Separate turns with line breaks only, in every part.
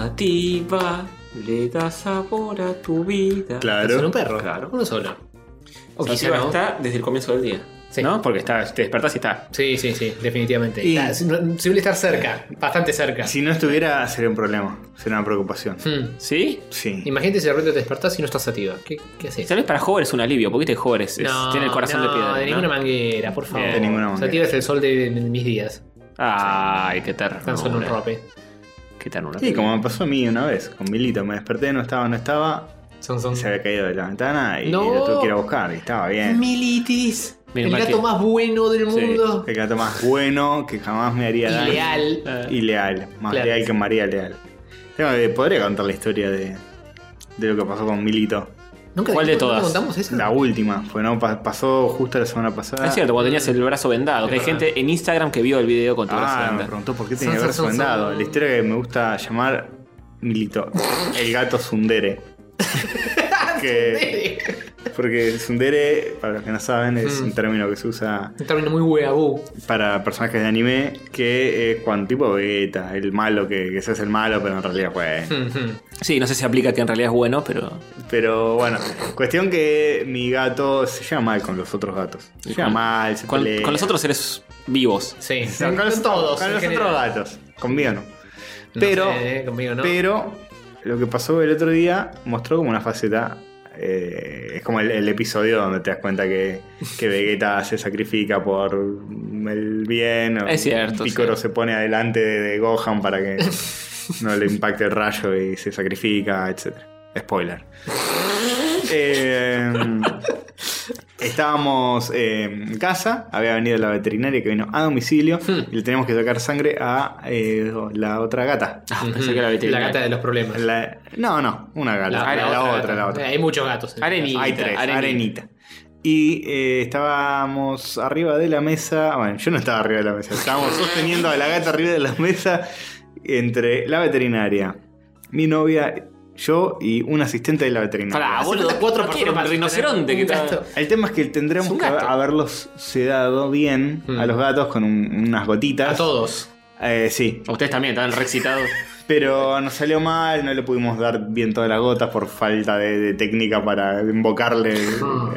Sativa le da sabor a tu vida.
Claro.
Son un perro.
Claro.
Uno solo.
O
Sativa
quizá
no.
está desde el comienzo del día.
Sí.
¿No? Porque está, te despertás y está.
Sí, sí, sí, definitivamente.
Y-
Está- suele estar cerca, bastante cerca.
Si no estuviera, sería un problema. Sería una preocupación.
Hmm.
¿Sí?
Sí.
Imagínate si de repente te despertás y no estás sativa. ¿Qué, qué haces?
Tal vez para Hover es un alivio, porque este Hover es, es-
No,
tiene el corazón
no,
de piedra.
De
¿no?
ninguna manguera, por favor.
De
ninguna manguera.
Sativa es el sol de, de mis días.
Ay, qué ternura.
Tan solo un rope.
Qué ternura.
Sí, como me pasó a mí una vez, con Milito. Me desperté, no estaba, no estaba.
Son, son.
y Se había caído de la ventana y
No.
lo tuve que ir a buscar. Y estaba bien.
Militis.
Mira,
el
Martín.
gato más bueno del mundo.
El gato más bueno que jamás me haría daño.
Y leal.
Eh,
Y leal. Más
Claro.
leal que María Leal. Tengo que- podría contar la historia de, de lo que pasó con Milito.
¿Nunca
¿Cuál de
dijimos-
todas?
¿Nunca contamos eso?
Eh, La última, fue no Pa- pasó justo la semana pasada.
Es cierto, cuando tenías el brazo vendado.
Es
Que hay
verdad.
gente en Instagram que vio el video con tu brazo
Ah, me
vendado.
preguntó por qué tenía el
Son,
brazo
son, son,
vendado.
son.
La historia que me gusta llamar Milito. El gato Sundere. que, porque Sundere, para los que no saben, es
Mm.
un término que se usa
Un término muy weabú.
para personajes de anime que es cuando tipo Vegeta, el malo que, que se hace el malo, pero en realidad fue.
Hmm, hmm.
Sí, no sé si aplica que en realidad es bueno, pero.
Pero bueno, cuestión que mi gato se lleva mal con los otros gatos. Se lleva mal, se
Con,
pelea.
con los otros seres vivos.
Sí,
No,
con,
con los,
todos.
con
en
los
general.
otros gatos. Conmigo no.
No
Pero,
sé, eh, conmigo no.
pero lo que pasó el otro día mostró como una faceta. eh, es como el, el episodio donde te das cuenta que, que Vegeta se sacrifica por el bien. o
Es cierto,
Piccolo
sí.
se pone adelante de, de Gohan para que no le impacte el rayo y se sacrifica, etc. Spoiler. Eh, estábamos eh, en casa, había venido la veterinaria que vino a domicilio
Hmm.
y le teníamos que sacar sangre a eh, la otra gata.
Ah,
Ujú.
pensé que era veterinaria.
La gata de los problemas.
Pues La- no, no, una gata. La, otra,
gata.
la otra.
Eh, Hay muchos gatos. en
Areni.
mi
Hay
Arenita,
tres,
arenita.
arenita. Y eh, estábamos arriba de la mesa. ah, Bueno, yo no estaba arriba de la mesa. Estábamos sosteniendo a la gata arriba de la mesa entre la veterinaria, mi novia, yo y un asistente de la veterinaria.
Pará,
casa.
boludo,
Hace cuatro
no quiero
personas
un rinoceronte que
tener un
está-
gato.
El tema es que tendremos
Es un
que
gato.
haberlos sedado bien
Hmm.
a los gatos con un- unas gotitas.
A todos.
Eh, sí.
Ustedes también estaban re excitados.
Pero nos salió mal, no le pudimos dar bien todas las gotas por falta de, de técnica para invocarle.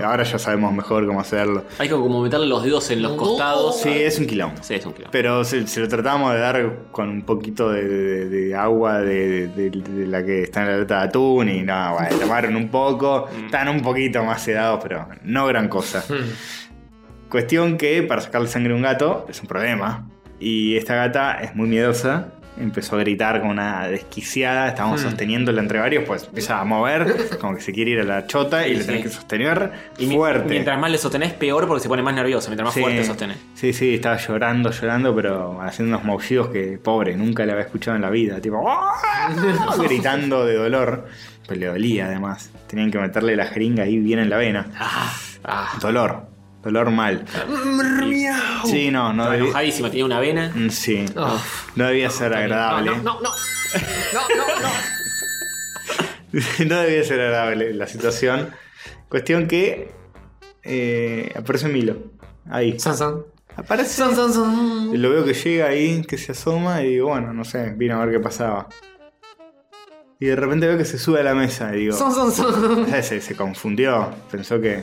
Ahora ya sabemos mejor cómo hacerlo.
Hay que como meterle los dedos en los
No.
costados.
Sí, es un quilombo.
Sí, es un kilo.
Pero se, se lo tratamos de dar con un poquito de, de- de agua de, de- de la que está en la lata de atún y no, bueno, tomaron un poco, están un poquito más sedados, pero no gran cosa.
Hmm.
Cuestión que para sacarle sangre a un gato es un problema. Y esta gata es muy miedosa. Empezó a gritar como una desquiciada. Estábamos
Hmm.
sosteniéndola entre varios, pues empieza a mover, como que se quiere ir a la chota y
Sí,
le tenés
sí.
que sostener
Y mi-
fuerte.
Mientras más le sostenés, peor porque se pone más nervioso. Mientras más
Sí.
fuerte sostenés.
Sí, sí, estaba llorando, llorando, pero haciendo unos maullidos que, pobre, nunca le había escuchado en la vida. Tipo, ¡ah! gritando de dolor. Pues le dolía además. Tenían que meterle la jeringa ahí bien en la vena.
Ah,
Dolor, dolor mal. Sí, no, no debí-
enojadísima, tenía una vena.
Mm, Sí.
Ah.
Oh.
No debía ser agradable.
No,
No,
no, no. No, no, no. no.
debía ser agradable la situación. Cuestión que eh, aparece Milo. Ahí.
San, san.
Aparece.
San, san, san.
Lo veo que llega ahí, que se asoma y digo, bueno, no sé, vino a ver qué pasaba. Y de repente veo que se sube a la mesa y digo,
San, san, san.
o sea, se, se confundió, pensó que,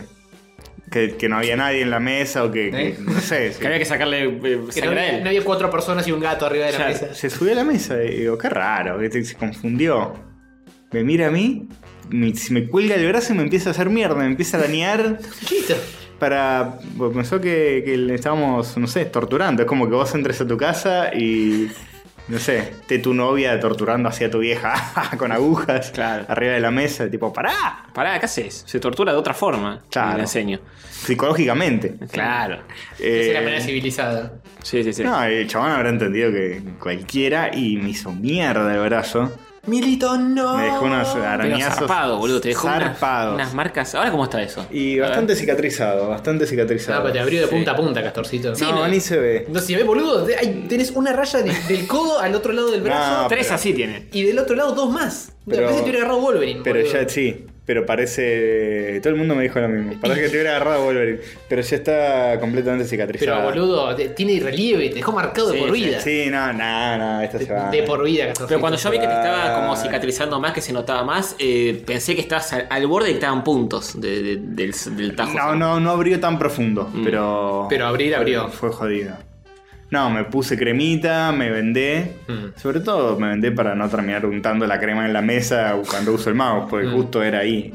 que, que no había nadie en la mesa o que, que-
¿Eh?
no sé. sí.
Que había que sacarle eh,
Que no,
sangre a
había,
él.
no había cuatro personas y un gato arriba de la
Ya,
mesa.
se subió a la mesa y digo, qué raro, que te- se confundió. Me mira a mí, me, se me cuelga el brazo y me empieza a hacer mierda, me empieza a dañar
Chiquito.
para... pues, Pensó que, que le estábamos, no sé, torturando. Es como que vos entres a tu casa y... No sé, te tu novia torturando hacia tu vieja con agujas
Claro.
arriba de la mesa, tipo, pará,
Pará, ¿qué haces? Se tortura de otra forma.
Claro.
Le enseño.
psicológicamente.
Claro.
Esa
Eh,
es la manera civilizada.
Sí, sí, sí.
no, el chabón habrá entendido que cualquiera y me hizo mierda el brazo.
Milito, no.
Me dejó unos
Pero
arañazos.
zarpado, boludo. Te dejó unas,
zarpados.
unas marcas. ¿Ahora cómo está eso?
Y bastante cicatrizado, bastante
Ah,
No,
cicatrizado.
pero te abrió de
Sí.
punta a punta, Castorcito.
No, ni se ve.
No, si ves, boludo, te- ay, tenés una raya de- del codo al otro lado del brazo
No,
Tres
pero-
así tiene.
y del otro lado dos más.
Pero-
Después te hubiera agarrado Wolverine.
Pero
boludo.
ya sí. Pero parece. Todo el mundo me dijo lo mismo. Parece que te hubiera agarrado Wolverine. Pero ya está completamente
Pero
cicatrizada.
boludo, te- tiene relieve, te dejó marcado de
Sí,
por
sí,
vida.
Sí, no, no, no, esta
De,
se va.
de por vida, Castorcito.
Pero cuando yo vi que te estaba como
Ay.
cicatrizando más, que se notaba más, eh, pensé que estabas al, al borde y estaban puntos de- de- del, del tajo.
No, no, no abrió tan profundo,
Mm.
pero.
Pero abrir, abrió.
Fue jodido. No, me puse cremita, me vendé.
Mm.
Sobre todo me vendé para no terminar untando la crema en la mesa cuando uso el mouse, porque
Mm.
justo era ahí.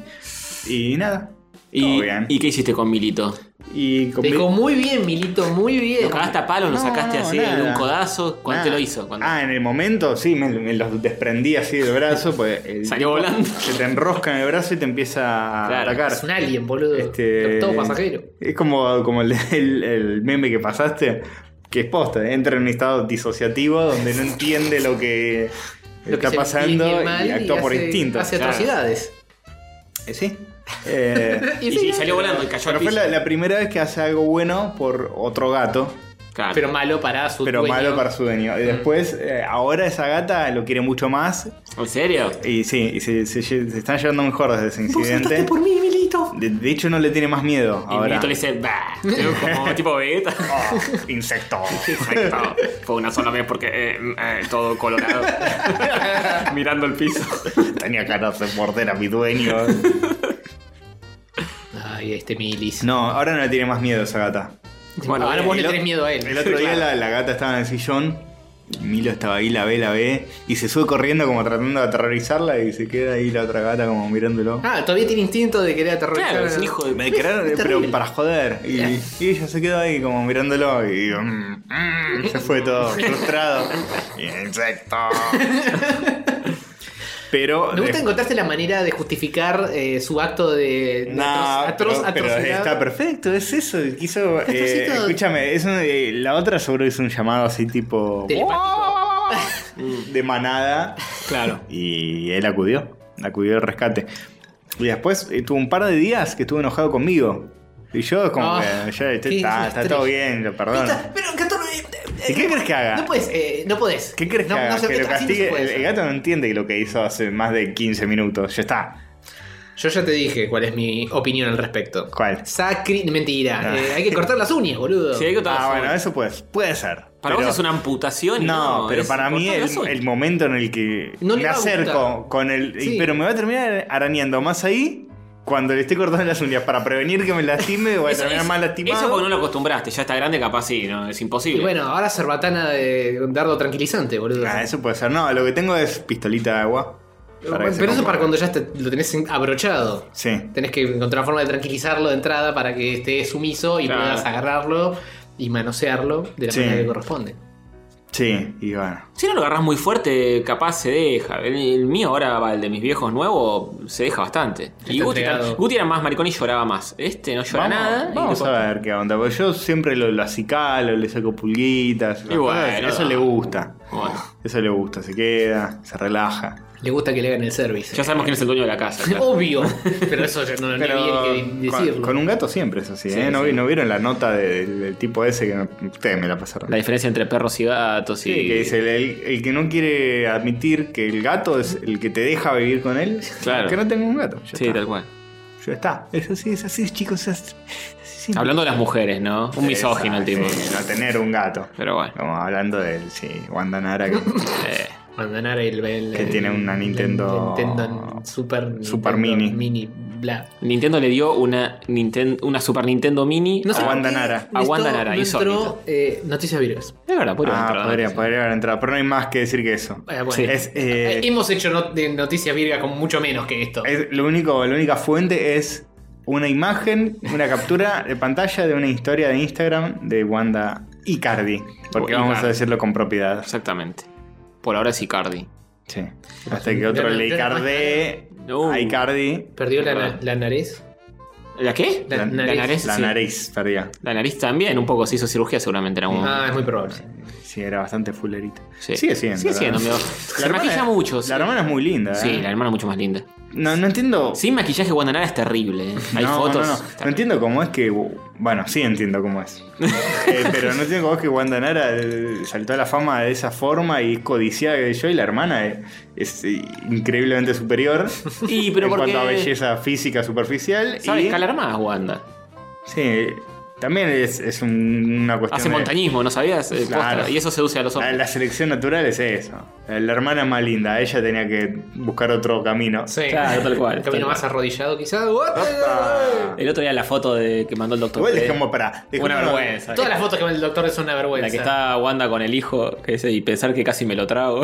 Y nada.
¿Y,
todo bien.
¿Y qué hiciste con Milito?
Y
Te
comí-
Dijo muy bien, Milito, muy
¿Lo
bien.
cagaste a palo? ¿Lo
No,
sacaste
no,
así de un
nada.
codazo? ¿Cuándo te
Nada.
lo hizo? ¿Cuándo?
Ah, en el momento, sí, me, me los desprendí así del brazo, pues. el
Salió
tipo
volando.
Se te enrosca en el brazo y te empieza a
Claro,
atacar.
Es un alien, boludo.
Este,
Todo pasajero.
Es como, como el, el- el meme que pasaste, que es posta. Entra en un estado disociativo donde no entiende lo que
Lo que
está
se-
pasando
y
y,
el mal
actúa por
hace-
instinto.
Hace
claro.
atrocidades.
Eh, Sí. Eh,
Y, y salió volando y cayó al
pero fue la,
piso.
la primera vez que hace algo bueno por otro gato,
Claro.
Pero malo para su
pero
dueño.
malo para su dueño.
Mm.
Y después, eh, ahora esa gata lo quiere mucho más.
¿En serio?
Y sí, y se, se lle- se están llevando mejor desde ese
Eh, Vos saltaste
incidente.
por mí, Milito.
De, de hecho, no le tiene más miedo
Y
ahora.
Milito le dice, bah, como tipo Vegeta.
Oh, insecto.
Exacto. Fue una sola vez porque eh, eh, todo colorado. Mirando el piso.
Tenía ganas de morder a mi dueño.
Ay, este Milis.
No, ahora no le tiene más miedo a esa gata.
Bueno,
Ahora
bien,
vos
el
le
otro-
tenés miedo a él.
El otro día la, la gata estaba en el sillón. Milo estaba ahí, la ve, la ve. Y se sube corriendo como tratando de aterrorizarla. Y se queda ahí la otra gata como mirándolo.
Ah, todavía tiene instinto de querer aterrorizar.
Claro,
a-
es un hijo
Me
de.
declararon, eh, pero
terrible.
para joder. Y, y ella se quedó ahí como mirándolo. Y mm, mm, se fue todo frustrado. Insecto. Pero.
Me
después-
gusta encontrarse la manera de justificar eh, su acto de, de
No,
atroz,
pero,
atroz-
pero
atrocidad.
está perfecto, es eso. Quiso, eh,
Castrocito.
escúchame, es un- eh, la otra seguro hizo un llamado así tipo
Telepático.
de manada
Claro.
y él acudió, acudió al rescate. Y después eh, tuvo un par de días que estuvo enojado conmigo. Y yo como
Ah,
que, ya, este
qué
está, está
estrella.
todo bien, lo perdono.
Está- Pero, Castor, eh, eh,
¿Y qué crees que haga?
No puedes, eh, no podés.
¿Qué crees
no,
que haga?
no se-
que lo
así no se
castigue. eh,
puede
el, el
hacer.
gato no entiende lo que hizo hace más de 15 minutos. Ya está.
Yo ya te dije cuál es mi opinión al respecto.
¿Cuál?
Sacri... Mentira.
Ah.
eh, hay que cortar las uñas, boludo.
Sí, hay que
Ah,
cortar
bueno,
las uñas.
eso pues, puede ser.
Para
pero-
vos es una amputación. y
No, pero
es
para mí
cortar las
el,
uñas.
el momento en el que
No le
me
va a
acerco
gustar.
con el... y-
Sí.
Pero me va a terminar arañando más ahí cuando le esté cortando las uñas para prevenir que me lastime voy a
Eso-
terminar
eso-
más lastimado.
Eso porque no lo acostumbraste, ya está grande, capaz sí, no, es imposible.
Y bueno, ahora cerbatana de dardo tranquilizante, boludo.
Ah, eso puede ser. No, lo que tengo es pistolita de agua.
Pero-
para que se
pero eso es
coma.
para cuando ya te- lo tenés abrochado.
Sí.
Tenés que encontrar forma de tranquilizarlo de entrada para que esté sumiso y
Claro.
puedas agarrarlo y manosearlo de la
Sí.
manera que corresponde.
Sí, y bueno.
Si no lo agarras muy fuerte, capaz se deja. El, el mío ahora, va, el de mis viejos nuevos, se deja bastante. Y
Está
Guti,
entregado.
tam- Guti era más maricón y lloraba más. Este no llora
Vamos,
nada. y
vamos
tipo-
a ver qué onda. Porque yo siempre lo, lo acicalo, le saco pulguitas.
Y bueno,
eso
no.
le gusta.
Bueno,
Eso le gusta. Se queda, se relaja.
Le gusta que le hagan el service.
ya sabemos quién es el dueño de la casa. claro.
Obvio. pero eso ya no, no
Pero
había que
con,
decirlo.
con un gato siempre es así,
Sí,
¿eh? ¿No, vi-
sí.
no vieron la nota de- del tipo ese que me- ustedes me la pasaron?
La diferencia entre perros y gatos y.
Sí, que dice, el, el- el que no quiere admitir que el gato es el que te deja vivir con él,
Claro.
que no tenga un gato. Ya
Sí,
está.
tal cual.
Ya está. Es así, es así, chicos. Es así.
Hablando de las mujeres, ¿no? Un misógino el
Esa,
tipo.
sí, no tener un gato.
Pero bueno.
Como hablando del, sí, Guandanara que
eh,
Abandonar el, el-
Que
el-
tiene una
el
Nintendo-
Nintendo Super
Super
Nintendo
Mini.
Mini bla.
Nintendo le dio una, Ninten- una Super Nintendo Mini.
sé.
a-
Wanda Nara.
A Wanda Nara,
y
insólito.
entró eh, Noticias Virus.
Es verdad, podría
Ah,
entrar.
podría, podría haber entrado, pero no hay más que decir que eso.
Eh, bueno.
Sí.
Es, eh,
Eh, Hemos hecho not- de noticias virga con mucho menos que esto.
Es- lo único, la única fuente es una imagen, una captura de pantalla de una historia de Instagram de Wanda Icardi. Porque
Oh, Icardi.
vamos a decirlo con propiedad.
Exactamente. Por ahora es Icardi.
Sí. Hasta que otro
Pero-
le
pero-
Icarde
No.
a Icardi.
Perdió la,
Perdón.
la nariz.
¿La qué?
La- nariz.
La
sí.
nariz, perdía.
La nariz también, un poco se hizo cirugía seguramente en algún momento.
Ah, es muy probable.
Sí, era bastante fullerita.
Sí.
Sigue siendo.
Sigue siendo,
¿verdad?
amigo.
La
Se
hermana-
maquilla mucho. sí.
La hermana es muy linda.
Sí,
¿eh?
la hermana mucho más linda.
No, no entiendo.
Sin maquillaje Guandanara es terrible. ¿eh? Hay
no,
fotos.
No, no.
está-
No entiendo cómo es que. Bueno, sí entiendo cómo es. Eh, pero no entiendo cómo es que Wanda Nara eh, saltó a la fama de esa forma y es codiciada que yo y la hermana eh, es, eh, increíblemente superior.
Y pero
en
porque
cuanto a belleza física superficial.
sabe
y-
escalar más Wanda.
Sí, también es, es un- una cuestión.
Hace
de-
montañismo, ¿no sabías? Eh, posta.
Claro.
Y eso seduce a los
La,
hombres.
la selección natural es eso. La, la hermana es más linda, ella tenía que buscar otro camino.
Sí.
Claro, tal cual,
El
tal
camino
cual.
más arrodillado, quizás.
Ah.
El otro día la foto de que mandó el doctor.
Igual
T.
dejemos para.
Una vergüenza.
Todas las fotos que me el doctor es una vergüenza.
La que está Wanda con el hijo, que dice, y pensar que casi me lo trago.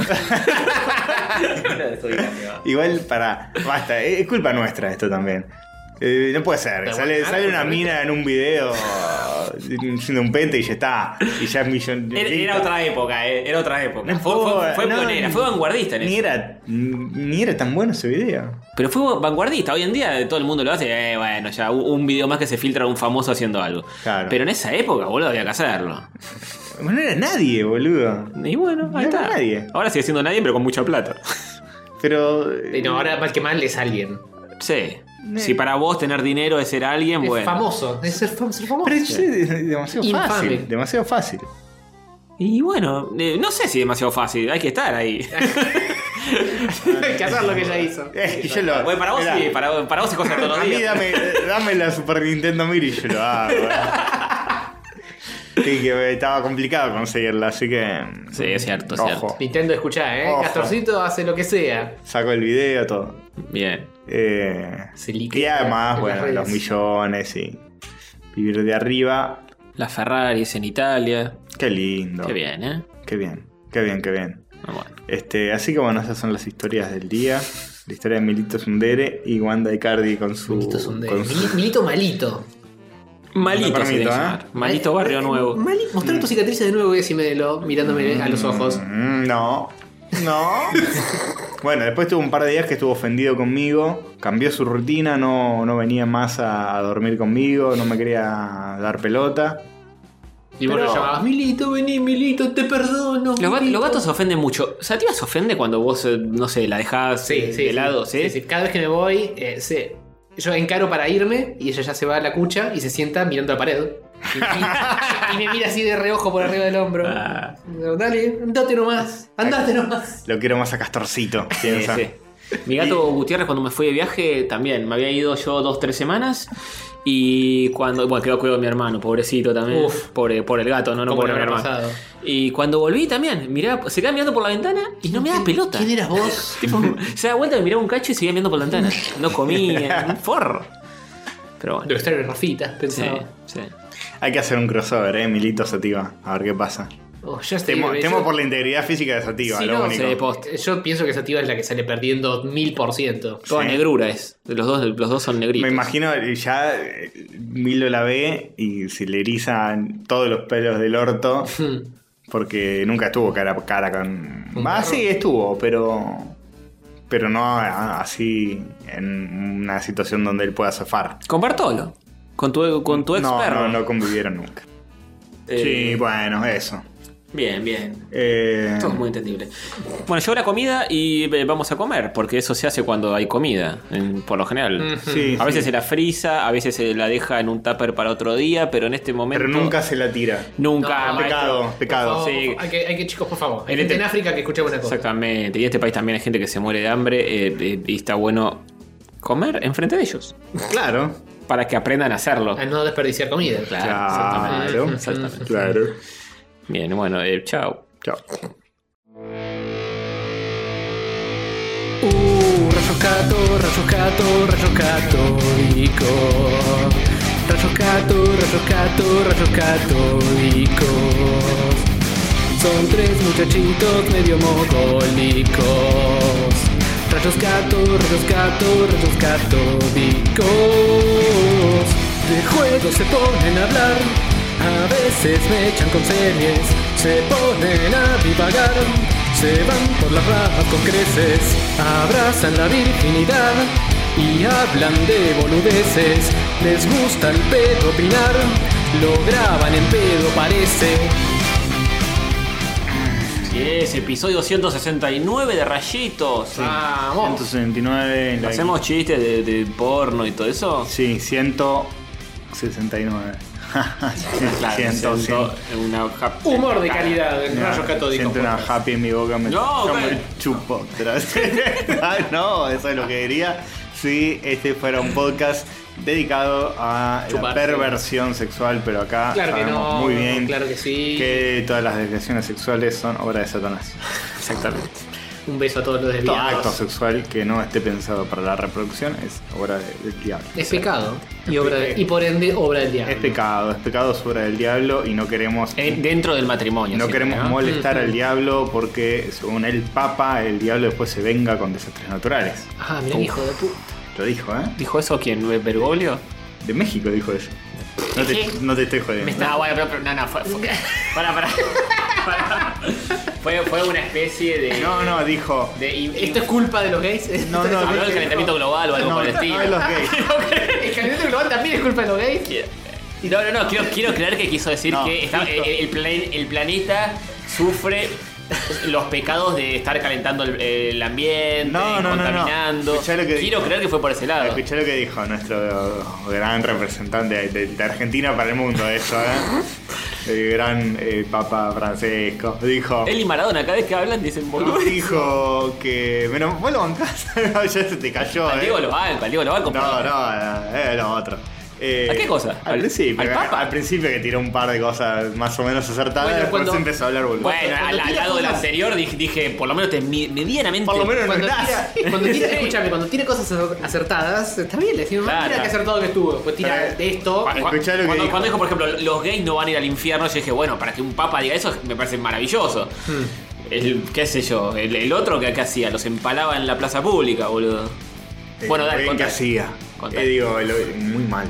Igual para. Basta, eh, es culpa nuestra esto también. Eh, no puede ser.
Pero
Sale,
bueno,
sale una
claro.
mina en un video siendo un pente y ya está. Y ya es millón.
Era, era otra época, eh, era otra época.
No
fue, fue-
importa,
fue
no,
pionera, fue vanguardista en
Ni
eso.
era, ni era tan bueno ese video.
Pero fue vanguardista, hoy en día todo el mundo lo hace, eh, bueno, ya u- un video más que se filtra un famoso haciendo algo.
Claro.
Pero en esa época, boludo, había que hacerlo.
No era nadie, boludo.
Y bueno,
No
ahí
era
está.
nadie.
Ahora sigue siendo nadie, pero con mucha plata.
Pero.
Y no, ahora más que mal es alguien.
sí. Si para vos tener dinero es ser alguien,
Es
bueno.
famoso. Es ser, fam- ser famoso.
Pero es es demasiado
Infame.
fácil. Demasiado fácil.
Y bueno, eh, no sé si es demasiado fácil, hay que estar ahí.
Hay que hacer lo que ella hizo.
Es que yo lo.
Bueno, para vos
Mirá,
sí, para, para vos es cosa de todos
A
los
mí
días.
dame, dame la Super Nintendo Mini y yo lo hago. sí, que estaba complicado conseguirla, así que.
Sí, es cierto, es
Ojo.
cierto.
Nintendo, escuchá, ¿eh?
Ojo.
Castorcito hace lo que sea.
Saco el video, todo.
Bien.
Eh,
Se liquea
y además,
en
bueno,
las redes.
los millones y vivir de arriba.
Las Ferraris en Italia.
Qué lindo.
Qué bien, ¿eh?
Qué bien, qué bien, qué bien.
Ah, Bueno.
Este, así que bueno, esas son las historias del día. La historia de Milito Sundere y Wanda Icardi con su.
Milito es un de-
con su-
Mili- Milito malito.
Malito
No te
se debe
permito,
llamar.
¿eh?
Malito
Mal-
Barrio
mal-
Nuevo.
Mali, mostrar tus cicatrices de nuevo y decímelo mirándome a los ojos.
Mm, No, no. bueno, después tuvo un par de días que estuvo ofendido conmigo, cambió su rutina, no, no venía más a, a dormir conmigo, no me quería dar pelota.
Y vos
Pero-
lo llamabas, Milito, vení, Milito, te perdono.
Los, gat-
Milito".
los gatos se ofenden mucho. Sativa se ofende cuando vos, eh, no sé, la dejás
Sí,
eh,
sí.
de lado, ¿sí?
sí, Cada vez que me voy, eh, sí. yo encaro para irme y ella ya se va a la cucha y se sienta mirando la pared. Y, y- y me mira así de reojo por arriba del hombro.
Ah.
Digo, Dale, andate nomás, andate nomás.
Lo quiero más a Castorcito,
Sí,
piensa.
sí. Mi gato Gutiérrez cuando me fui de viaje también, me había ido yo dos, tres semanas y cuando, bueno, quedó cuidado de mi hermano, pobrecito también,
Uf.
por, por el gato, no, no
¿Cómo
por
le
mi
habrá
hermano.
pasado?
Y cuando volví también, miraba, se quedaba mirando por la ventana y no me daba pelota.
¿Quién eras vos?
Tipo, se da vuelta, me miraba un cacho y seguía mirando por la ventana. No comía, un forro. Pero bueno.
Debe estar en Rafita,
Sí,
pensaba.
sí.
Hay que hacer un crossover, eh, Milito Sativa, a ver qué pasa.
Oh, ya estoy-
Temo,
yo-
temo por la integridad física de Sativa,
Sí,
lo
no,
único.
sí, po- post.
Yo pienso que esa tía es la que sale perdiendo mil por ciento.
Toda
Sí.
negrura es. Los dos, los dos son negritos.
Me imagino, ya eh, Milo la ve y se le erizan todos los pelos del orto. Porque nunca estuvo cara a cara con.
Un
Ah,
perro.
sí, estuvo, pero. Pero no a- así en una situación donde él pueda zafar.
Con Bartolo. Con tu, con tu ex
no,
perro.
no, no convivieron nunca.
Eh,
Sí, bueno, eso.
Bien, bien.
Eh,
Todo es muy entendible. Bueno, llegó la comida y eh, vamos a comer, porque eso se hace cuando hay comida, en- por lo general.
Mm.
sí,
A veces
sí.
se la frisa, a veces se la deja en un tupper para otro día, pero en este momento.
Pero nunca se la tira.
Nunca.
No,
maestro.
pecado, pecado.
favor. Sí.
hay, que, hay que, chicos, por favor. Hay
En
gente
este-
en África que escucha buena cosa.
Exactamente. Y en este país también hay gente que se muere de hambre eh, eh, y está bueno comer enfrente de ellos.
Claro.
Para que aprendan a hacerlo.
A no desperdiciar comida.
Claro,
Claro.
Ah, exactamente.
Claro.
Bien, bueno, eh, chao.
Chao.
Uh, rayos gato, rayos gato, rayos católicos. Rayos gato, rayos gato, rayos católicos. Son tres muchachitos medio mogólicos. Rayos gato, rayos gato, rayos católicos. De juego se ponen a hablar. A veces me echan con series. Se ponen a divagar. Se van por las ramas con creces, abrazan la virginidad y hablan de boludeces. Les gusta el pedo opinar, lo graban en pedo parece.
Bien. es episodio 169 de Rayitos. Vamos.
169 en la
¿Hacemos chistes de, de porno y todo eso?
Sí, 169.
Claro,
100,
siento
100.
una ja-
Humor de calidad, el
Nah,
rayo catódico.
Siento una
podcast.
happy en mi boca, me,
No,
yo
ok.
me chupo. atrás. ah, no, eso es lo que diría si este fuera un podcast dedicado a la
Chuparse.
perversión sexual, pero acá
Claro que
sabemos
no,
muy bien
claro que sí.
que todas las desviaciones sexuales son obra de Satanás.
Exactamente.
Un beso a todos los
Todo
desviados.
acto sexual que no esté pensado para la reproducción es obra de- del diablo.
Es pecado. Y, obra de- y por ende, obra del diablo.
Es pecado, es pecado, este es obra del diablo y no queremos
En- dentro del matrimonio.
No
siempre,
queremos molestar al diablo porque, según el Papa, el diablo después se venga con desastres naturales.
Ah, mirá, hijo de puta.
Lo dijo, ¿eh?
¿Dijo eso quién? ¿Ver- ¿Bergoglio?
De México dijo eso. No te, no te estoy
Me
jodiendo.
está- no, bueno, pero, pero- no, no, fue. fue para, para, Fue, fue una especie de.
No, no, dijo.
de in-
¿Esto es culpa de los gays?
No, no,
Habló
dijo-
del calentamiento global o algo
no,
por el estilo.
no de los gays.
El calentamiento global también es culpa de los gays.
Quiero- No, no, no, quiero, quiero creer que quiso decir
No,
que está- eh,
justo.
el, el plan- el planeta sufre los pecados de estar calentando el, el ambiente,
No, no, no, no.
contaminando.
Escuchá lo que
quiero
dijo.
creer que fue por ese lado.
Escuché lo que dijo nuestro gran representante de, de- de Argentina para el mundo, eso, ¿eh? El gran eh, Papa Francisco. Dijo.
Él y Maradona, cada vez que hablan dicen boludo.
Dijo que. Bueno, vos lo bancás. No, ya se te cayó,
Al
¿eh?
Diego lo banco, al Diego lo banco.
No, no, eh, eh, lo otro. Eh,
¿A qué cosa?
Al,
¿Al-
principio.
al
que-
Papa?
al principio que tiró un par de cosas más o menos acertadas.
Bueno,
después
cuando-
se empezó a hablar boludo.
Bueno, al,
Cuando
al
tira
lado del
cosas-
anterior dije, dije, por lo menos te, mi- medianamente.
Por lo menos no
Cuando
es
tira,
nada.
cuando tira,
Sí.
escúchame, cuando tira cosas acertadas, está bien, le decimos,
Claro.
mira que acertado que estuvo. Pues tira
Pero-
de esto.
Cu-
Escuchá lo que
cuando,
dijo.
cuando dijo, por ejemplo, los gays no van a ir al infierno, yo dije, bueno, para que un papa diga eso me parece maravilloso.
Hmm.
El, qué sé yo, el, el otro que, que hacía, los empalaba en la plaza pública, boludo.
Eh,
bueno,
bien
dale,
que
contá.
hacía.
Contá.
Eh, digo, lo- muy mal.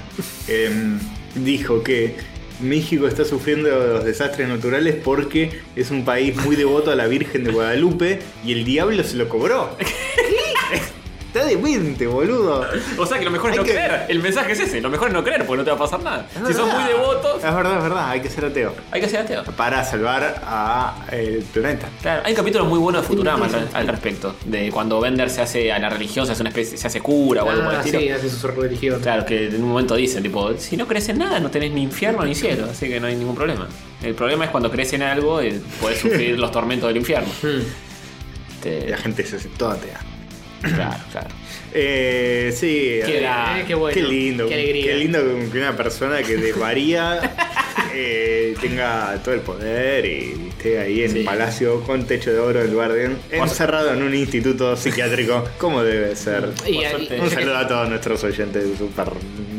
Em, dijo que México está sufriendo los desastres naturales porque es un país muy devoto a la Virgen de Guadalupe y el diablo se lo cobró. está demente, boludo.
O sea que lo mejor es
Hay
no
que-
creer. El mensaje es ese, lo mejor es no creer, porque no te va a pasar nada.
Es
si sos
verdad. Ah.
muy devoto,
Es verdad, es verdad, hay que ser ateo.
hay que ser ateo.
Para salvar a eh, el planeta.
Claro, hay capítulos muy buenos de Futurama al, al respecto. De cuando Bender se hace a la religión, se hace una especie, se hace cura o algo por el
Ah,
estilo.
sí, hace su religión.
Claro, que en un momento dicen, tipo, si no crees en nada, no tenés ni infierno ni cielo, así que no hay ningún problema. El problema es cuando crees en algo, eh, podés sufrir los tormentos del infierno.
Hmm.
Y La
Este,
gente se hace toda atea.
claro, claro.
Eh, sí.
Qué
eh,
gra-
Eh, qué bueno.
qué lindo.
Qué alegría.
lindo que- que una persona que de varía eh, tenga todo el poder y esté ahí en
Sí.
un palacio con techo de oro en lugar de en- encerrado en un instituto psiquiátrico, como debe ser.
Y-
Por suerte.
y-
Un saludo a todos nuestros oyentes super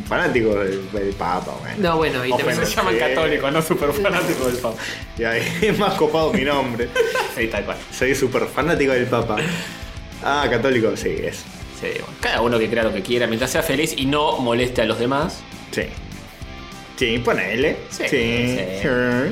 fanáticos del, del Papa, bueno.
No, bueno, y también
Se
Ofensa.
llaman
sí.
católicos, no super fanáticos del Papa.
Y ahí es más copado mi nombre.
Sí, tal cual.
Soy súper fanático del Papa. Ah, católico, sí, es.
Sí, bueno, cada uno que crea lo que quiera, mientras sea feliz y no moleste a los demás.
Sí. Sí, ponele.
Sí,
Sí.
sí.
sí,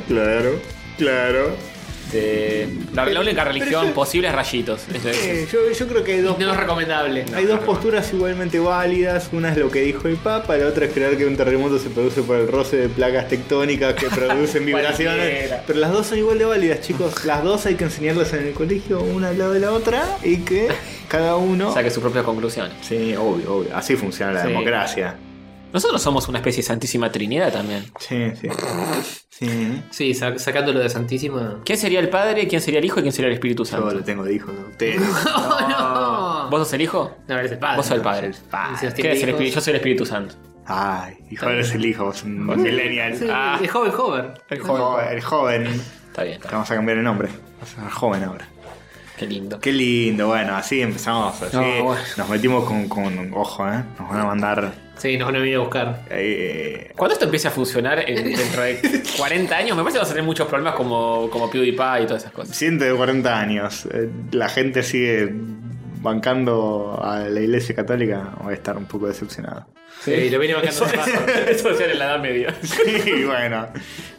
Claro, claro.
Este, la, la única religión posible es rayitos. Eso es.
Eh, yo, yo creo que hay dos.
no es recomendable.
Hay dos posturas igualmente válidas, una es lo que dijo el Papa, la otra es creer que un terremoto se produce por el roce de placas tectónicas que producen vibraciones.
Cualquiera.
Pero las dos son igual de válidas, chicos. Las dos hay que enseñarlas en el colegio, una al lado de la otra, y que cada uno...
Saque sus propias conclusiones.
Sí, obvio, obvio. Así funciona la
Sí.
democracia.
Nosotros somos una especie de santísima trinidad también.
Sí, sí. Sí.
Sí, sa- sacándolo de Santísima.
¿Quién sería el Padre? ¿Quién sería el Hijo? ¿Y quién sería el Espíritu
Yo
Santo?
lo tengo de hijo de ustedes.
no.
¿Vos sos el Hijo?
No, eres el padre.
Vos sos el Padre.
Y si los
¿Qué
tiene
es el
hijos-
Espíritu? Yo soy el Espíritu Santo.
Ay, hijo eres el hijo, vos un millennial.
Sí,
Ah.
El joven joven.
El
Jo- el joven.
Está bien,
Te
está bien.
vamos a cambiar el nombre. Vas a ser joven ahora.
Qué lindo.
Qué lindo, bueno, así empezamos. Así
No, bueno.
nos metimos con, con- ojo, ¿eh? Nos van a mandar.
Sí, nos van a venir a buscar.
eh,
Cuando esto empiece a funcionar en- dentro de 40 años, me parece que vas a tener muchos problemas como, como PewDiePie y todas esas cosas.
140 años. Eh, La gente sigue bancando a la iglesia católica. Voy a estar un poco decepcionado.
Sí, lo viene bancando. de paso.
Eso va a ser en la Edad Media.
Sí, bueno.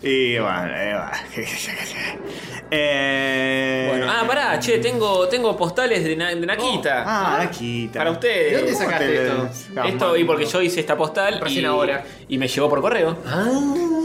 Y bueno, eh, bueno. Eh,
Bueno, ah, pará, che, tengo, tengo postales de, Na- de Naquita.
Ah, Naquita.
Para ustedes.
¿De dónde sacaste
Hoteles.
Oh,
Esto, y porque yo hice esta postal.
ah, Recién
y-
ahora. Ah,
Y me llegó por correo.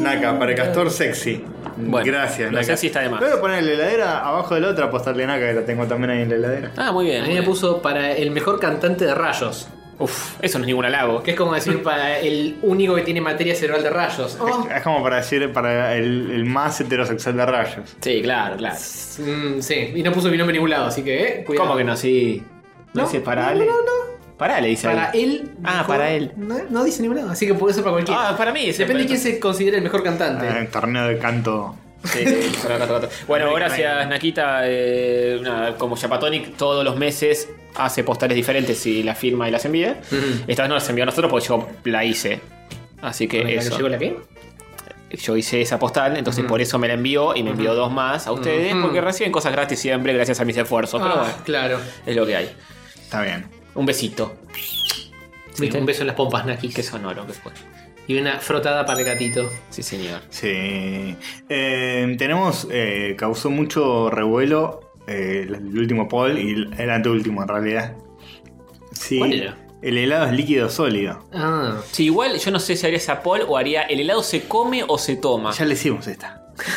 Naka, para el castor sexy.
Bueno,
Gracias,
no sé
Naka.
si está de más.
Voy a poner la heladera abajo de la otra postal Naka que la tengo también ahí en la heladera.
Ah, muy bien.
A
muy
mí me
bien.
puso para el mejor cantante de rayos.
Uf, eso no es ningún halago.
Que es como decir para el único que tiene materia cerebral de rayos. Oh,
Es como para decir para el, el más heterosexual de rayos.
Sí, claro, claro.
mm, sí, y no puso mi nombre en ningún lado, así que, eh, cuidado.
¿Cómo que no? Sí. No,
No,
dice para
no,
Ale.
no,
Para Ale dice
Para
ahí.
él.
Ah, para él.
No, no dice ningún lado, así que puede ser para cualquiera.
Ah, para mí. dice,
Depende de
pero-
quién se considera el mejor cantante.
Ah, el torneo de canto.
Sí, sí, sí, rato, rato. Bueno, gracias Nakita. Eh, nada, como Chapatonic todos los meses hace postales diferentes y las firma y las envía.
Ujú.
Esta vez no las envió a nosotros porque yo la hice. Así que
¿La que
eso.
llegó la qué?
Yo hice esa postal, entonces por eso me la envió y me envió dos más a ustedes
Ujú.
porque reciben cosas gratis siempre gracias a mis esfuerzos. Pero
Ah,
bueno,
claro.
es lo que hay.
Está bien.
Un besito.
Sí, un beso en las pompas, Nakis.
Qué sonoro que fue.
Y una frotada para el gatito.
Sí, señor.
Sí. Eh, tenemos. eh, causó mucho revuelo eh, el, el último poll y el, el anteúltimo en realidad. Sí.
¿Cuál era?
El helado es líquido o sólido.
Ah.
Sí, igual yo no sé si haría esa poll o haría el helado se come o se toma.
Ya le hicimos esta.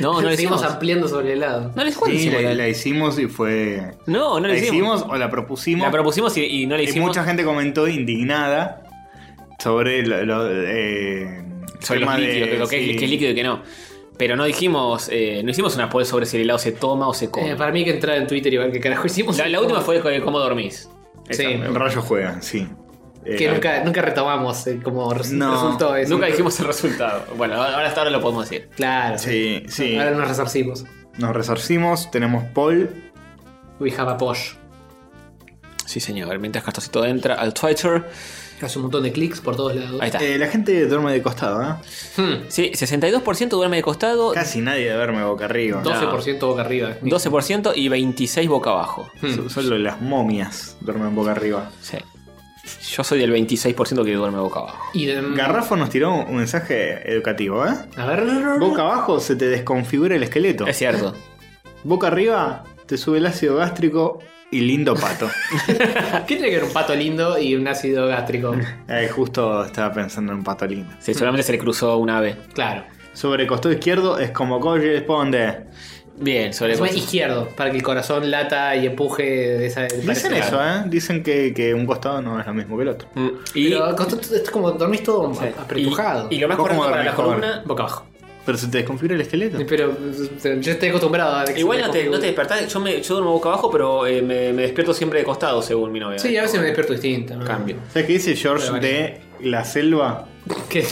No, no le
Seguimos
hicimos.
ampliando sobre el lado.
No les cuento.
Sí, la, la hicimos y fue.
No, no
¿La
le hicimos.
hicimos o la propusimos?
La propusimos y, y no la
y
hicimos.
mucha gente comentó indignada sobre lo, lo, eh,
sobre los
tema
líquidos, que- lo que,
sí.
es, que es líquido y que no. Pero no dijimos, eh, no hicimos una poll sobre si el helado se toma o se come.
Eh, para mí hay que entrar en Twitter y ver qué carajo hicimos.
la, la última fue de cómo dormís.
Sí,
El rayo juega, sí. Eh,
que nunca, nunca retomamos eh, como res-
No,
resultó eso.
Nunca dijimos el resultado. Bueno, ahora hasta ahora lo podemos decir.
Claro.
Sí, sí.
Ahora nos resarcimos.
Nos resarcimos, tenemos Paul.
We have a posh.
Sí, señor. Mientras Castosito entra al Twitter.
Hace un montón de clics por todos lados.
Ahí está.
Eh, la gente duerme de costado, ¿eh?
Hmm,
Sí, 62% duerme de costado,
Casi nadie duerme boca arriba.
12% boca arriba.
12% y 26% boca abajo.
So- Solo las momias duermen boca arriba.
Sí. Yo soy del 26% que duerme boca abajo.
Y de-
Garrafo nos tiró un mensaje educativo, ¿eh?
A ver.
Boca abajo se te desconfigura el esqueleto.
Es cierto.
Boca arriba te sube el ácido gástrico y lindo pato.
¿Qué tiene que ver un pato lindo y un ácido gástrico?
Eh, justo estaba pensando en pato lindo.
Sí, solamente se le cruzó una ave.
Claro.
Sobre el costado izquierdo es como corresponde.
Bien, sobre
Encima izquierdo, para que el corazón lata y empuje de esa.
Dicen eso, ¿eh? Dicen que, que un costado no es lo mismo que el otro.
Mm,
Y...
Y,
Pero costó- esto es como dormís todo
sí.
apretujado.
Y, y lo más
¿Vos cómo
correcto para la
dormís, Jorge?
columna.
Boca abajo.
Pero se te desconfigura el esqueleto.
Pero eh, yo estoy acostumbrado a que se
Igual
me
no te,
configure.
no te despertás, yo, me, yo duermo boca abajo, pero eh, me, me despierto siempre de costado, según mi novia.
Sí, a veces me despierto distinto. ¿no?
Cambio.
¿Sabes qué dice George
Pero
de la selva?
¿Qué?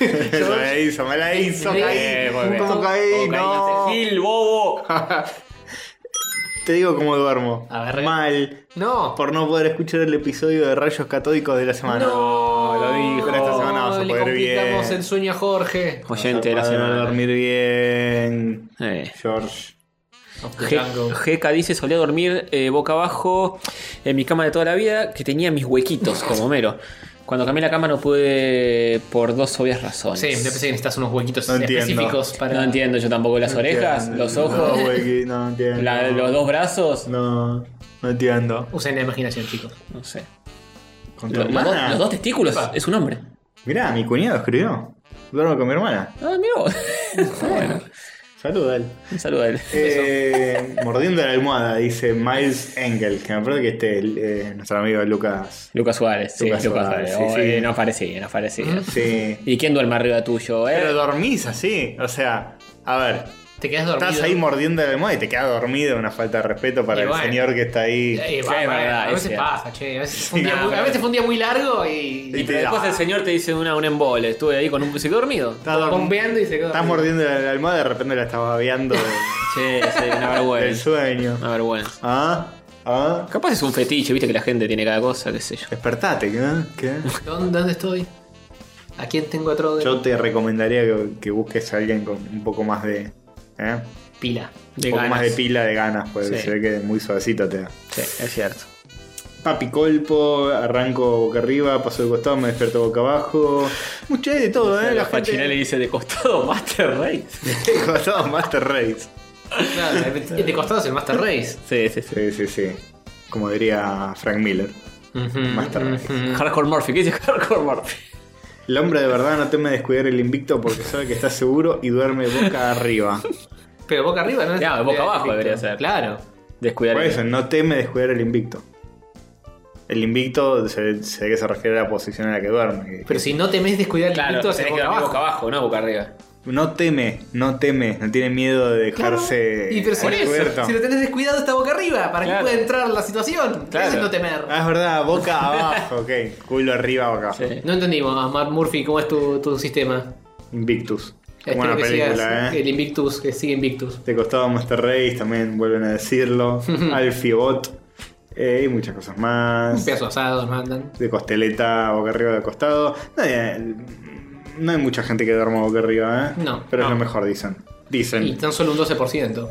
me la hizo, me la hizo,
Sí,
caí.
muy bien.
¿Cómo caí? No.
Gil, bobo.
Te digo cómo duermo.
A ver, re-
Mal.
No.
Por no poder escuchar el episodio de Rayos Catódicos de la semana.
No,
lo dijo.
Pero esta semana vamos a
Le
poder
complicamos
bien.
el sueño a Jorge.
Oyente de la
Para
semana.
dormir bien.
Eh.
George.
Ge- Geca dice, solía dormir eh, boca abajo en mi cama de toda la vida, que tenía mis huequitos como mero. Cuando cambié la cama no pude por dos obvias razones.
Sí, me parece que necesitas unos huequitos
No entiendo.
específicos para.
No entiendo yo tampoco las orejas, los
No,
ojos,
güey, no entiendo.
la- los dos brazos,
No, no entiendo.
Usen la imaginación, chicos.
no sé.
Con tu
Los, los dos,
hermana.
los dos testículos es un hombre.
Mirá, mi cuñado escribió. Duermo con mi hermana.
Ah, mira vos. bueno,
Saluda él.
un saludo a él.
Eh, mordiendo la almohada, dice Miles Engel. Que me acuerdo que este el, eh, nuestro amigo Lucas.
Lucas Suárez, sí,
Lucas
Lucas
Suárez,
Suárez.
sí,
Oh,
sí.
eh, no parecía, no parecía.
Sí.
¿Y quién duerme arriba tuyo?
Pero
Eh?
dormís así. O sea, a ver,
Te quedas dormido.
estás ahí mordiendo la almohada y te quedas dormido. Una falta de respeto para
Y
el
bueno.
señor que está ahí.
Eh,
Sí,
va,
es
va,
verdad,
a
es
veces
cierto.
pasa, che. A veces, fue
Sí,
un día
no,
muy- a
pero-
veces fue un día muy largo y.
Y
y
te-
Pero después
Ah.
el señor te dice una, un embole. Estuve ahí con un psicodormido.
Estás dorm-
bombeando y se quedó.
Estás
dormido.
mordiendo la, la almohada y de repente la estás babeando de-
Sí, sí, una
del
Pues.
vergüenza.
sueño.
Una vergüenza.
Ah, ah.
Capaz es un fetiche, viste que la gente tiene cada cosa, qué sé yo.
Despertate, ¿qué? ¿Qué?
¿Dónde, dónde estoy? ¿A quién tengo otro de
Yo te recomendaría que, que busques a alguien con un poco más de. ¿eh?
pila?
De
un poco
ganas.
más de pila de ganas, pues
Sí.
se ve que muy suavecito te da.
Sí, es cierto.
Papi colpo, arranco boca arriba, paso de costado, me despierto boca abajo. Mucho hay de todo, ¿eh?
la
La
Fachinelli
gente.
dice de costado Master Race.
De costado Master Race.
Claro, de de costado es el Master Race.
Sí, sí, sí.
Sí, sí, sí. Como diría Frank Miller.
Ujú,
Master
ujú,
Race.
ujú.
Mm. Hardcore Murphy, ¿qué dice Hardcore Murphy?
El hombre de verdad no teme descuidar el invicto porque sabe que está seguro y duerme boca arriba.
Pero boca arriba, ¿no? Eh,
Claro, boca abajo debería ser.
Claro.
Descuidar
Por
el-
eso, no teme descuidar el invicto. El invicto se, se ve que se refiere a la posición en la que duerme.
Pero si no temes descuidar el
Claro,
punto,
tenés
haces
que
boca
dormir
abajo.
boca abajo, no boca arriba.
No teme, no teme, no tiene miedo de
Claro.
dejarse
Y pero si,
descubierto.
si lo tenés descuidado, está boca arriba. Para
Claro.
que pueda entrar la situación.
Claro.
Claro. no temer.
Ah, es verdad, boca abajo, ok. Culo arriba, boca abajo.
Sí.
No entendimos, Matt Murphy, cómo es tu, tu sistema.
Invictus. Qué
Espero
buena
que
película,
sigas
eh.
el Invictus, que sigue Invictus.
Te costaba Master Race, también vuelven a decirlo. Alfie Bot. eh, y muchas cosas
Un
más.
pedazo asado nos mandan.
De costeleta, boca arriba, de costado. Nadie- no hay mucha gente que duerma boca arriba, ¿eh?
No,
Pero es
no.
lo mejor, dicen.
Y
Dicen.
tan solo un 12%.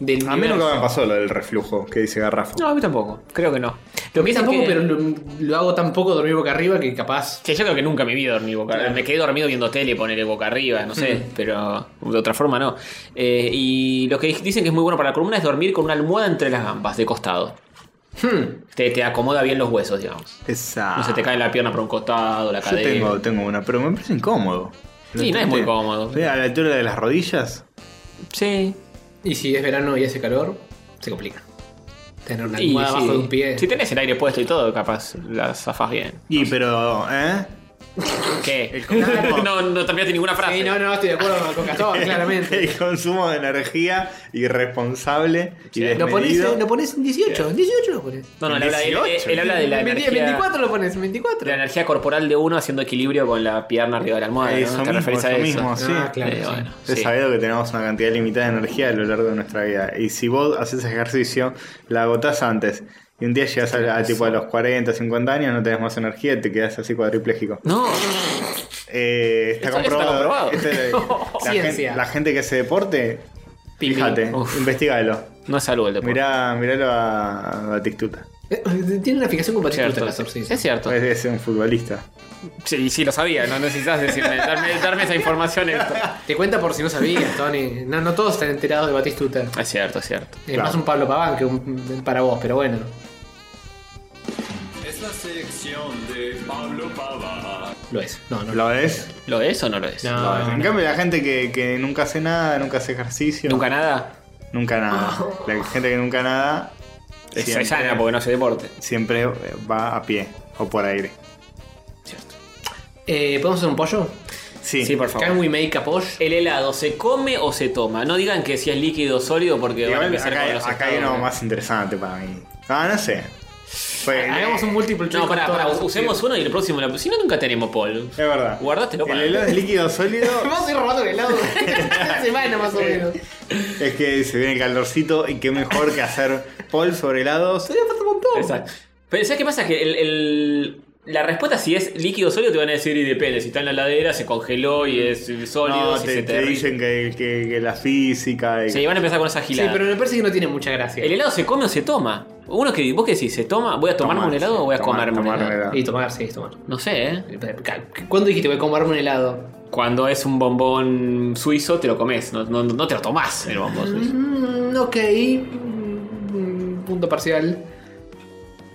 Del
A mí
universo.
nunca me pasó lo del reflujo que dice Garrafo.
No, a mí tampoco. Creo que no.
A
Lo
mí
que
tampoco,
tampoco,
pero lo, lo hago tan poco dormir boca arriba que capaz.
Que yo creo que nunca me vi dormir boca arriba. Me quedé dormido viendo tele, ponerle boca arriba, no sé, pero de otra forma no. Eh, y lo que dicen que es muy bueno para la columna es dormir con una almohada entre las gambas, de costado.
Hmm.
Te, te acomoda bien los huesos, digamos.
Esa.
No se te cae la pierna por un costado, la
Yo
cadera.
tengo, tengo una, pero me parece incómodo.
Sí, no es muy cómodo.
A la altura de las rodillas.
Sí.
Y si es verano y hace calor, se complica. Tener una
Y
almohada
sí.
abajo de un pie.
Si tenés el aire puesto y todo, capaz la zafás bien.
Y pero, ¿eh?
¿Qué?
El consumo.
no, no terminaste ninguna frase.
Sí, no, no, estoy de acuerdo con Castor, claramente.
El consumo de energía irresponsable y
Lo pones,
desmedido.
en- lo pones en 18, en 18 lo pones.
No, no, él habla de,
18.
él- él habla de la
En 20,
energía.
24 lo pones, en 24.
La energía corporal de uno haciendo equilibrio con la pierna arriba de la almohada.
Eso
¿no? ¿Te
mismo,
referís a
eso
eso?
mismo, sí.
Ah, claro.
Eh,
sí.
bueno,
Es
sí.
sabido que tenemos una cantidad limitada de energía a lo largo de nuestra vida. Y si vos haces ejercicio, la agotás antes. Y un día llegas a, a tipo a los 40, 50 años, no tenés más energía y te quedás así cuadripléjico.
No,
Eh, está
Eso- eso está
comprobado.
comprobado.
Esta es la- la,
Ciencia.
gente, la gente que hace deporte,
Pim, pim.
fíjate,
Uf.
investigalo.
no es salud el deporte.
Mirá, míralo a Batistuta.
Eh, Tiene una fijación con
Es
Patrick
cierto.
Castor, sí.
Es cierto.
Es, es un futbolista.
Sí, sí, lo sabía. No necesitas decirme, darme, darme esa información. Esto.
Te cuenta por si no sabías, Tony. No, no todos están enterados de Batistuta. Es
Es cierto, es cierto.
Claro.
más un Pablo Paván que un para vos, pero bueno.
Es la sección de Pablo Pava.
Lo es. No, no.
¿Lo ves?
¿Lo es o no lo es?
No.
Lo ves. En cambio, la gente que, que nunca hace nada, nunca hace ejercicio.
¿Nunca nada?
Nunca nada. La gente que nunca nada
Es
Siempre.
sana porque no hace deporte.
siempre eh, va a pie o por aire.
Eh, ¿Podemos hacer un pollo?
Sí,
Sí, por favor.
Can we make a posh?
¿El helado se come o se toma? No digan que si es líquido o sólido porque van a
Igual
empezar
acá,
con los
acá hay
estados,
uno
¿no?
más interesante para mí. Ah, no sé.
Ah,
Fue- eh,
Hagamos un múltiple choice
No, pará,
con
pará,
todas las
usemos
opciones.
uno y el próximo. lo- Si no, nunca tenemos Paul.
Es verdad.
Guardátelo
El
para.
helado es líquido sólido.
Vamos a ir robando el helado. Una semana más o menos.
es que se viene el calorcito y qué mejor que hacer poll sobre helados.
Todavía falta un montón.
Exacto. Pero ¿sabes qué pasa? Que el, el- la respuesta si es líquido o sólido te van a decir y depende. Si está en la heladera, se congeló y es sólido,
Mm. No,
si
te,
se
te
te derrite.
dicen que, que- que la física. y-
Sí, van a empezar con esa
Sí,
gilada.
pero me parece que no tiene mucha gracia.
¿El helado se come o se toma? Uno que vos que decís, ¿se toma? ¿Voy a tomarme
Tomar,
un helado o voy a
sí,
comerme
tomar,
un
tomar
helado?
helado.
Y tomar, sí, tomar.
No sé, ¿eh?
¿Cuándo dijiste voy a comerme un helado?
Cuando es un bombón suizo, te lo comes. No, no- no te lo tomás el bombón suizo.
Mm, ok. Mm, punto parcial.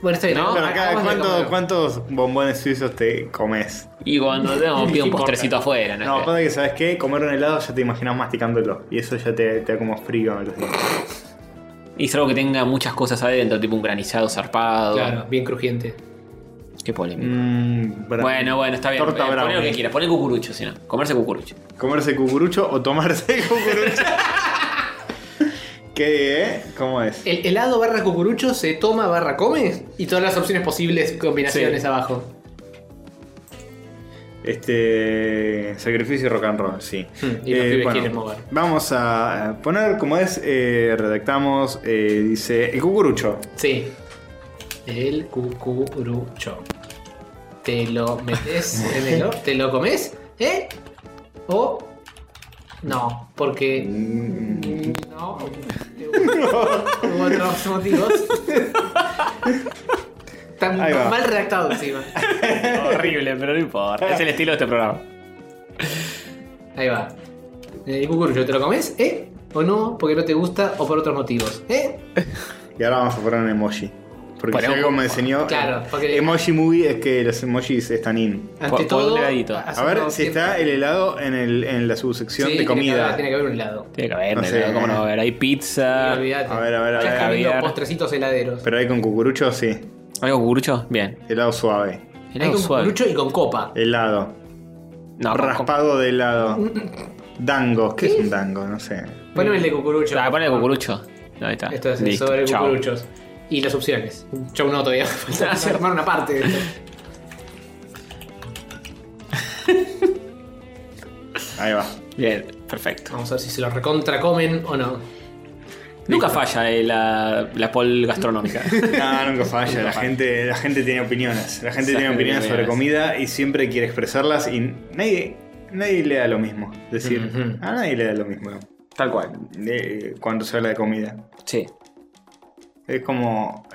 Bueno, está bien.
No, Ah,
Pero acá,
hagamos de
¿cuántos,
comer.
¿cuántos bombones suizos te comes?
Y cuando tengo, pido un
importa.
postrecito afuera, ¿no?
No, aparte que sabes qué, comer un helado ya te imaginas masticándolo. Y eso ya te, te da como frío en los dientes.
Y es algo que tenga muchas cosas adentro, tipo un granizado zarpado.
Claro, bien crujiente.
Qué polémico.
Mm, bra-
Bueno, bueno, está bien.
Torta
Eh, poné lo
brownie.
que quieras, poné cucurucho, si no. Comerse cucurucho.
Comerse cucurucho o tomarse cucurucho. ¿Qué? eh? ¿Cómo es?
El helado barra cucurucho se toma barra come y todas las opciones posibles combinaciones
Sí.
abajo.
Este. Sacrificio y rock and roll, sí. Eh,
Hmm, y los pibes quieren mover.
Vamos a poner como es, eh, redactamos, eh, dice el cucurucho.
Sí. El cucurucho. ¿Te lo metes en el horno? ¿Te lo comes? ¿Eh? ¿O? No, porque.
Mm,
No. Hubo otros motivos. Tan
Ahí va.
mal redactado encima.
Horrible, pero no importa. Es el estilo de este programa.
Ahí va. Eh, El cucurucho, ¿te lo comes? ¿Eh? ¿O no? Porque no te gusta o por otros motivos. ¿Eh?
Y ahora vamos a poner un emoji. Porque
Bueno,
si algo me enseñó. eh,
claro, porque-
Emoji movie es que los emojis están in.
Por-
Ante
por
todo,
un heladito.
A ver si está el helado en, el, en la subsección
Sí,
de
tiene que
comida.
haber- Tiene que haber un helado.
Tiene que haber,
No
¿no?
sé.
¿cómo no va a haber? Hay pizza.
Olvídate.
Ah, a ver, a ver, a
Ya
ver,
están viendo
caviar.
postrecitos heladeros.
Pero ahí con cucurucho, sí.
¿Algo curcho? Bien.
Helado suave.
Hay
Helado
con
suave.
cucurucho y con copa.
Helado.
No, con-
Raspado de helado. Dango. ¿Qué, es un dango? No sé.
Poneme el de cucurucho.
con- Ah, ponle cucurucho. Ahí está.
Esto es
Listo,
sobre
chau.
cucuruchos. Y las opciones. Yo no todavía. Falta armar una parte. de esto.
Ahí va.
Bien, perfecto.
Vamos a ver si se lo recontra comen o no.
Nunca falla eh, la, la pol gastronómica.
No, nunca falla. La gente, la gente tiene opiniones. La gente
Esa
tiene
gente
opiniones
tiene
sobre comida y siempre quiere expresarlas y nadie, nadie le da lo mismo. Es decir,
Ujú.
a nadie le da lo mismo. Tal cual. eh, cuando se habla de comida.
sí.
Es como.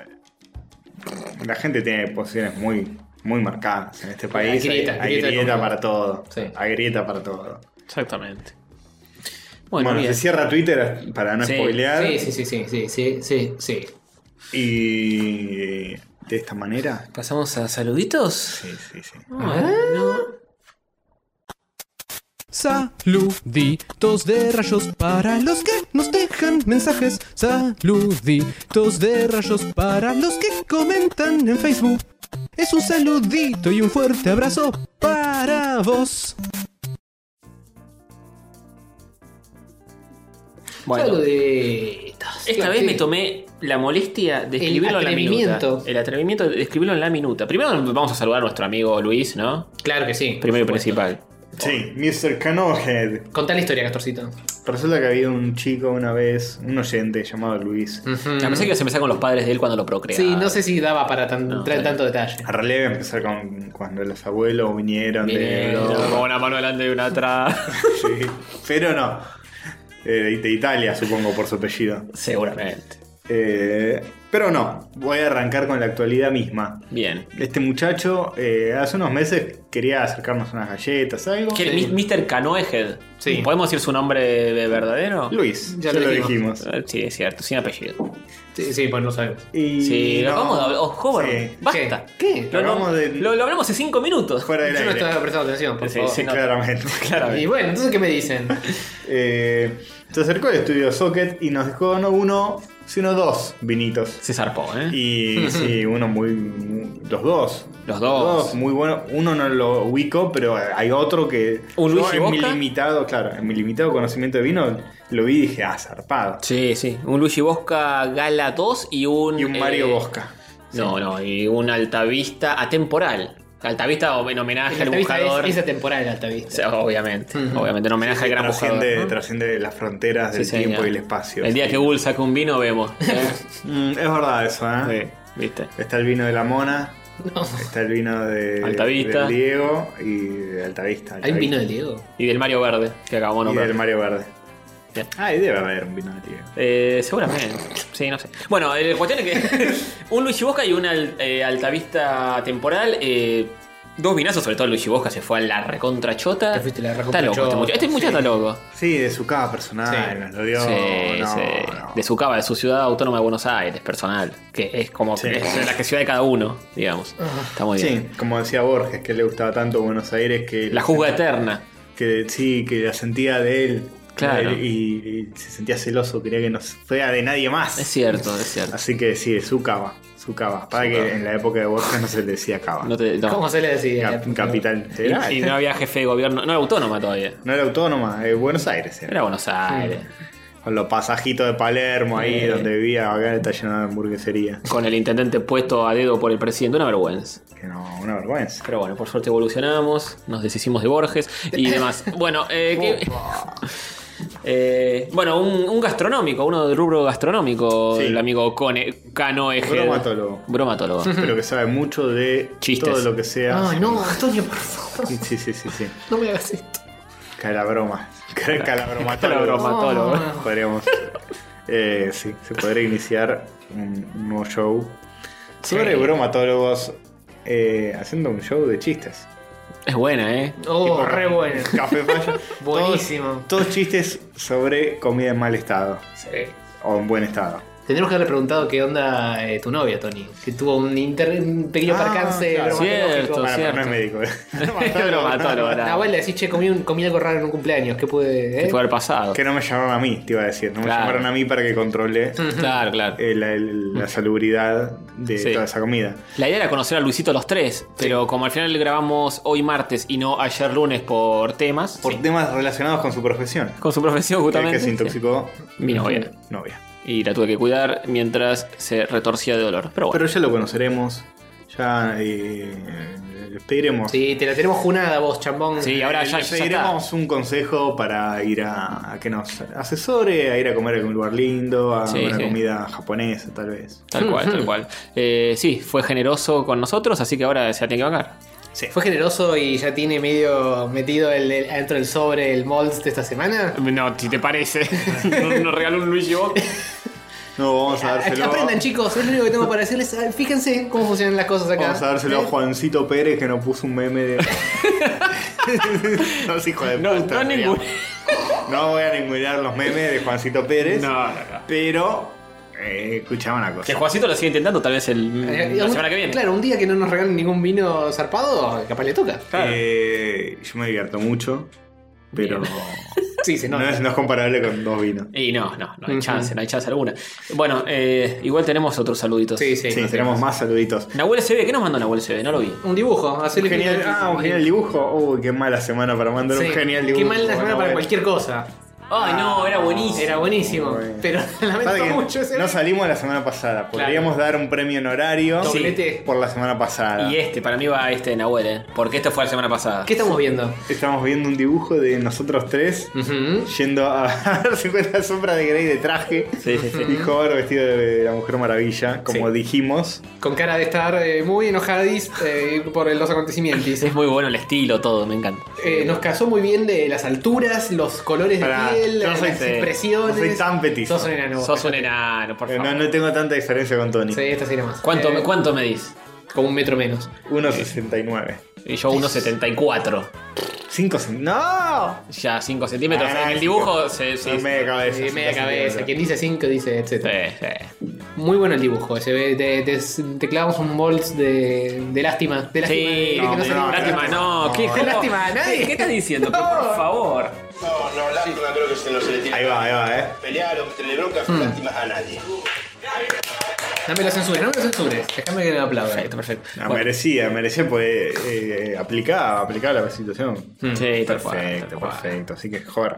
La gente tiene posiciones muy, muy marcadas en este país.
grieta,
hay
grieta de
grieta
comida.
para todo.
Sí.
Hay grieta para todo.
Exactamente.
Bueno,
Bueno, bien.
se cierra Twitter para no
Sí,
spoilear.
Sí, sí, sí, sí, sí, sí, sí, sí.
Y. eh, De esta manera.
¿Pasamos a saluditos?
Sí, sí, sí.
Ah. Bueno.
Saluditos de rayos para los que nos dejan mensajes. Saluditos de rayos para los que comentan en Facebook. Es un saludito y un fuerte abrazo para vos.
Bueno.
Saluditos.
Esta vez me tomé la molestia de
El
escribirlo en la minuta.
atrevimiento.
El atrevimiento de escribirlo en la minuta. Primero vamos a saludar a nuestro amigo Luis, ¿no?
Claro que sí.
Primero y principal.
Sí, Mr. Canohead.
Contá la historia, Castorcito.
Resulta que había un chico una vez, un oyente llamado Luis.
A pesar que se empezar con los padres de él cuando lo procrea.
Sí, no sé si daba para tan, tra-
sí.
tanto detalle.
A realidad iba a empezar con cuando los abuelos vinieron, de
Vinieron
Europa.
con una mano delante y una atrás.
Sí, Pero no. Eh, de- de Italia, supongo, por su apellido.
Seguramente.
Eh, pero no, voy a arrancar con la actualidad misma.
Bien.
Este muchacho eh, hace unos meses quería acercarnos unas galletas, algo.
¿Quién? Mi- Mr. Canoehead.
Sí.
¿Podemos decir su nombre de verdadero?
Luis,
Ya
ya,
lo
lo
dijimos.
dijimos.
Eh, Sí, es cierto, sin apellido.
Sí, sí, pues no sabemos.
Y
Sí, lo
no,
acabamos de hablar. Oh, joven,
sí,
basta.
¿Qué?
Lo,
Lo acabamos de-
lo- lo hablamos hace cinco minutos.
Fuera del
Yo no
aire.
estaba prestando atención, por
Sí,
favor.
sí, no.
Claramente.
Y bueno, entonces, ¿qué me dicen?
Eh, se acercó al estudio Socket y nos dejó no uno, sino dos vinitos.
Se zarpó, ¿eh?
Y sí, uno muy. muy- los dos.
Los dos.
Muy bueno. Uno no lo ubico, pero hay otro que.
¿Un
yo
Luigi
en mi
Bosca?
limitado, claro, en mi limitado conocimiento de vino, lo vi y dije, ah, zarpado.
Sí, sí. Un Luigi Bosca Gala 2 y un.
Y un Mario
eh,
Bosca.
No, no, y un altavista atemporal. Altavista o en homenaje
El
al
altavista
buscador.
es esa temporada del altavista.
O sea, obviamente, obviamente, en homenaje al gran
Trasciende,
buscador.
trasciende las fronteras del
Sí, señor.
tiempo y el espacio.
El día que Google saca un vino, vemos.
Mm, es verdad eso, ¿eh?
Sí, ¿Viste?
Está el vino de la mona,
No.
está el vino de
Altavista.
del Diego y de Altavista.
Hay un
Altavista.
vino de Diego.
Y del Mario Verde, que acabamos de
Y
nombrar.
del Mario Verde.
Bien.
Ah, y debe haber un vino de Diego.
Eh, seguramente. Sí, no sé. Bueno, eh, la cuestión es que un Luigi Bosca y un al- eh, altavista temporal. eh, dos vinazos, sobre todo Luigi Bosca, se fue a la recontrachota.
Te fuiste a la
Está loco este
recontrachota.
muchacho. Este muchacho está loco.
Sí, de su cava personal,
Sí.
nos lo dio.
Sí,
no,
sí.
no.
De su cava, de su ciudad autónoma de Buenos Aires, personal. Que es como
Sí.
que es la que ciudad de cada uno, digamos. Está muy bien.
Sí, como decía Borges, que le gustaba tanto Buenos Aires que.
La juzga eterna.
Que sí, que la sentía de él.
Claro.
Y, y se sentía celoso, quería que no fuera de nadie más.
Es cierto, es cierto.
Así que sí, de su cava. Su cava. Para que
cava.
en la época de Borges no se le decía cava.
No te, no.
¿Cómo se le decía?
Cap- capital federal.
Y, y no había jefe de gobierno, no era autónoma todavía.
No era autónoma, eh, Buenos Aires era.
Era Buenos Aires.
Con los pasajitos de Palermo ahí,
Sí.
donde vivía, acá está lleno de hamburguesería.
Con el intendente puesto a dedo por el presidente, una vergüenza.
Que no, una vergüenza.
Pero bueno, por suerte evolucionamos, nos deshicimos de Borges y demás. Bueno, eh, que- eh, bueno un, un gastronómico, uno del rubro gastronómico,
Sí.
el amigo Cone, Cano Ejed.
Bromatólogo.
Bromatólogo.
Pero que sabe mucho de
Chistes. Ah,
todo lo que sea.
Ay, no, Antonio, por favor.
Sí, sí, sí, sí. sí.
No me hagas esto.
Calabroma. Calabromatólogo.
Calabroma. Ah. Bromatólogo.
No.
Podríamos. eh, sí, se podría iniciar un, un nuevo show. Sobre bromatólogos eh, haciendo un show de chistes.
Es buena, ¿eh?
Oh,
Tipo,
re bueno.
Café Falla.
Buenísimo.
Todos, todos chistes sobre comida en mal estado.
Sí.
O en buen estado.
Tendríamos que haberle preguntado qué onda eh, tu novia, Tony. Que tuvo un, inter- un pequeño
Ah,
percance
claro.
dermatológico.
Para,
Cierto.
para, no es médico. eh.
Lo
Matalo,
matalo,
matalo.
pará.
Ah, bueno, le decís, che, comí, un- comí algo raro en un cumpleaños. ¿Qué puede.?
Que
eh?"
fue al pasado.
Que no me llamaron a mí, te iba a decir. No
Claro.
me llamaron a mí para que controle
Claro, claro.
eh, la, el- la salubridad de
Mm. Sí.
toda esa comida.
La idea era conocer a Luisito los tres, pero como al final grabamos hoy martes y no ayer lunes por temas,
Por
sí,
temas relacionados con su profesión.
con su profesión
Que,
justamente,
que se intoxicó
sí, mi novia.
novia.
Y la tuve que cuidar mientras se retorcía de dolor. Pero bueno,
Pero ya lo conoceremos. Ya eh, le pediremos.
Sí, te la tenemos junada vos, chambón.
sí, ahora
Le-
ya,
Eh, le
ya está.
pediremos un consejo para ir a, a que nos asesore, a ir a comer a algún lugar lindo, a
Sí,
una
sí.
comida japonesa, tal vez.
Tal cual,
Mm-hmm.
tal cual. Eh, sí, fue generoso con nosotros, así que ahora se la tiene que bancar.
¿Fue generoso y ya tiene medio metido el, el- adentro del sobre el molds de esta semana?
No, si te parece. Nos regaló un Luigi
No, vamos a
A-
dárselo.
Ah, Aprendan, Eh, chicos, es lo único que tengo para decirles. Ah, Fíjense cómo funcionan las cosas acá. Eh,
Vamos a dárselo a Juancito Pérez que nos puso un meme de. no, es hijo de
No,
puta,
no
mira.
ningún.
No voy a ningunear los memes de Juancito Pérez. Pero. Eh, escuchame una
Que
cosa.
Juancito lo sigue intentando, tal vez el,
Eh,
la
un-
semana que viene.
Claro, un día que no nos regalen ningún vino zarpado, capaz le toca.
claro.
Eh, yo me divierto mucho, pero.
Sí, se
No,
nota.
es, no es comparable con dos vinos.
Y no, no, no hay
Ujú.
chance, no hay chance alguna. Bueno, eh, igual tenemos otros saluditos.
Sí, sí.
Sí,
no sé.
tenemos más saluditos.
Nahuel CB, ¿qué nos mandó Nahuel CB? No lo vi.
Un dibujo,
Un
hacerle
genial,
clic.
ah, un genial dibujo. Uy, qué mala semana para mandar
Sí.
un genial dibujo.
Qué mal la semana
Bueno,
para
bueno.
cualquier cosa.
Ay, no, Ah, era buenísimo.
Era buenísimo,
Bueno.
pero
Pasa
lamento
que
mucho ese.
no salimos la semana pasada. Podríamos dar un premio honorario
Doblete.
por la semana pasada.
Y este, para mí va este de Nahuel, ¿eh? Porque este fue la semana pasada.
¿Qué estamos viendo?
Estamos viendo un dibujo de nosotros tres
Ujú.
yendo a ver 50 sombras de Grey de traje.
Sí, sí, sí.
Y Hover vestido de la Mujer Maravilla, como
Sí.
dijimos.
Con cara de estar eh, muy enojadis eh, por los acontecimientos.
Es muy bueno el estilo, todo, me encanta.
Eh, nos casó muy bien de las alturas, los colores
Pará,
de piel,
yo no
las
soy-
expresiones.
no soy tan petizo.
Sos un enano.
Sos un enano, por
Eh,
favor.
No, no tengo tanta diferencia con Tony.
Sí, esta sería más.
¿Cuánto,
Eh,
¿Cuánto me dis?
Como un metro menos.
1,69.
Y yo 1,74.
5 ¡No!
Ya 5 centímetros.
Ah,
en el
sí.
dibujo se.
Sí,
sí, sí.
media cabeza.
Eh, media
cinco
cabeza.
centímetros.
Quien dice 5 dice etcétera.
Sí, sí.
Muy bueno el dibujo. Ese, ve- te, te- te clavamos un bolts de, de lástima. De lástima.
Sí,
de que
no,
no se
no,
anima.
Lástima, no. ¿Qué,
No,
cómo-
lástima a nadie.
¿Qué, qué estás diciendo? Pero, Por favor.
No, no, lástima creo que se no se le tiene
Ahí va, ahí va, eh.
que pelear o tener bronca, lástimas a nadie.
No me lo censures, no me lo censures. Déjame que lo aplauda. Ah. Perfecto, perfecto.
No, Ah, merecía, merecía, pues eh, aplicaba, aplicaba la situación.
Mm. Sí, tal cual,
Mm. Perfecto,
tal cual.
perfecto. Así que joder.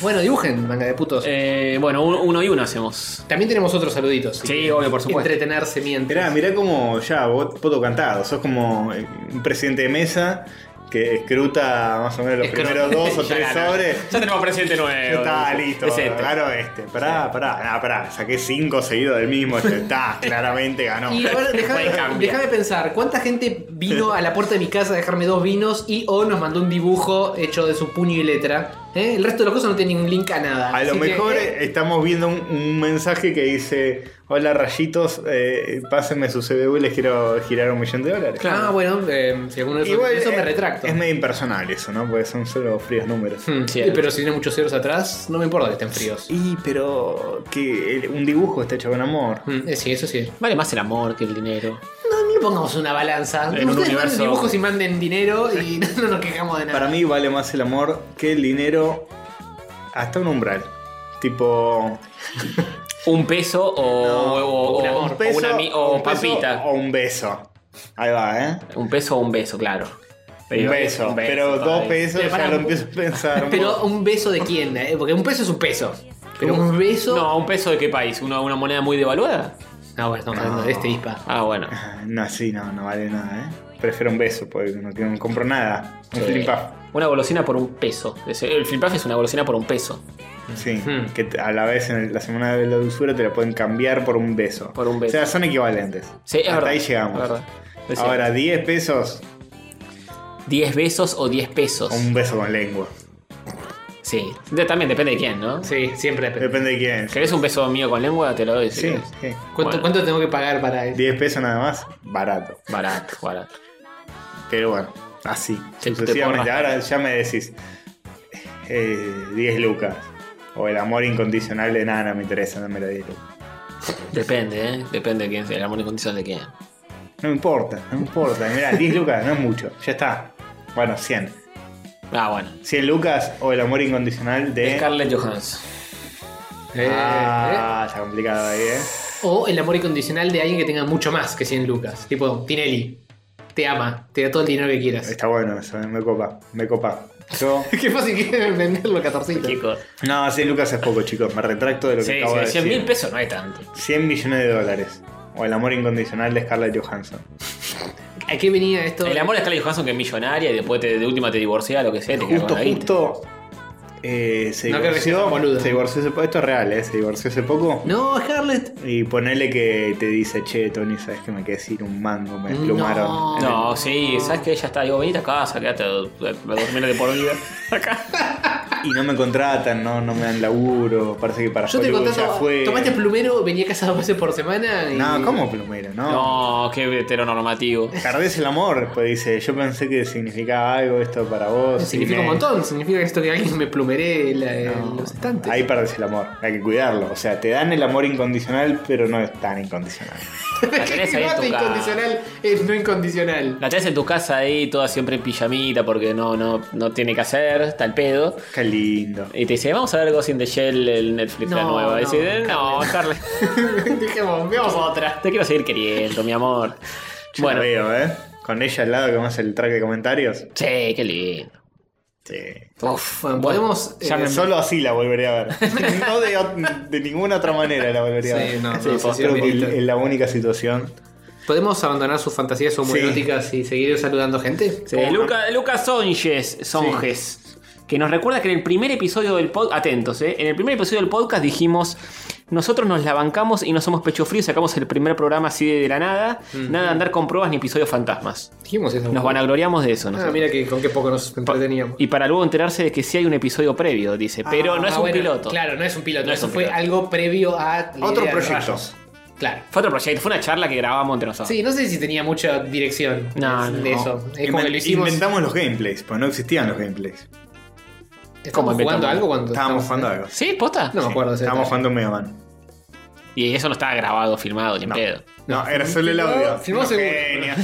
Bueno, dibujen, manga de putos.
Eh, bueno, un- uno y uno hacemos.
También tenemos otros saluditos. si
Sí,
quieren
obvio, por supuesto.
Entretenerse mientras.
Mirá, mirá como ya, vos poto cantado. Sos como eh, un presidente de mesa que escruta más o menos los
Escru-
primeros dos o
Ya
tres
ganó.
sobres.
Ya tenemos presidente
Ya
nuevo.
está, listo.
Es este.
Ganó este. Pará, pará, ah, pará. Saqué cinco seguidos del mismo. Ya está, claramente ganó.
Y ahora
Puede cambiar.
déjame déjame pensar, ¿cuánta gente vino a la puerta de mi casa a dejarme dos vinos y o nos mandó un dibujo hecho de su puño y letra? ¿Eh? El resto de las cosas no tiene ningún link a nada.
A lo
Así que,
mejor
eh,
estamos viendo un, un mensaje que dice: Hola rayitos, eh, pásenme su CBU y les quiero girar un millón de dólares.
Ah, bueno, eh, si alguno de esos-
Igual,
eso me
eh,
retracto.
Es medio impersonal eso, ¿no? Porque son solo fríos números.
Hmm,
Cierto.
Pero si tiene muchos ceros atrás, no me importa que estén fríos.
Y pero que el- un dibujo está hecho con amor.
Hmm, eh, sí, eso sí.
Vale más el amor que el dinero.
No, ni pongamos una balanza.
En un
Ustedes
universo-
manden dibujos y manden dinero y no, nos quejamos de nada.
Para mí vale más el amor que el dinero hasta un umbral. Tipo
Un peso o, o- o-
un
o
amor.
una
peso,
mi- o
un peso
papita.
o un beso. Ahí va, ¿eh?
Un peso o un beso, claro.
Un beso, pero dos
todavía.
pesos ya
Pero para-
lo empiezo a pensar. un
Pero
poco.
un beso de quién, eh? porque un peso es un peso. Pero un beso.
No, un peso de qué país? ¿Una, una moneda muy devaluada?
No, bueno, estamos hablando de este dispa.
Ah, bueno.
Ah, No, sí, no, no vale nada, ¿eh? Prefiero un beso porque no, no compro nada. Un
Sí.
flip
Una golosina por un peso. Es- El flip-flop es una golosina por un peso.
Sí,
Hmm.
que te- a la vez en el- la semana de la dulzura te la pueden cambiar por un beso.
Por un beso.
O sea, son equivalentes.
Sí, es
Hasta
verdad,
ahí
es
llegamos.
verdad. Es cierto.
Ahora, 10 pesos
10 besos o 10 pesos.
o un beso con lengua.
Sí. De- también depende de quién, ¿no?
Sí, siempre depende.
Depende de quién.
¿Querés un beso mío con lengua? Te lo doy. si
Sí,
querés.
sí.
¿Cuánto,
Bueno.
cuánto tengo que pagar para eso?
10 pesos nada más, barato.
Barato, barato.
Pero bueno, así.
Te- te
sucesivamente.
porras.
Ahora ya me decís eh, 10 lucas. O el amor incondicional de nada, no me interesa, no me la dieron.
Depende, ¿eh? Depende de quién sea. El amor incondicional de quién.
No me importa, no me importa. Mirá, 10 lucas no es mucho, ya está. Bueno, 100.
Ah, bueno.
100 lucas o el amor incondicional de.
Scarlett Johansson.
Eh,
Ah, está complicado ahí, eh.
eh. O el amor incondicional de alguien que tenga mucho más que 100 lucas. Tipo, Tinelli. Te ama, te da todo el dinero que quieras.
Está bueno eso, eh, me copa, me copa. Yo.
Qué fácil que es venderlo, catorcito.
Chicos.
No, 100 lucas es poco, chicos. Me retracto de lo que
Sí,
acabo
sí,
de
100 mil
decir.
pesos no hay tanto.
100 millones de dólares. O el amor incondicional de Scarlett Johansson.
¿A qué venía esto?
El amor de Scarlett Johansson que es millonaria y después te- de última te divorcia, lo que sea, te quedas
Justo,
con la guita.
justo. eh, se
No creo que sea
divorció.
tan boludo.
se divorció hace poco. Esto es real, ¿eh? Se divorció hace poco.
No, Scarlett.
Y ponele que te dice, che, Tony, sabes que me quedé sin un mango, me desplumaron.
No.
No, sí, sabes que ella está, digo, venite a casa, quédate a a- a dormir de por vida.
Y no me contratan, no, no me dan laburo. Parece que para
Yo te
Hollywood
contaba,
ya fue.
tomaste plumero, venía casado dos veces por semana. Y...
No, ¿cómo plumero? No.
No, qué heteronormativo.
Perdés el amor, pues dice. Yo pensé que significaba algo esto para vos. y
Significa un
me-
montón, significa esto que alguien me plumeré la-
No.
los estantes.
Ahí perdés el amor, hay que cuidarlo. O sea, te dan el amor incondicional, pero no es tan incondicional.
La tenés ahí en
Mate
tu casa.
incondicional es no incondicional.
La tenés en tu casa ahí, toda siempre en pijamita porque no, no, no tiene que hacer, tal pedo.
Qué lindo.
Y te dice, vamos a ver Ghost in the Shell, el Netflix, la
No,
nueva. Y
no,
dice, no, Carla,
Dijimos, veamos otra.
te quiero seguir queriendo, mi amor.
Yo
bueno,
la veo, ¿eh? Con ella al lado que más el track de comentarios.
sí, qué lindo.
Sí.
Eh,
Uf,
Bueno, podemos. eh,
Llámenme.
Solo así la volveré a ver. No de, ot- de ninguna otra manera la volvería a ver.
Sí, no, no,
Sí,
no sé si
creo que
amerita.
es la única situación.
¿Podemos abandonar sus fantasías homoeróticas y seguir saludando gente?
Sí, Eh, Luca- Lucas Songes, Songes, que nos recuerda que en el primer episodio del podcast, atentos, eh, en el primer episodio del podcast dijimos, nosotros nos la bancamos y no somos pecho frío, sacamos el primer programa así de la nada, nada de andar con pruebas ni episodios fantasmas.
Dijimos eso.
Nos vanagloriamos de eso.
Ah,
nosotros.
mira que con qué poco nos entreteníamos.
y para luego enterarse de que sí hay un episodio previo, dice, pero no es
Ah,
un
bueno,
piloto.
Claro, no es un piloto.
No es
eso
un
fue
piloto.
algo previo a. la
Otro
idea de
proyecto.
Rayos. Claro.
Fue otro proyecto, fue una charla que grabamos entre nosotros.
Sí, no sé si tenía mucha dirección
No,
de
no.
eso. Es como que lo
Inven-
hicimos.
Inventamos los gameplays, pues no existían los gameplays.
¿Cómo
¿Estamos
inventamos?
jugando algo cuando.?
Estábamos
estamos-
jugando algo.
¿Sí? ¿Posta?
No me acuerdo. de ese
Estábamos
detalle.
jugando Mega Man.
Y eso no estaba grabado, filmado, ni en
No.
pedo.
No, era solo el audio.
Filmamos
No,
seguro.
genio.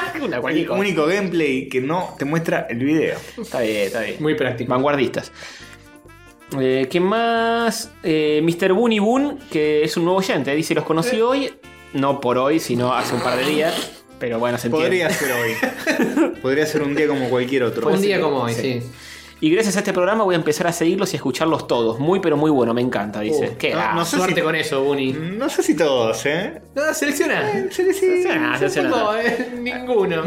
Una cualquier
El
cosa.
único gameplay que no te muestra el video.
Está bien, está bien.
Muy práctico.
vanguardistas. Eh, ¿Qué más? Eh, Mr. Boony Boon, que es un nuevo oyente, eh, dice: Los conocí hoy, no por hoy, sino hace un par de días. Pero bueno, se entiende.
Podría ser hoy. Podría ser un día como cualquier otro.
Un día como hoy, sí.
Y gracias a este programa voy a empezar a seguirlos y a escucharlos todos. Muy, pero muy bueno, me encanta, dice.
Uh,
¿Qué?
no,
Ah,
no sé suerte
si- Mm.
con eso, Buni.
No sé si todos, ¿eh?
No, selecciona.
Sí, sí.
ah, se hace
No,
nada.
eh, ninguno.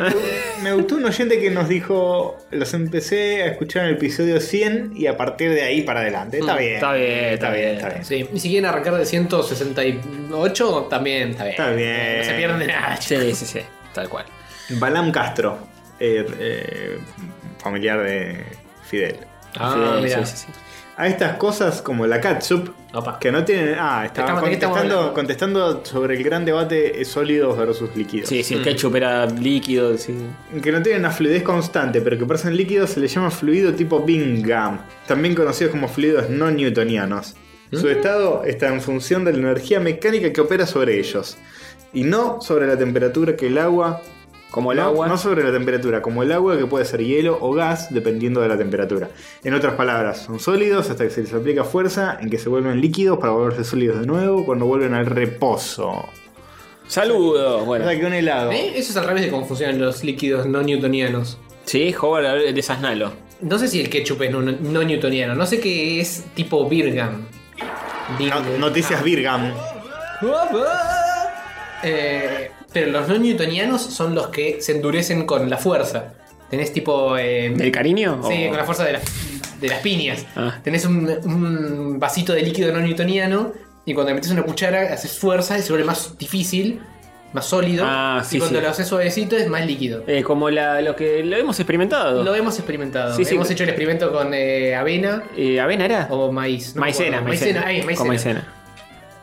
Me gustó un oyente que nos dijo, los empecé a escuchar en el episodio 100 y a partir de ahí para adelante. Está
Mm,
bien.
está bien, está bien.
Está bien.
Sí, y si quieren arrancar del 168, también está bien.
Está bien.
No se pierde nada.
Sí, sí, sí, tal cual.
Balam Castro, eh, eh, familiar de Fidel.
Ah,
Sí,
mira.
sí, sí, sí.
A estas cosas como la catsup,
Opa.
que no tienen... Ah, estaba
Estamos- ¿de qué estamos
contestando,
hablando?
contestando sobre el gran debate eh, sólidos versus líquidos.
Sí,
Mm.
sí, el ketchup era líquido. sí.
que no tienen una fluidez constante, pero que parecen líquidos, se les llama fluido tipo Bingham, también conocidos como fluidos no newtonianos.
Mm.
Su estado está en función de la energía mecánica que opera sobre ellos, y no sobre la temperatura que el agua. Como el
No,
agua.
no
No sobre la temperatura, como el agua que puede ser hielo o gas, dependiendo de la temperatura. En otras palabras, son sólidos hasta que se les aplica fuerza, en que se vuelven líquidos para volverse sólidos de nuevo cuando vuelven al reposo.
Saludos.
O
Bueno.
sea que un helado.
¿Eh? Eso es al revés de cómo funcionan los líquidos no newtonianos.
Sí, Howard, a ver, desasnalo.
No sé si el ketchup es no, no newtoniano. No sé qué es tipo Birgam.
No- noticias Birgam.
Eh, pero los no newtonianos son los que se endurecen con la fuerza. Tenés tipo. eh,
¿El cariño?
Sí,
O-
con la fuerza de, las- de las piñas.
Ah.
Tenés un, un vasito de líquido no newtoniano y cuando le metes una cuchara haces fuerza y se vuelve más difícil, más sólido.
Ah, sí,
y cuando
sí.
lo haces suavecito es más líquido.
Eh, como la, lo que lo hemos experimentado.
Lo hemos experimentado.
Sí, sí.
hemos hecho el experimento con eh, avena
Eh, ¿Avena era?
o maíz. no me
maicena,
acuerdo.
maicena.
Maicena, ahí, maicena.
Con maicena.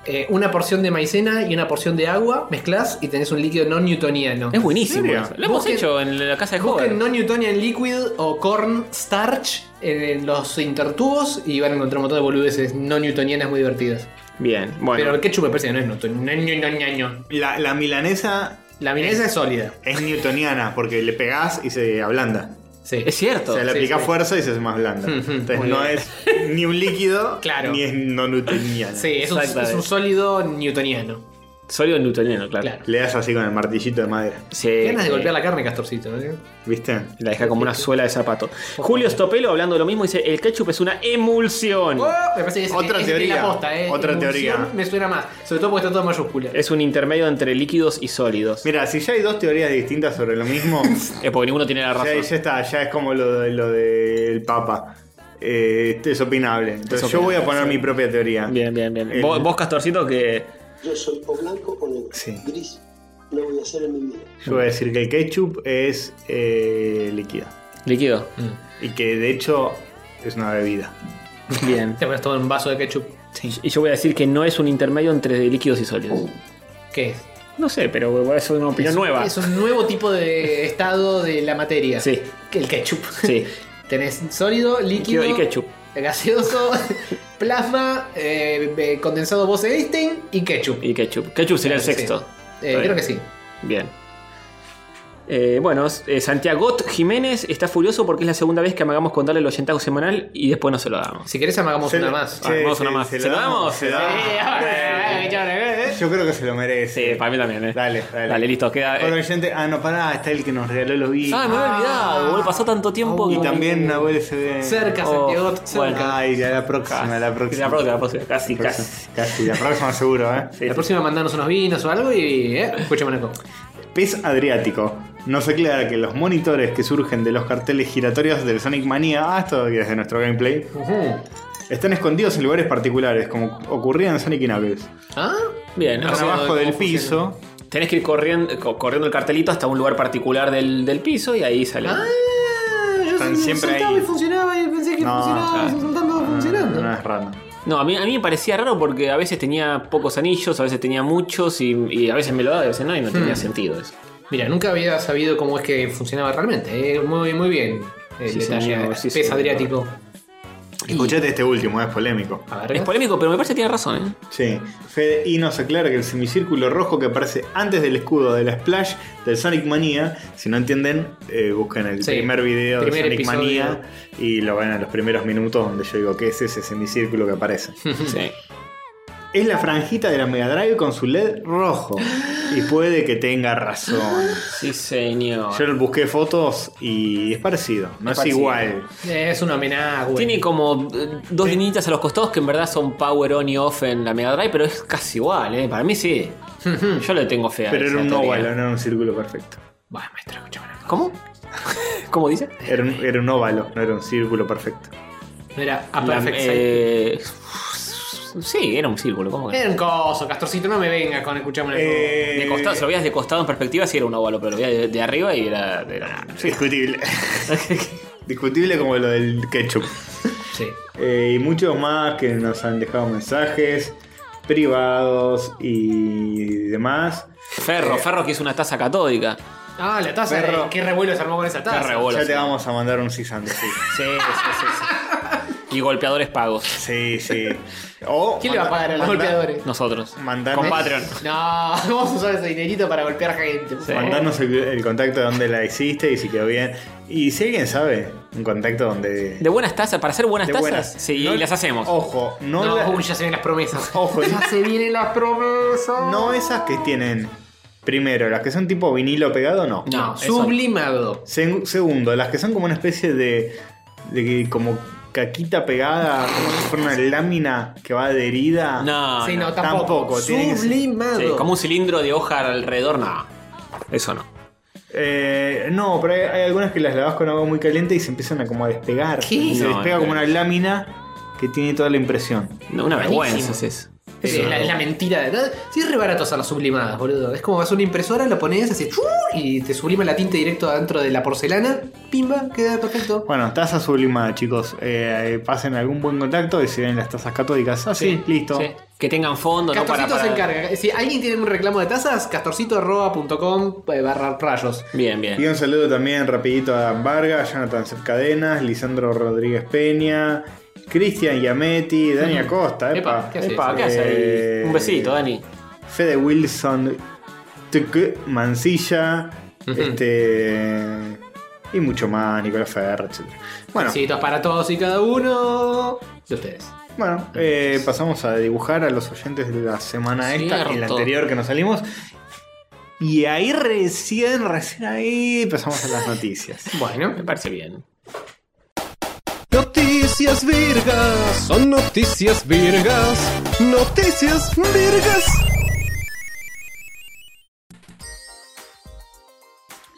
eh, una porción de maicena y una porción de agua, mezclas y tenés un líquido no newtoniano.
Es buenísimo.
¿Serio?
eso. Lo hemos
Busquen-
hecho en la casa de Hover.
Busquen no Newtonian Liquid o Corn Starch en, en los intertubos y van a encontrar un montón de boludeces no newtonianas muy divertidas.
Bien, bueno.
Pero el ketchup me parece que no es newton- no es newtoniano.
La, la milanesa
La milanesa es sólida.
es newtoniana porque le pegás y se ablanda.
Sí.
es cierto.
O sea, le
Sí,
aplicás
sí.
fuerza y se hace más blanda.
Ujú,
Entonces
muy
no
bien.
es ni un líquido
Claro.
ni es no newtoniana.
Sí, es un,
Exactamente.
es un sólido newtoniano.
Sólido newtoniano, claro.
Claro.
Le das así con el martillito de madera.
Sí.
Qué ganas de
sí.
golpear la carne, Castorcito. ¿eh?
¿Viste?
La deja como una suela de zapato. Julio Stopelo, hablando de lo mismo, dice: El ketchup es una emulsión.
Oh, me parece que es-
Otra
es de
teoría.
la posta, ¿eh?
Otra
Emulsión
teoría.
Me suena más. Sobre todo porque está todo en mayúscula.
Es un intermedio entre líquidos y sólidos.
Mira, si ya hay dos teorías distintas sobre lo mismo,
Es eh, porque ninguno tiene la razón.
ya, ya está, ya es como lo, de- lo del Papa. Eh, es opinable. Entonces
Es
yo voy a
opinable,
poner
sí.
mi propia teoría.
Bien, bien, bien.
El-
Vos, vos, Castorcito, que.
Yo soy o blanco o negro.
Sí.
Gris. No voy a hacer en mi vida.
Yo voy a decir que el ketchup es eh, líquido.
Líquido.
Mm.
Y que de hecho es una bebida.
Bien.
Te pones todo en un vaso de ketchup.
Y yo voy a decir que no es un intermedio entre líquidos y sólidos.
¿Qué es?
No sé, pero eso es una opinión
es,
nueva.
Es un nuevo tipo de estado de la materia.
Sí.
Que el ketchup.
Sí.
Tenés sólido, líquido.
Líquido y ketchup.
Gaseoso, plasma, eh, eh, condensado Bose-Einstein y ketchup.
Y ketchup. Ketchup sería el
Sí.
sexto.
Eh, creo que sí.
Bien. Eh, bueno, eh, Santiago Jiménez está furioso porque es la segunda vez que amagamos con darle el oyentazo semanal y después no se lo damos.
Si querés, amagamos
Se-
una más.
se-
Ah, vamos a una
se-
más.
se
¿Se
lo
lo damos?
se lo damos.
Ah.
Eh, ahora, eh, ahora, eh.
Yo creo que se lo merece.
Sí, para mí también, eh.
Dale, dale.
Dale, listo, queda.
Hola,
eh. Ah,
oyente. Ah, no, pará, está el que nos regaló los vídeos.
Ay, me había olvidado, boludo, Pasó tanto tiempo.
y
que-
también Nahuel se ve.
eh. Cerca,
Oh,
Santiago,
bueno.
cerca.
Ay, a la próxima, a la próxima.
La próxima, la próxima. Casi, casi.
Casi, la próxima seguro, ¿eh?
sí.
La próxima mandanos unos vinos o algo y eh, escuchame una cosa.
Pez Adriático. Nos aclara que los monitores que surgen de los carteles giratorios del Sonic Mania, ah, esto es de nuestro gameplay,
Ujú.
están escondidos en lugares particulares, como ocurría en Sonic y Knuckles.
¿Ah?
Bien,
No
o
Están
sea,
sé
abajo
cómo
del
funciona.
piso.
tenés que ir corriendo, co- corriendo el cartelito hasta un lugar particular del, del piso y ahí sale.
Ah, yo
Están
se-
siempre
saltaba
ahí.
y funcionaba y pensé que
No,
funcionaba y
claro.
se saltaba funcionando.
No es random.
No, a mí, a mí me parecía raro porque a veces tenía pocos anillos, a veces tenía muchos y, y a veces me lo daba y a veces no, y no
Hmm.
tenía sentido eso.
Mira, nunca había sabido cómo es que funcionaba realmente. eh. Muy, muy bien el
Sí,
detalle.
señor, sí,
Pez
señor.
Adriático.
Escuchate este último, es polémico.
A ver.
Es polémico, pero me parece que tiene razón, ¿eh?
Sí, Fede y nos aclara que el semicírculo rojo que aparece antes del escudo de la Splash del Sonic Manía, si no entienden, eh, buscan el
Sí,
primer video
primer
de Sonic
episodio.
Manía y lo ven a los primeros minutos donde yo digo que es ese semicírculo que aparece.
Hmm.
Sí.
es la franjita de la Mega Drive con su LED rojo y puede que tenga razón.
Sí, señor.
Yo busqué fotos y es parecido, no
Es
es,
parecido.
igual.
Es un homenaje.
Tiene como eh, dos linitas a los costados que en verdad son power on y off en la Mega Drive, pero es casi igual, ¿eh? Para mí sí. Yo le tengo fe a
Pero
esa
era un
teoría.
óvalo, no era un círculo perfecto.
Bueno, maestro, escuchame una cosa.
¿Cómo? ¿Cómo dice?
Era un, era un óvalo, no era un círculo perfecto.
No era a
La-
perfect sight.
eh, sí, era un círculo, ¿cómo que? no?
Era un coso, Castorcito, no me venga con escuchame una cosa.
Eh,
De costado, si lo veías de costado en perspectiva, sí era un óvalo, pero lo veías de, de arriba y era. era-
Eh. Discutible. Discutible como lo del ketchup.
Sí.
Eh, y muchos más que nos han dejado mensajes privados y demás.
Ferro, Ferro que hizo una taza catódica.
Ah, la taza.
Perro.
eh, Qué revuelo se armó con esa taza.
Qué revuelo. Hola,
ya te
señor.
vamos a mandar un cisante, sí.
Sí, sí, sí, sí. Y golpeadores pagos.
Sí, sí. O
¿Quién le va a
manda-
pagar a los
manda-
golpeadores? ¿Eh?
Nosotros.
Mandanos-
Con Patreon.
No, vamos a usar ese dinerito para golpear gente. por
Sí.
favor.
Mandanos el, el contacto donde la hiciste y si quedó bien. Y si alguien sabe, un contacto donde.
De buenas tazas, para hacer buenas
de
tazas,
buenas.
sí,
No- Oh,
y las hacemos.
Ojo, no,
No,
la-
uy, ya se ven las promesas.
Ojo,
ya se vienen las promesas.
no esas que tienen. Primero, las que son tipo vinilo pegado, no.
No, eso-
Sublimado.
Seg- segundo, las que son como una especie de. de que- como caquita pegada, como si fuera una lámina que va adherida.
No,
sí, no,
no.
tampoco.
tampoco, tiene que ser-
Sublimado.
Sí, como un cilindro de hoja alrededor, no. Eso no.
Eh, no, pero hay, hay algunas que las lavas con agua muy caliente y se empiezan a como a despegar.
¿Qué?
Se
No,
despega
no.
como una lámina que tiene toda la impresión.
No, Una
Malísimo.
vergüenza es eso.
Es la, es la mentira de verdad. Sí, es re barato hacer las sublimadas, boludo. Es como vas a una impresora, lo pones así ¡chur! y te sublima la tinta directo adentro de la porcelana. Pimba, queda perfecto.
Bueno, taza eh, sublimada, chicos. Eh, pasen algún buen contacto y si ven las tazas catódicas. Ah, sí, listo.
Sí. que tengan fondo, no para.
Castorcito se
para-
encarga. Si alguien tiene un reclamo de tazas, castorcito.com eh, barra rayos.
Bien, bien.
Y un saludo también rapidito a Dan Vargas, Jonathan Cadenas, Lisandro Rodríguez Peña, Cristian Iametti, Dani Acosta, epa.
Epa, ¿qué haces?
Epa, ¿qué haces ahí?
Eh,
Un besito, Dani.
Fede Wilson, Tuc, Mancilla, este. Y mucho más, Nicolás Ferrer, etc. Bueno,
Besitos para todos y cada uno de ustedes.
bueno eh, pasamos a dibujar a los oyentes de la semana esta, en la
Cierto.
anterior que nos salimos. Y ahí recién, recién ahí pasamos a las noticias.
Bueno,
Me parece bien.
Noticias virgas, son noticias virgas, noticias virgas.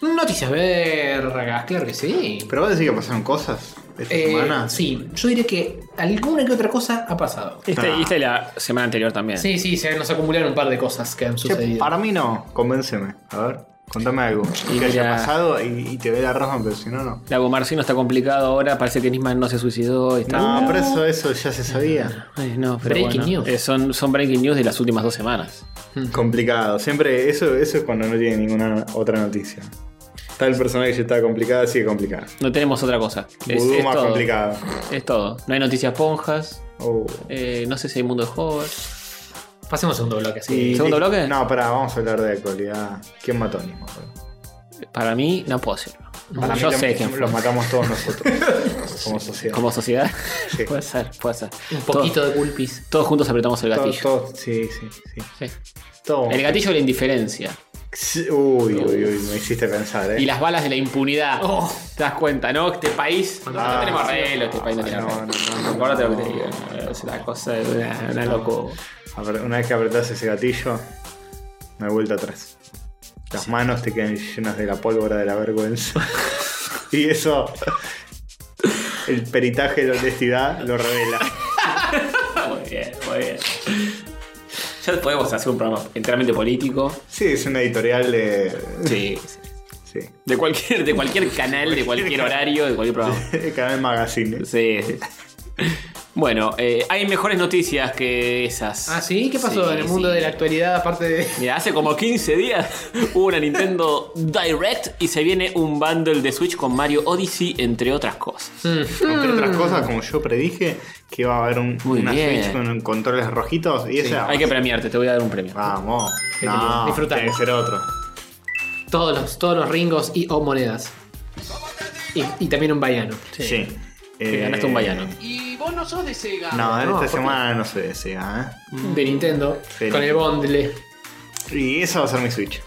noticias vergas, claro que sí.
Pero vos decís que pasaron cosas esta
Eh,
semana.
sí, yo diré que alguna que otra cosa ha pasado.
Esta
Ah.
esta Este, es la semana anterior también.
Sí, sí, se nos acumularon un par de cosas que han
Che,
sucedido.
para mí no, convénceme. A ver, contame algo.
Y
que haya
mira-
pasado y, y te dé la razón, pero si no, no.
Lago Marcino está complicado ahora, parece que Nisman no se suicidó. Está
No, pero eso, eso ya se sabía.
Ay, no, pero
Breaking
bueno.
news.
Eh, son, son breaking news de las últimas dos semanas.
Complicado. Siempre, eso, eso es cuando no tiene ninguna otra noticia. Tal personaje ya está complicada, sigue complicada.
No tenemos otra cosa. Es,
Vudú
es
más
todo.
complicado.
Es todo. No hay noticias ponjas.
Oh.
eh, no sé si hay mundo de Hogwarts.
Pasemos al segundo bloque, así.
Y-
¿Segundo
y-
bloque?
No, pará, vamos a hablar de actualidad. ¿Quién mató a Nisman?
Para mí, no puedo decirlo.
Para mí
Yo
lo-
sé quién fue.
los matamos todos nosotros. como sociedad.
Como sociedad.
Sí.
puede ser, puede ser.
Un
Todos-
poquito de culpis.
Todos juntos apretamos el
Todos-
gatillo.
todos- sí, sí, sí.
Sí.
Todos.
El gatillo de la indiferencia.
Sí, Uy, uy, uy, me hiciste pensar, eh.
Y las balas de la impunidad.
Oh.
¿Te das cuenta, no? Este país. No,
Ah,
tenemos arreglo, este país no tiene
no,
arreglo.
no, no, no.
Acordate lo que te digo. ¿no? Es una cosa de una, una loco.
Apre- Una vez que apretás ese gatillo, no hay vuelta atrás. Las manos te quedan llenas de la pólvora de la vergüenza. y eso, el peritaje de honestidad lo revela.
Muy bien, muy bien. Ya podemos hacer un programa enteramente político.
Sí, es una editorial de.
Sí.
Sí.
De cualquier, de cualquier canal, de cualquier horario, de cualquier programa.
El canal Magazine.
Sí, sí. Bueno, eh, hay mejores noticias que esas.
Ah, sí, ¿qué pasó
Sí,
en el mundo
sí.
de la actualidad? Aparte de.
Mira, hace como 15 días hubo una Nintendo Direct y se viene un bundle de Switch con Mario Odyssey, entre otras cosas.
Mm.
Entre otras cosas, como yo predije, que iba a haber un,
Muy
una
bien.
Switch con controles rojitos y esa.
Hay que premiarte, te voy a dar un premio.
Vamos.
Qué lindo.
No,
Disfrutá.
tiene que ser otro.
Todos los, todos los ringos y o monedas. Y, y también un baiano.
Sí.
Te
Eh,
ganaste un Ah, bayano.
Y vos no sos de Sega.
No,
No,
esta
¿por qué?
semana no se desea, ¿eh?
De Nintendo.
Sí.
Con el bondle.
Y esa va a ser mi Switch.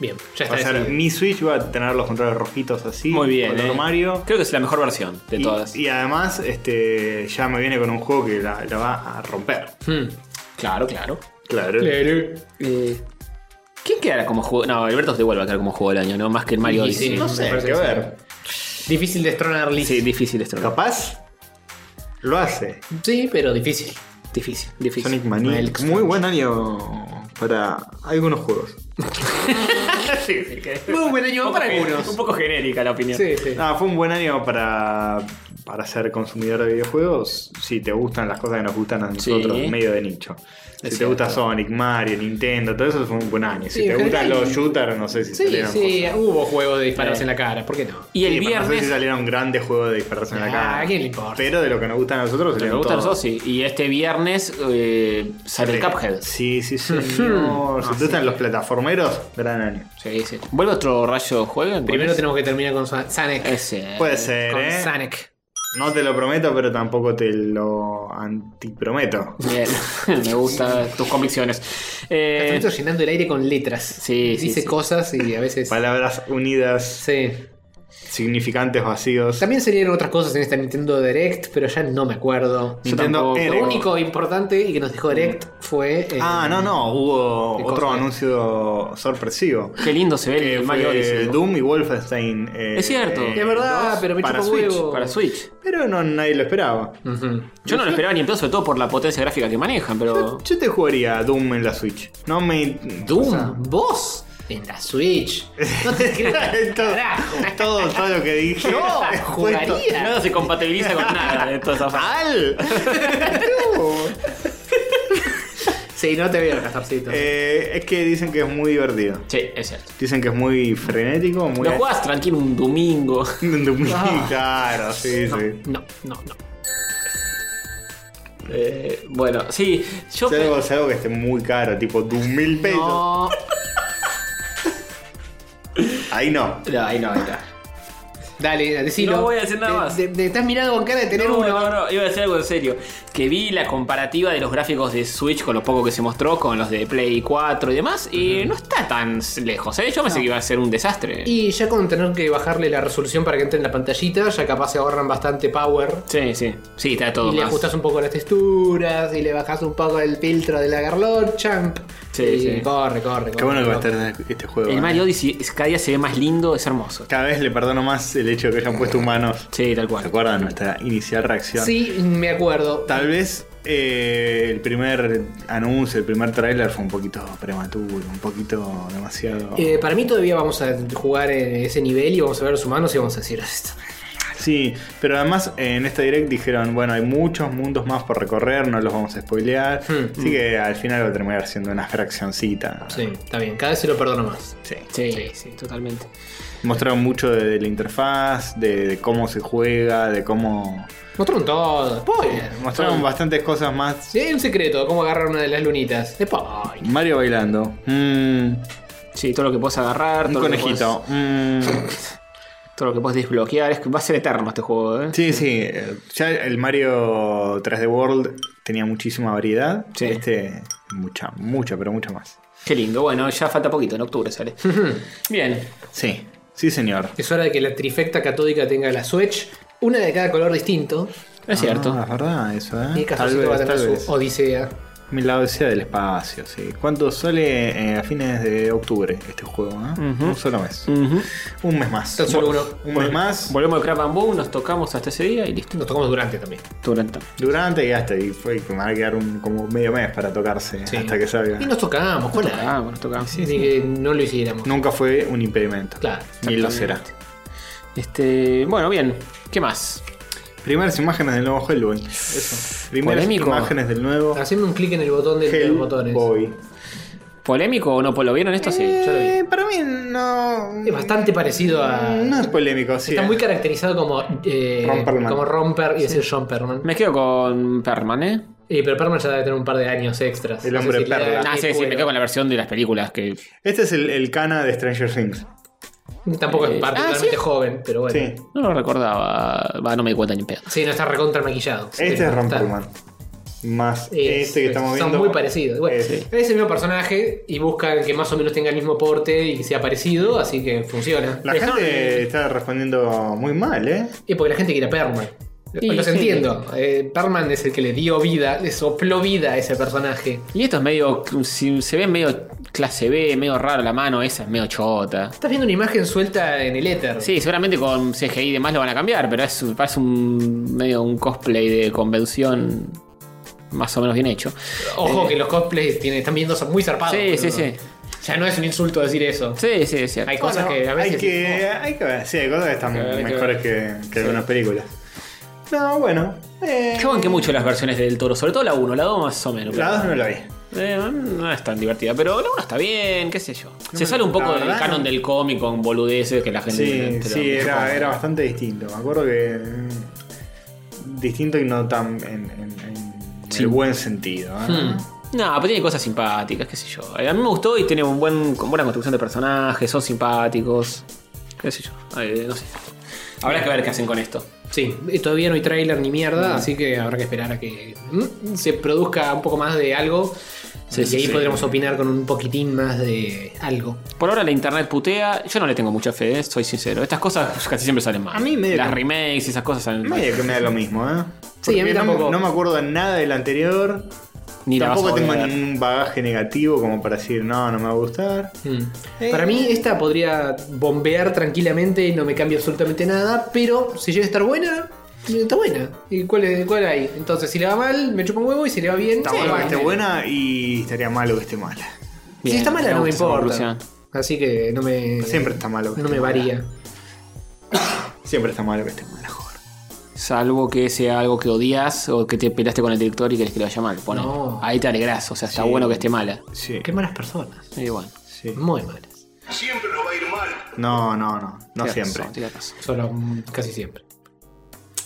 Bien, ya está.
Va a ser
decidido.
mi Switch, va a tener los controles rojitos así.
Muy bien.
Color
eh.
Mario.
Creo que es la mejor versión de
Y-
todas.
Y, además, este ya me viene con un juego que la, la va a romper. Eh,
Hmm.
Claro, claro.
Claro.
Claro.
¿Quién quedará como juego? No, Alberto de Huelva quedará como juego del año, ¿no? Más que el Mario
Y
Odyssey.
sí,
No sé,
Me parece
hay que
que
ver.
Difícil destronar Liz.
Sí, difícil este esto. ¿no?
Capaz lo hace.
Sí, pero difícil.
Difícil, difícil.
Sonic Mania.
Mike
Muy buen año para algunos juegos.
Sí, sí, que-
Muy buen año
un
para
poco gen-
algunos.
Un poco genérica la opinión.
Sí, sí.
Ah, fue un buen año para, para ser consumidor de videojuegos. Si te gustan las cosas que nos gustan a
Sí.
nosotros, medio de nicho. Si te gusta Sonic, Mario, Nintendo, todo eso fue un buen año. Si
Sí,
te
en
gustan
general-
los shooters, no sé si
Sí,
salieron.
sí,
cosas.
hubo juegos de disparos
Sí.
en la cara, ¿por qué no?
Y el
Sí, pero No sé si
viernes.
salieron grandes juegos de dispararse en la
Ah,
cara.
¿a quién le importa?
Pero de lo que nos gusta a nosotros,
Me
salieron
gustan los
todo.
dos, sí. Y este viernes eh, sale el Cuphead.
Sí, sí, sí. señor. Si te gustan los plataformeros, gran año.
Sí, sí. ¿Vuelve otro rayo juego?
Primero tenemos que terminar con Sa- Sonic.
Ese.
Puede ser,
Con
¿eh?
Sonic.
No te lo prometo, pero tampoco te lo antiprometo.
Bien. Me gustan tus convicciones.
Me
Eh,
estoy llenando el aire con letras.
Sí, sí,
Dice
sí.
cosas y a veces.
Palabras unidas,
Sí.
significantes vacíos.
También salieron otras cosas en esta Nintendo Direct, pero ya no me acuerdo.
Yo entiendo
tampoco.
Erek.
Lo único importante y que nos dejó Direct fue. eh,
Ah, no, no, hubo
¿Qué
otro
cosa?
anuncio sorpresivo.
qué lindo se ve
Que
el Mario
fue
Odyssey. ¿no?
Doom y Wolfenstein. eh,
Es cierto.
eh,
Es verdad,
dos
pero me
para
chupa
Switch.
huevo.
Para Switch.
Pero no, nadie lo esperaba.
ujú.
Yo no lo esperaba ni en pedo, sobre todo por la potencia gráfica que manejan, pero.
Yo, yo te jugaría Doom en la Switch. No me.
Doom,
o sea,
vos en la Switch. No te creo.
todo,
Carajo.
todo, todo lo que dije.
No,
es
jugaría.
puesto-
Nada se compatibiliza con nada de toda esa fase.
¡Mal! No.
Sí, no te veo, Castorcito.
Eh, es que dicen que es muy divertido.
Sí, es cierto.
Dicen que es muy frenético, muy.
Lo jugás Ah. tranquilo un domingo.
Muy caro, sí,
no,
sí.
no, no, no.
Eh, bueno, sí, yo.
Salvo, salvo que esté muy caro, tipo de un mil pesos.
No,
Ahí no.
No, ahí no, ahí no.
dale, decilo.
No voy a decir nada
Te-
más.
Te, te estás mirando con cara de tener
No,
uno.
no, no, iba a decir algo en serio. Que vi la comparativa de los gráficos de Switch con lo poco que se mostró, con los de Play 4 y demás, y no está tan lejos, ¿eh? Yo pensé que iba a ser un desastre.
Y ya con tener que bajarle la resolución para que entre en la pantallita, ya capaz se ahorran bastante power.
Sí, sí. Sí, está todo
Y le
más.
ajustas un poco las texturas, y le bajas un poco el filtro de la garlocha.
Sí,
y
sí.
corre, corre, corre.
Qué bueno que va a
corre.
estar este juego.
El
eh.
Mario Odyssey es- cada día se ve más lindo, es hermoso.
Cada vez le perdono más el hecho de que hayan puesto humanos.
Sí, tal
¿Se
cual.
acuerdan nuestra inicial reacción?
Sí, me acuerdo.
Tal vez eh, el primer anuncio, el primer tráiler fue un poquito prematuro, un poquito demasiado.
Eh, para mí todavía vamos a jugar en ese nivel y vamos a ver los humanos y vamos a decir "Ah, esto.
Sí, pero además eh, en este direct dijeron, bueno, hay muchos mundos más por recorrer, no los vamos a spoilear.
Hmm.
así que al final va a terminar siendo una fraccioncita.
Sí, está bien, cada vez se lo perdono más.
Sí.
Sí, sí, totalmente.
Mostraron mucho de, de la interfaz, de, de cómo se juega, de cómo...
Mostraron todo. Spoiler.
Mostraron bastantes cosas más.
Sí, hay un secreto, cómo agarrar una de las lunitas. Spoiler.
Mario bailando. Mm,
Sí, todo lo que puedes agarrar,
un
todo lo que
conejito. Mm.
podés- todo lo que puedes desbloquear, es que va a ser eterno este juego, ¿eh?
Sí, sí. eh, Ya el Mario 3D World tenía muchísima variedad.
Sí.
Este, mucha, mucha, pero mucha más.
Qué lindo. Bueno, ya falta poquito, en octubre sale. Bien.
Sí, sí, señor.
Es hora de que la trifecta catódica tenga la Switch, una de cada color distinto.
Es cierto.
Ah, es verdad, eso, ¿eh?
Y Castorcito va a tener su odisea.
Mi lado sea del espacio, sí. ¿Cuánto sale eh, a fines de octubre este juego? eh? Un solo mes.
Ujú.
Un mes más.
Tan solo uno.
Un mes más.
Volvemos al Crab and Boom, nos tocamos hasta ese día y listo.
Nos tocamos durante también.
Durante.
Durante y hasta. Y fue, me va a quedar un, como medio mes para tocarse
Sí.
hasta que salga.
Y nos tocamos, bueno.
Ah, bueno, nos tocamos.
Así que no lo hiciéramos.
Nunca fue un impedimento.
Claro,
Ni lo será.
Este, bueno, bien. ¿Qué más?
Primeras imágenes del nuevo Hellboy. Eso. Primeras
Polémico.
imágenes del nuevo
Haceme un clic en el botón de los botones.
Hellboy.
¿Polémico o no? ¿Lo vieron esto? Sí.
ya lo vi.
Eh, para mí no.
Es bastante parecido a.
No es polémico, sí.
Está
eh.
muy caracterizado como. eh,
Romperman.
como Romper y decir John Perman.
Me quedo con Perman, ¿eh?
Eh, pero Perman ya debe tener un par de años extras.
El
No sé
hombre
si le da
perla.
el
Ah, sí, sí,
cuero.
me quedo con la versión de las películas que.
Este es el, el cana de Stranger Things.
Tampoco
Eh,
es
ah,
particularmente
¿sí?
joven, pero bueno.
Sí.
Sí.
No lo recordaba. Va, no me di cuenta ni en pedo.
no está recontra maquillado.
Este es
Está-
Romperman. Más
es-
este que estamos
son
viendo. Este.
muy parecidos. Bueno,
Es-
Es el mismo personaje y buscan que más o menos tenga el mismo porte y que sea parecido, así que funciona.
La
Dejaron
gente está respondiendo muy mal, ¿eh?
Y porque la gente quiere a Perman.
Y
Los
sí.
entiendo. Eh, Perman es el que le dio vida, le sopló vida a ese personaje.
Y esto es medio. si Se ve medio clase B, medio raro la mano, esa es medio chota.
Estás viendo una imagen suelta en el éter.
Sí, seguramente con CGI y demás lo van a cambiar, pero es, parece un medio un cosplay de convención más o menos bien hecho.
Ojo que los cosplays tienen- están viendo muy zarpados.
Eh. Sí, sí,
boludo.
sí.
Ya no es un insulto decir eso.
Sí, sí, es cierto.
Hay cosas
Bueno,
que a veces.
Hay que, hay que ver. Sí, hay cosas que están
"Oh". Hay que ver, hay que
mejores que, que algunas películas. No, bueno. eh,
Yo banqué mucho las versiones del toro, sobre todo la 1, la 2 más o menos.
La
pero-
2 no la vi.
Eh, no es tan divertida, pero la 1 está bien, qué sé yo. Se sale un
la
poco del
verdad,
canon
no.
del cómic con boludeces que la gente.
Sí,
te lo-
sí, era, eh. era bastante distinto. Me acuerdo que. mm, Distinto y no tan. en, en- en el buen sentido. ¿eh?
No, pero tiene cosas simpáticas, qué sé yo. Eh, A mí me gustó y tiene un buen, con buena construcción de personajes, son simpáticos. Qué sé yo. Eh, no sé. Habrá que ver qué hacen con esto.
Sí, eh, todavía no hay tráiler ni
Mm.
mierda, así que habrá que esperar a que mm, se produzca un poco más de algo.
Sí,
y
sí,
ahí
sí.
podremos opinar con un poquitín más de algo.
Por ahora la internet putea. Yo no le tengo mucha fe, eh, soy sincero. Estas cosas casi siempre salen mal.
A mí medio
Las
que-
remakes y esas cosas salen mal.
Medio que me da lo mismo, ¿eh?
Sí,
Porque
a mí
no me-
tampoco.
No, me acuerdo de nada del anterior.
Ni la vas a
tampoco tengo
volver a ver.
ningún bagaje negativo como para decir, no, no me va a gustar.
Mm.
Eh.
Para mí esta podría bombear tranquilamente y no me cambia absolutamente nada, pero si llega a estar buena, está buena. ¿Y cuál, es- cuál hay? Entonces si le va mal, me chupa un huevo y si le va bien,
Está
sí,
bueno que
va
esté
bien.
buena y estaría malo que esté mala.
Bien,
si está mala no me
gusta esa
importa.
conclusión.
Así que no me...
Siempre está malo que
No
esté
me
mala.
varía.
Siempre está malo que esté mala, joder.
Salvo que sea algo que odias o que te peleaste con el director y querés que lo vaya mal. Pone.
No.
Ahí te alegrás, o sea, está
Sí.
bueno que esté mala.
Sí.
Qué malas personas.
Y bueno.
sí.
Muy malas.
Siempre nos va a ir mal.
No, no, no. No
tenés
siempre.
razón, tenés razón.
Solo mm, casi siempre.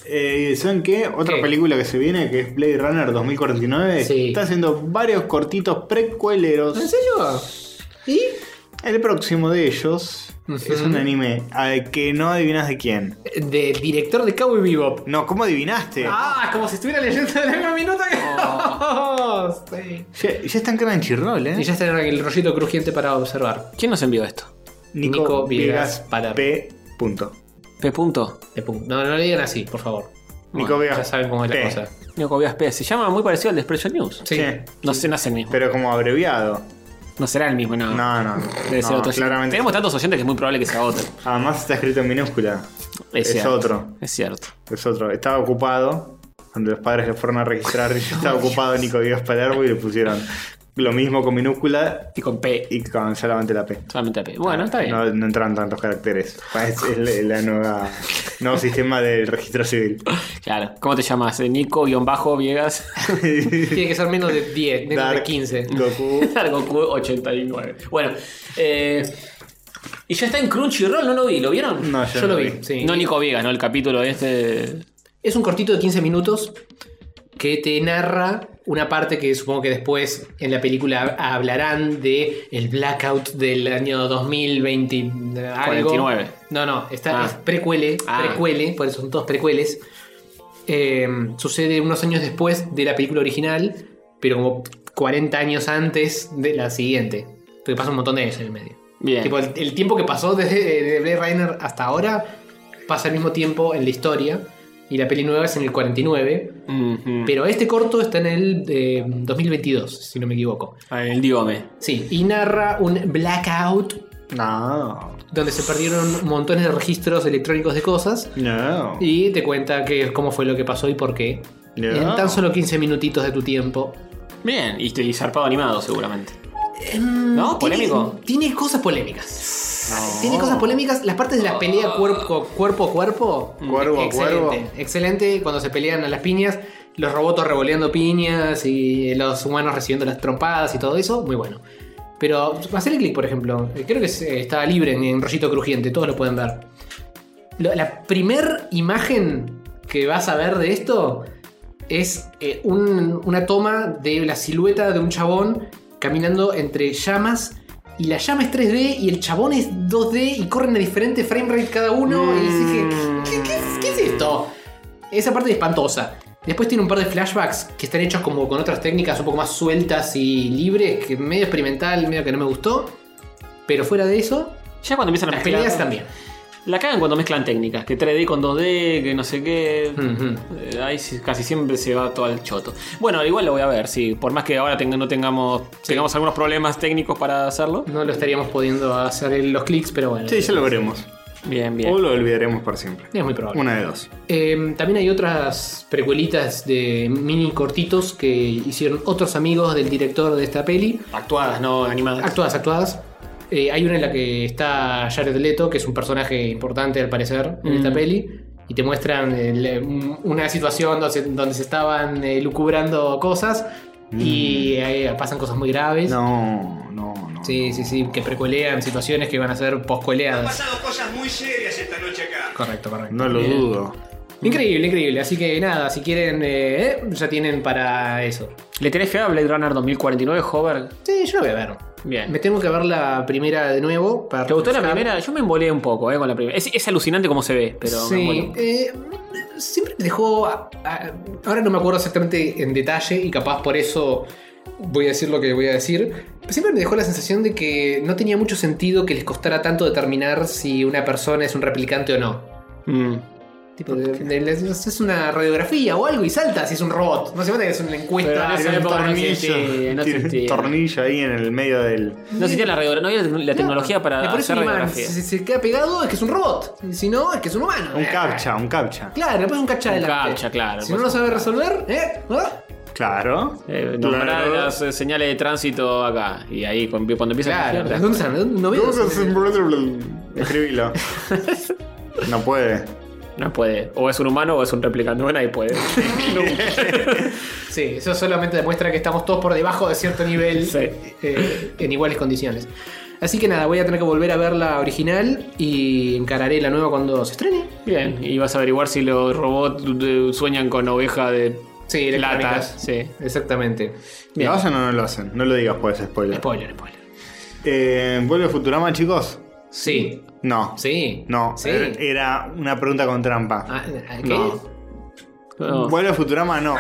Eh, ¿Saben qué? Otra
¿Qué?
película que se viene, que es Blade Runner 2049,
Sí. ¿Ah,
está haciendo varios cortitos precueleros.
¿En serio? ¿Y?
El próximo de ellos
Ujú.
es un anime al que no adivinas de quién.
Del director de Cowboy Bebop.
No, ¿cómo adivinaste?
Ah, como si estuviera leyendo la misma minuta que
Oh.
vos. Sí.
Ya, ya está en Crunchyroll, ¿eh?
Y ya está el rollito crujiente para observar.
¿Quién nos envió esto?
Nico Viegas para-
P. Punto.
P. Punto.
De pun- No, no le digan así, por favor.
Nico Viegas.
Ya saben cómo es
P.
la cosa.
Nico Vías P. Se llama muy parecido al de Spreadshot News.
Sí.
Sí.
No, sé, no es el mismo.
Pero como abreviado.
No será el mismo, no.
No, no.
Debe ser
no,
otro.
claramente.
Tenemos tantos oyentes que es muy probable que sea otro.
Además está escrito en minúscula.
Es,
Es
cierto.
otro.
Es cierto.
Es otro. Estaba ocupado. Cuando los padres le fueron a registrar, estaba
Oh,
ocupado Nico Viegas Palermo y le pusieron lo mismo con minúscula
Y con P.
y con solamente la P.
Solamente la P. Bueno, está bien.
No, no entraron tantos caracteres. Pues Es, es la, la nueva nuevo sistema del registro civil.
Claro. ¿Cómo te llamas? Eh, Nico-Viegas.
Tiene que ser menos de 10, menos de 15.
Goku.
Goku 89. Bueno. eh, y ya está en Crunchyroll, no lo vi. ¿Lo vieron?
No, yo,
Yo lo vi, sí.
No Nico Viegas, ¿no? El capítulo este.
Es un cortito de 15 minutos que te narra una parte que supongo que después en la película hablarán de el blackout del año 2020 algo.
49.
No, no, está
Ah.
es precuele,
Ah.
precuele, por eso son todos precueles. Eh, sucede unos años después de la película original, pero como 40 años antes de la siguiente. Porque pasa un montón de años en el medio.
Bien.
Tipo, el, el tiempo que pasó desde de Blade Runner hasta ahora pasa al mismo tiempo en la historia. Y la peli nueva es en el 49.
Ujú.
Pero este corto está en el eh, 2022, si no me equivoco.
Ah, El Diome.
Sí, y narra un blackout
No.
donde se perdieron montones de registros electrónicos de cosas.
No.
Y te cuenta que, cómo fue lo que pasó y por qué.
No.
En tan solo 15 minutitos de tu tiempo.
Bien. Y, y zarpado animado, seguramente.
Mm,
¿No?
tiene-
¿Polémico?
Tiene, cosas polémicas. Tiene cosas polémicas. Las partes de la
Oh.
pelea cuerpo, cuerpo a cuerpo.
Mm, Cuervo a
excelente.
cuervo.
Excelente. Cuando se pelean a las piñas, los robots revoleando piñas y los humanos recibiendo las trompadas y todo eso. Muy bueno. Pero hacer el clic, por ejemplo. eh, Creo que es, eh, está libre en, en rollito crujiente. Todos lo pueden ver. Lo- la primer imagen que vas a ver de esto es eh, un- una toma de la silueta de un chabón caminando entre llamas. Y la llama es 3D y el chabón es 2D y corren a diferente frame rate cada uno. Y dije, ¿qué, qué, es- qué es esto? Esa parte es espantosa. Después tiene un par de flashbacks que están hechos como con otras técnicas un poco más sueltas y libres, que medio experimental, medio que no me gustó. Pero fuera de eso,
Ya cuando empiezan a
las
mezclar-
peleas también.
La cagan cuando mezclan técnicas, que 3D con 2D, que no sé qué.
Ujú.
Eh, Ahí sí- casi siempre se va todo al choto. Bueno, igual lo voy a ver, sí. Por más que ahora tenga- no tengamos, tengamos algunos problemas técnicos para hacerlo.
No lo estaríamos pudiendo hacer en los clics, pero bueno.
Sí, ya lo veremos.
Bien,
O
bien.
lo olvidaremos por siempre.
Es muy probable.
Una de dos.
Eh, también hay otras precuelitas de mini cortitos que hicieron otros amigos del director de esta peli.
Actuadas, no animadas.
Actuadas, actuadas. Eh, hay una en la que está Jared Leto, que es un personaje importante al parecer en
Mm.
esta peli. Y te muestran el- un- una situación donde, se- donde se estaban eh, lucubrando cosas. Y eh, pasan cosas muy graves.
Mm. No, no, no.
Sí, sí, sí, que precuelean situaciones que van a ser poscueleadas.
pasado cosas muy serias esta noche acá.
Correcto, correcto.
No lo
Bien.
dudo.
Increíble, increíble. Así que nada, si quieren, eh, eh, ya tienen para eso.
¿Le tenés fe a Blade Runner 2049, Hover?
Sí, yo lo voy a ver.
Bien.
Me tengo que ver la primera de nuevo. Para
¿Te gustó la
refrescar.
primera? Yo me embolé un poco eh, con la primera. Es, es alucinante cómo se ve, pero me embolé.
sí, eh, siempre me dejó. a- a- ahora no me acuerdo exactamente en detalle y capaz por eso voy a decir lo que voy a decir. pero Siempre me dejó la sensación de que no tenía mucho sentido que les costara tanto determinar si una persona es un replicante o no.
Mm.
Tipo, de- de- de- es una radiografía o algo y salta si es un robot. No se mata que es una encuesta.
Pero en esa
Tiene un
época no
tornillo.
existía. Sí, no
Tiene un
sentía.
tornillo ahí en el medio del.
No existía la, radiografía, no había la la tecnología
eh, No,
para
le pones
hacer
un imán.
radiografía.
Si si se queda pegado es que es un robot. Y Si no, es que es un humano.
Un
Eh,
captcha, un captcha.
Claro, le pones un captcha
Un
adelante.
captcha, claro,
Si no
pues-
lo sabe resolver, ¿eh? ¿Ah?
Claro.
Eh, nombrar
Claro.
las eh, señales de tránsito acá. Y ahí cu- cuando empieza
Claro,
a girar,
¿dónde están? ¿Dónde- No veo.
Escribilo. No puede.
No puede. O es un humano o es un replicante. Bueno, ahí puede.
Sí, eso solamente demuestra que estamos todos por debajo de cierto nivel
Sí.
eh, en iguales condiciones. Así que nada, voy a tener que volver a ver la original y encararé la nueva cuando se estrene.
Bien, y vas a averiguar si los robots eh, sueñan con oveja de
Sí,
latas. Sí.
Exactamente.
¿Lo hacen o no lo hacen? No lo digas, pues, spoiler.
Spoiler, spoiler.
Eh, ¿Vuelve Futurama, chicos?
Sí,
No.
sí.
No.
sí.
er- Era una pregunta con trampa.
Ah, ah, ¿Qué?
No. No.
¿Vuelve Futurama? No.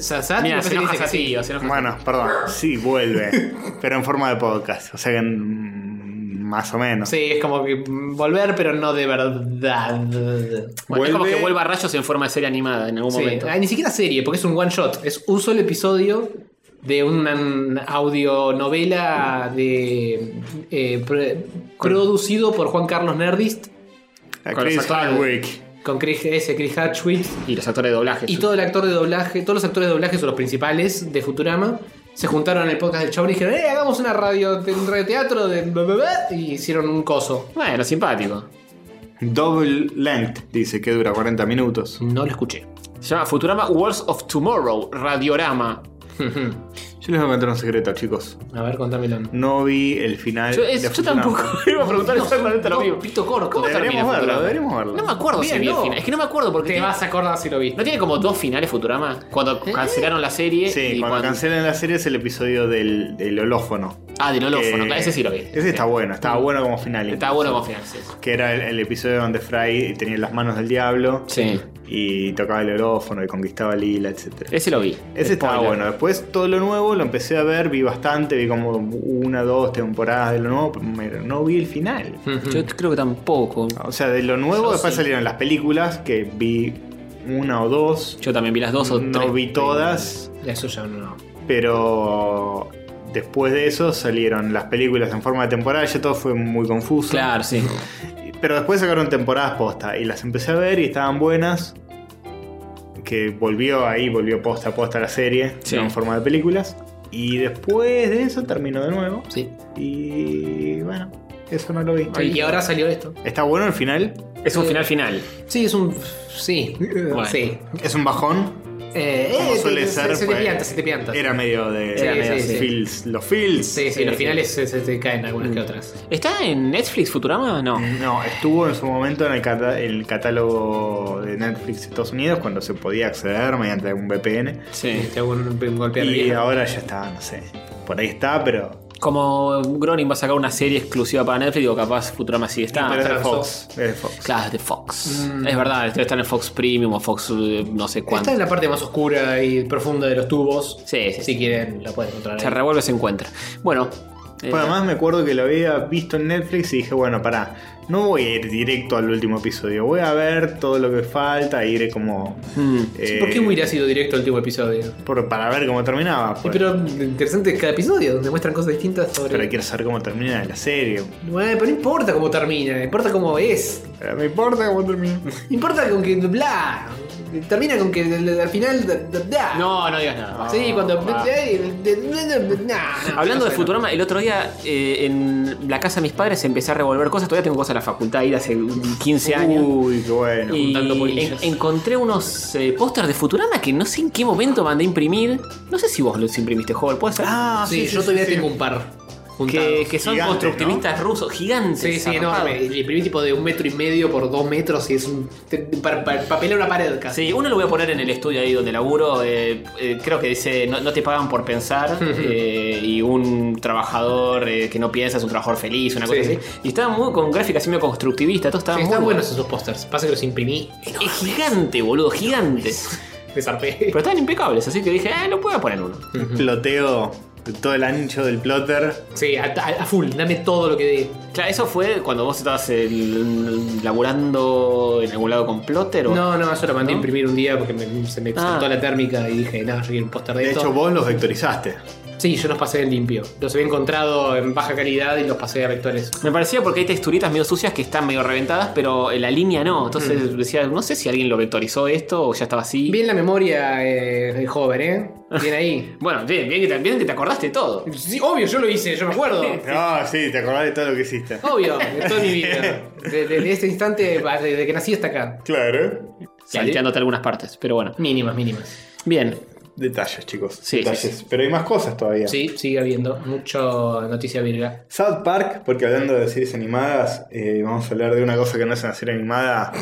Sasaki
Mira,
me parece
se
que
enoja
dice que sí.
así, o se enoja
Bueno, perdón. Sí, vuelve. pero en forma de podcast. O sea que. mm, Más o menos.
Sí, es como que mm, volver, pero no de verdad.
Bueno, es como
Vuelve-
que vuelva a rayos en forma de serie animada en algún
Sí,
momento.
ah, ni siquiera serie, porque es un one shot. Es un solo episodio de una audionovela de, eh, pre- producido por Juan Carlos Nerdist,
A
con los
Chris
actores.
Hardwick.
con Chris, ese Chris Hatchwick,
Y los actores de doblaje.
y todo el actor de doblaje, todos los actores de doblaje son los principales de Futurama. Se juntaron en el podcast del chabón y dijeron, eh, hagamos una radio, un radioteatro de... bla, bla, bla", Y hicieron un coso.
Bueno, simpático.
Double length, dice que dura 40 minutos.
No lo escuché.
Se llama Futurama Worlds of Tomorrow, Radiorama.
Yo les voy a contar un secreto, chicos.
A ver, contámelo.
No vi el final.
Yo, es-
Eh, de
yo
Futurama.
tampoco iba a preguntar exactamente lo
no,
mismo.
pito corto.
¿Cómo
Deberíamos
termina
verlo,
Futurama?
deberíamos verlo.
No me acuerdo si vi el
Mírenlo.
final. Es que no me acuerdo porque
Te
tiene-
vas a acordar si lo
¿No
viste.
tiene como dos finales Futurama? Cuando cancelaron la serie.
Sí,
y
cuando cancelan la serie es el episodio del, del holófono.
Ah, del holófono,
Que-
claro, ese sí lo vi.
Ese está bueno, estaba bueno como final.
Está bueno como final, sí.
Que era el, el episodio donde Fry tenía las manos del diablo
Sí.
y tocaba el holófono y conquistaba a Lila, etc.
Ese lo vi.
Ese estaba
Spoiler.
bueno. Después todo lo nuevo lo empecé a ver, vi bastante, vi como una, dos temporadas de lo nuevo, pero no vi el final.
Yo creo que tampoco.
O sea, de lo nuevo después salieron las películas, que vi una o dos.
Yo también vi las dos o
No
tres.
vi todas,
Eso ya no.
pero después de eso salieron las películas en forma de temporada, ya todo fue muy confuso.
Claro, sí.
Pero después sacaron temporadas posta y las empecé a ver y estaban buenas. Que volvió ahí, volvió posta a posta la serie
Sí.
en forma de películas. Y después de eso terminó de nuevo.
Sí.
Y bueno, eso no lo vi.
Y ahora salió esto.
Está bueno el final,
Es un final final.
Sí, es un. Sí.
Bueno.
Sí.
es un bajón.
Eh, eh,
Como
te-
suele
te-
ser,
Se te
pues,
piantas, se te piantas.
Era medio de
Sí,
era
sí,
medio
sí.
feels- los feels.
Sí, sí, Mm. los finales se, se te caen algunas que otras.
¿Está en Netflix Futurama o no?
No, estuvo en su momento en el, cata- el catálogo de Netflix de Estados Unidos cuando se podía acceder mediante un VPN.
Sí.
Te hago un, un golpe
Y
arriba.
ahora ya está, no sé. Por ahí está, pero.
Como Groning va a sacar una serie exclusiva para Netflix, digo, capaz Futurama sí está.
pero es de
transo.
Fox. es de Fox.
Claro, es de Fox. Es verdad, debe estar en Fox Premium o Fox eh, no sé cuánto.
Mm. Esta es la parte más oscura y profunda de los tubos.
Sí, sí,
Si
sí.
quieren, la pueden encontrar.
Se
ahí.
revuelve, se encuentra. Bueno. eh,
Bueno, además me acuerdo que lo había visto en Netflix y dije, bueno, pará, no voy a ir directo al último episodio, voy a ver todo lo que falta e iré como.
mm,
Sí,
eh,
¿Por qué hubiera sido directo el último episodio?
por- para ver cómo terminaba.
Sí,
pues.
pero lo interesante es cada episodio, donde muestran cosas distintas sobre.
Pero quiero saber cómo termina la serie.
Bueno, pero no importa cómo termina, importa cómo es.
Pero me importa cómo termina.
No importa con que bla. Termina con que al al final bla.
No, no digas nada. Ah.
Sí, cuando
va.
eh, de- de- de- nah, nah,
Hablando
no
de
sé,
Futurama, el otro día eh, en la casa de mis padres empecé a revolver cosas. Todavía tengo cosas en la facultad, ir hace 15 años.
Uy, qué bueno.
Este Y
Uh, juntando
en-
polillas.
encontré unos eh, pósters de Futurama que no sé en qué momento mandé a imprimir. No sé si vos los imprimiste, joven, ¿puede ser?
Ah,
no. Sí, yo todavía tengo un par.
que,
juntados.
que son
Gigantes,
constructivistas rusos, gigantes.
Sí, sí,
zarpados.
enorme. El primer tipo de un metro y medio por dos metros y es un te- pa- pa- papel a una pared casi.
Sí, uno lo voy a poner en el estudio ahí donde laburo. eh, eh, creo que dice, no, no te pagan por pensar. eh, y un trabajador eh, que no piensa es un trabajador feliz, una cosa
Sí.
así. Y estaba muy con gráficas así medio constructivista. Todo estaba
Sí,
muy
están
bueno.
buenos esos pósters. Pasa que los imprimí,
Es gigante, boludo, gigante.
me zarpé.
Pero están impecables, así que dije, ah, lo puedo poner uno.
Ploteo de todo el ancho del plotter.
Sí, a, a- a full, dame todo lo que dé.
Claro, eso fue cuando vos estabas eh, laburando en algún lado con Plotter o.
No, no, yo lo mandé a
¿No?
imprimir un día porque me- se me
Ah.
saltó la térmica y dije, no, yo quiero un póster de,
De
esto.
hecho, vos los vectorizaste.
Sí, yo los pasé en limpio. Los había encontrado en baja calidad y los pasé a vectores.
Me parecía porque hay texturitas medio sucias que están medio reventadas, pero en la línea no. Entonces
Mm.
decía, no sé si alguien lo vectorizó esto o ya estaba así.
Bien la memoria eh, joven, ¿eh? Bien ahí.
Bueno, bien, bien que te, bien que te acordaste de todo.
Sí, obvio, yo lo hice, yo me acuerdo.
No, sí, te acordás de todo lo que hiciste.
Obvio, de toda mi vida. Desde este instante, desde que nací hasta acá.
Claro.
Salteándote algunas partes, pero bueno.
Mínimas, mínimas.
Bien,
Detalles, chicos.
Sí,
detalles.
sí,
Pero hay más cosas todavía.
Sí, sigue habiendo mucho noticia virga.
South Park, porque hablando de series animadas, eh, vamos a hablar de una cosa que no es una serie animada,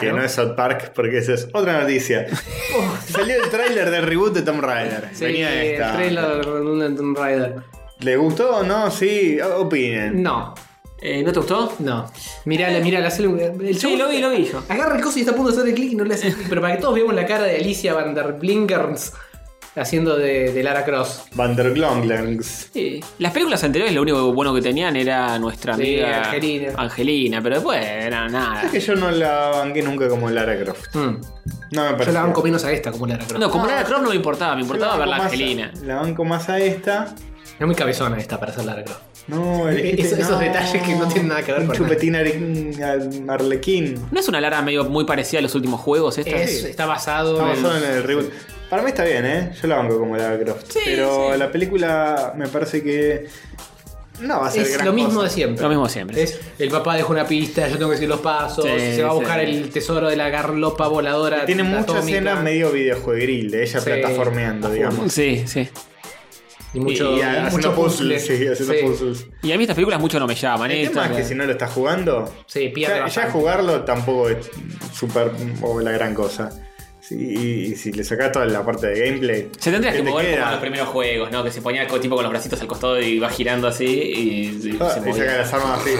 que
¿no?
no es South Park, porque esa es otra noticia. Oh, Salió el tráiler del reboot de Tomb Raider.
Sí,
Venía esta.
El trailer de Tomb Raider.
¿Le gustó o no? Sí, o- opinen.
No,
Eh, ¿No te gustó?
no. Mirala, mirala, hacele un. El
Sí, lo vi, lo vi yo.
Agarra el coso y está a punto de hacer el clic y no le hace clic. Pero para que todos veamos la cara de Alicia Vanderblinkerns haciendo de, de Lara Cross.
Vanderglonglangs.
Sí. Las películas anteriores lo único bueno que tenían era nuestra
Sí,
amiga
Angelina.
Angelina, pero después era nada.
Es que yo no la banqué nunca como Lara Croft.
Mm.
No me
Yo
parece.
la banco menos a esta como Lara Cross.
No, como Lara Croft no me importaba, me importaba ver la Angelina.
La banco más a esta.
Es muy cabezona esta para ser Lara Croft.
No,
Esos- esos detalles que no tienen nada que ver
un
con
chupetín are- ar- arlequín.
¿No es una Lara medio muy parecida a los últimos juegos esta?
Es- está basado
Estamos
en.
solo en el reboot. Para mí está bien, ¿eh? Yo la banco como Lara Croft. pero la película me parece que no va a ser
Es
gran
lo mismo
cosa.
de siempre.
Lo mismo siempre.
Es, el papá dejó una pista, yo tengo que seguir los pasos,
Sí,
se va a
sí.
buscar el tesoro de la garlopa voladora.
Tiene muchas
atómica,
escenas medio videojuegril de ella
Sí.
plataformeando, digamos.
Sí, sí.
y mucho,
y haciendo
mucho puzzle.
puzzles. Sí, haciendo
Sí.
puzzles.
Y a mí estas películas mucho no me llaman.
El
eh,
tema es
esta-
que si no lo estás jugando,
Sí, pierde
ya, ya
bastante.
jugarlo tampoco es super o la gran cosa. Sí, y, y si le sacás toda la parte de gameplay,
Se tendría
¿qué
que
te
mover
queda?
como en los primeros juegos, ¿no? Que se ponía co- tipo con los bracitos al costado y iba girando así y, y
Ah,
se
y
movía.
saca las armas así.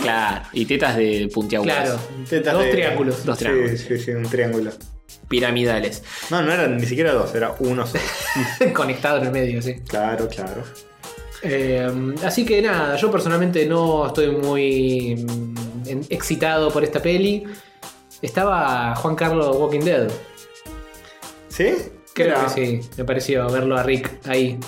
Claro. Y tetas de puntiagudas.
Claro.
Tetas
Dos
de-
triángulos.
Dos
Sí,
triángulos.
sí, sí, un triángulo.
Piramidales.
No, no eran ni siquiera dos, era uno solo.
Conectado en el medio, sí.
Claro, claro.
Eh, así que nada, yo personalmente no estoy muy mm, en- excitado por esta peli. Estaba Juan Carlos Walking Dead.
¿Sí?
Creo
Era
que sí, me pareció verlo a Rick ahí.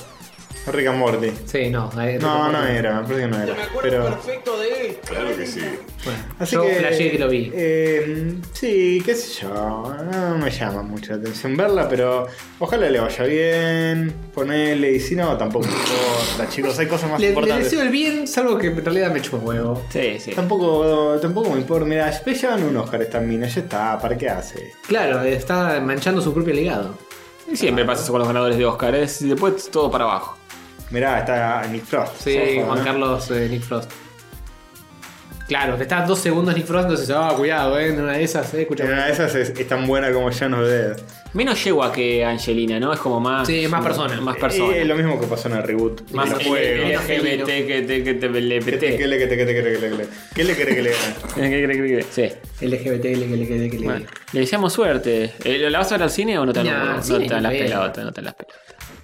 Rick and Morty.
Sí, no. a- Rick
No,
and
no eh.
Morty.
era, me parece que no era. Pero.
perfecto de él.
Claro que sí.
Bueno,
Así
yo
que,
flasheé que lo vi.
eh, sí, qué sé yo. No me llama mucho la atención verla, pero ojalá le vaya bien. Ponele, y si no, tampoco me importa, chicos. Hay cosas más
le, le
importantes.
deseo el bien, salvo que en realidad me chupa un huevo.
Sí, sí.
Tampoco, tampoco me importa. Mira, ya llevan un Oscar esta mina, ya está, ¿para qué hace?
Claro, está manchando su propio legado.
Y Siempre pasa eso con los ganadores de Oscar. Es, y después todo para abajo.
Mirá, está Nick Frost.
Sí,
Ojo,
Juan
¿no?
Carlos eh, Nick Frost. Claro, que está a dos segundos Nick Frost, entonces, ah, cuidado, eh, en una de esas, eh, escucha.
En una de esas es, es tan buena como Jan of Dead.
Menos yegua que Angelina, ¿no? Es como más.
Sí, más persona.
Más persona.
Y es lo mismo que pasó en el reboot.
más
del
el-
juego.
el LGBT que te que te le
¿Qué te- qué
pete.
le qué te- qué te- qué le- qué le- qué le querés que le gane?
Sí.
LGBT, que le- que le- que le-
Bueno, le deseamos suerte. Eh, ¿La vas a ver al cine o no te,
Nah,
no, no
cine
te dan
ni
las
pedo.
pelotas? No te dan las pelotas.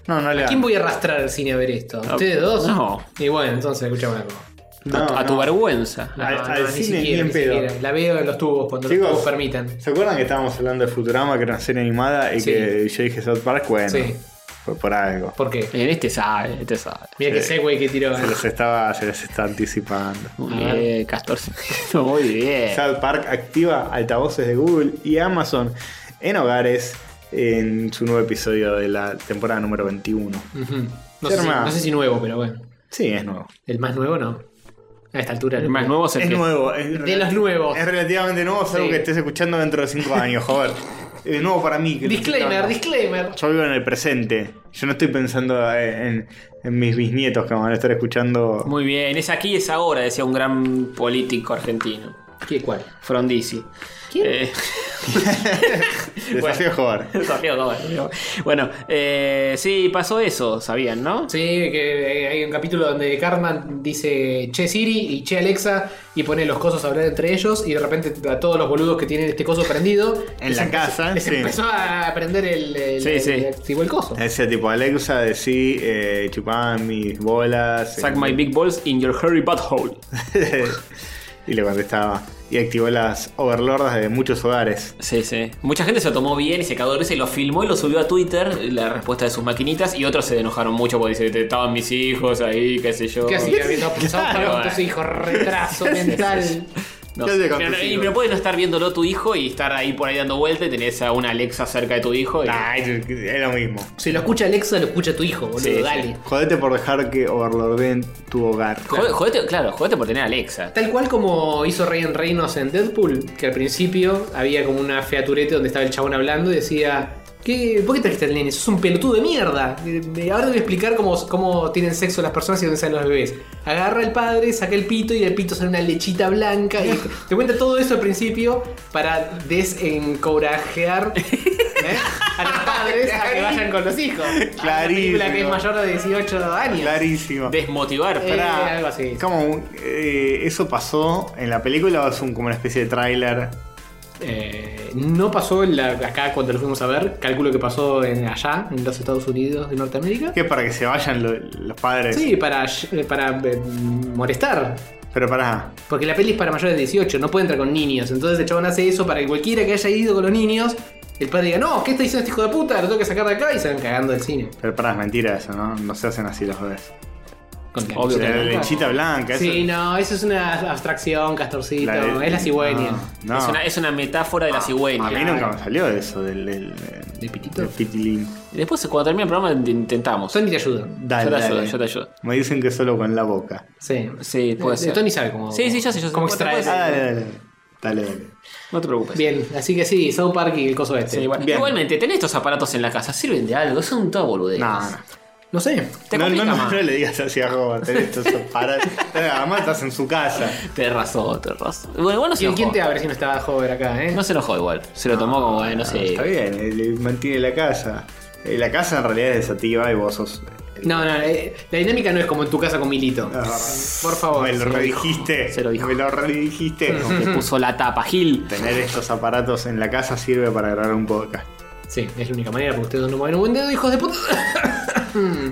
No, no le
¿Quién
gane.
voy a arrastrar al cine a ver esto?
Ah,
¿Ustedes dos?
no.
Y bueno, entonces escuchame algo.
No,
a, a tu
no.
vergüenza.
Al- al cine, ni en pedo.
La veo en los tubos cuando
Chicos.
los tubos permitan.
¿Se acuerdan que estábamos hablando de Futurama, que era una serie animada, y
Sí.
que yo dije South Park? Bueno,
Sí.
fue por algo.
¿Por qué?
Eh, Este sabe, este sabe.
Mira que
Sí.
segue que tiró. eh.
Se los estaba, se los está anticipando.
Muy
A ver.
bien, Castor. Muy bien.
South Park activa altavoces de Google y Amazon en hogares en su nuevo episodio de la temporada número 21.
Ujú. No, sé si,
Germán.
no sé si nuevo, pero bueno.
Sí, es nuevo.
El más nuevo no. A esta altura.
El más nuevo es el
Es
que-
nuevo. Es
De los nuevos.
Es relativamente nuevo, salvo
Sí.
que estés escuchando dentro de 5 años, joder. Es nuevo para mí. que lo estoy
Disclaimer,
grabando.
disclaimer.
Yo vivo en el presente. Yo no estoy pensando eh, en, en mis bisnietos que van a estar escuchando.
Muy bien. Es aquí, es ahora, decía un gran político argentino.
¿Qué cuál?
Frondizi. Eh,
Desafío joder.
desafío todo, desafío. bueno, eh, sí, pasó eso, sabían, ¿no?
Sí, que eh, hay un capítulo donde Cartman dice Che Siri y Che Alexa y pone los cosos a hablar entre ellos y de repente a todos los boludos que tienen este coso prendido
En
les
la
empe-
casa,
les
sí.
empezó a prender el, el-
Sí, Eh,
el-
sí.
activó el coso.
Ese tipo Alexa de sí, eh, chupá mis bolas. eh,
Suck my big balls in your hairy butthole.
Y le contestaba. Y activó las overlordas de muchos hogares.
Sí, sí. Mucha gente se lo tomó bien y se cagó de risa y lo filmó y lo subió a Twitter, la respuesta de sus maquinitas, y otros se enojaron mucho porque dice, "Te estaban mis hijos ahí, qué sé yo.
¿Qué hacía? Viendo
Claro,
con tus
eh.
hijos, retraso mental.
No
¿Qué
sé.
hace con
pero,
tus
y-
hijos?
pero puede no estar viéndolo tu hijo y estar ahí por ahí dando vuelta y tenés a una Alexa cerca de tu hijo. y-
Nah, es, es lo mismo.
Si lo escucha Alexa, lo escucha tu hijo, boludo.
Sí, sí.
dale.
Jodete por dejar que overlorden tu hogar.
Jode- jodete- claro, jodete por tener a Alexa.
Tal cual como hizo Ryan Reynolds en Deadpool, que al principio había como una featurete donde estaba el chabón hablando y decía. ¿Qué? ¿Por qué trajiste al nene? Sos un pelotudo de mierda. Eh, eh, Ahora te voy a explicar cómo, cómo tienen sexo las personas y dónde salen los bebés. Agarra el padre, saca el pito y del pito sale una lechita blanca. Y te cuenta todo eso al principio para desencorajear ¿eh? a los padres a que vayan con los hijos. A la película que es
Clarísimo.
mayor de 18 años.
Clarísimo.
Desmotivar.
Eh,
Pará.
algo así.
¿Cómo, eh, ¿Eso pasó en la película o es un- como una especie de tráiler?
Eh, no pasó en la- acá cuando lo fuimos a ver, calculo que pasó en allá, en los Estados Unidos de Norteamérica.
Que es para que se vayan lo- los padres.
Sí, para, ll- para eh, molestar.
Pero pará.
Porque la peli es para mayores de 18, no puede entrar con niños. Entonces el chabón hace eso para que cualquiera que haya ido con los niños, el padre diga, no, ¿qué está diciendo este hijo de puta? Lo tengo que sacar de acá y se van cagando del cine.
Pero pará, es mentira eso, ¿no? No se hacen así los bebés.
Con la
Obvio
lechita
La
que
blanca.
lechita blanca, eso.
Sí, no, eso es una abstracción, castorcito.
La de- Ah,
es la cigüeña.
No, no.
Es, una, es una metáfora de la
A
cigüeña.
mí nunca me salió eso del, del,
¿Del pitito?
del pitilín.
Después, cuando termine el programa, int- intentamos.
Tony te ayuda.
Dale,
Yo te
dale.
ayudo, yo te ayudo.
Me dicen que solo con la boca.
Sí.
Sí, puede
Eh,
ser.
Tony sabe cómo.
Sí, sí, yo sé, yo sé.
Cómo
Puede- puede
extraer.
ser.
Ah, dale, dale. Dale, dale.
No te preocupes.
Bien, así que sí, South Park y el coso este.
Sí, bueno.
Bien.
Igualmente, tenés estos aparatos en la casa, sirven de algo, son todo boludez.
No, no.
No sé.
Te
no, no,
complica
no,
más.
no le digas así a Robert. Esto es para. Además estás en su casa.
Tenés razón, tenés razón. Bueno, igual no se
¿Quién,
enojó.
quién te abre si no estaba Hover acá, eh?
No se enojó igual. Se lo tomó como, eh, no sé.
Ah, Está bien, él mantiene la casa. Eh, La casa en realidad es desativa y vos sos.
No, no, eh, la dinámica no es como en tu casa con Milito. Por favor.
eh, Me Ah. lo
sí.
redijiste.
Se lo dijo.
Me lo redijiste.
Le puso la tapa, Gil.
Tener estos aparatos en la casa sirve para grabar un podcast.
Sí, es la única manera porque ustedes no mueven un buen dedo, hijos de puta.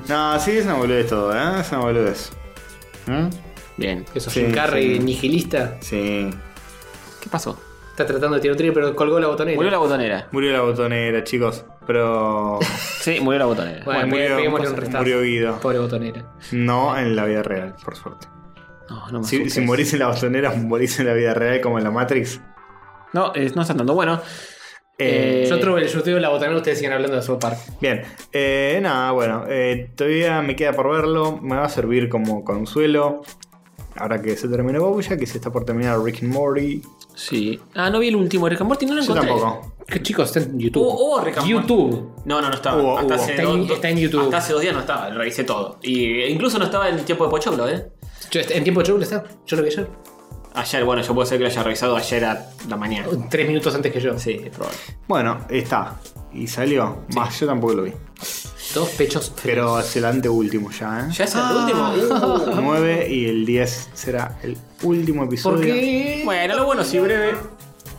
No, sí, es una boludez todo, ¿eh? Es una boludez. ¿Mm?
Bien.
Eso,
Sí,
Jim Carrey,
sí.
nigilista.
Sí.
¿Qué pasó?
Está tratando de tirar un tiro, pero colgó la botonera.
Murió la botonera.
Murió la botonera, chicos. Pero.
Sí, murió la botonera.
Bueno,
Bueno,
pe-
murió-
peguémosle un restazo.
murió Guido.
Pobre botonera.
No en la vida real, por suerte.
No, no me
Si,
asustes.
si morís en la botonera, morís en la vida real como en la Matrix.
No, eh, no está tanto. Bueno, Eh,
Yo trobo el YouTube de la botonera, ustedes siguen hablando de South Park.
Bien, eh, nada, bueno, eh, todavía me queda por verlo, me va a servir como consuelo. Ahora que se terminó Bobuya, que se está por terminar Rick and Morty.
sí. Ah, no vi el último Rick and Morty, no lo
Yo
encontré.
tampoco.
¿Qué chicos está en YouTube?
Oh, oh, Rick and Morty.
YouTube.
No, no, no estaba.
Hubo,
hasta,
hubo.
Hace
Está
dos-
en-
dos-
está en YouTube.
hasta hace dos días no estaba, lo revisé todo. Y eh, incluso no estaba en tiempo de Pochoclo, ¿eh?
Yo- en tiempo de show está. Yo lo vi ayer.
Ayer, bueno, yo puedo ser que lo haya revisado ayer a la mañana.
Tres minutos antes que yo.
Sí, es probable. Bueno,
Bueno, está. Y salió. Bah, yo tampoco lo vi.
Dos pechos.
Pero es el anteúltimo ya, ¿eh?
¿ya es
Ah.
el último?
El 9 y el 10 será el último episodio.
¿Por qué?
Uh, Bueno, lo bueno, si breve.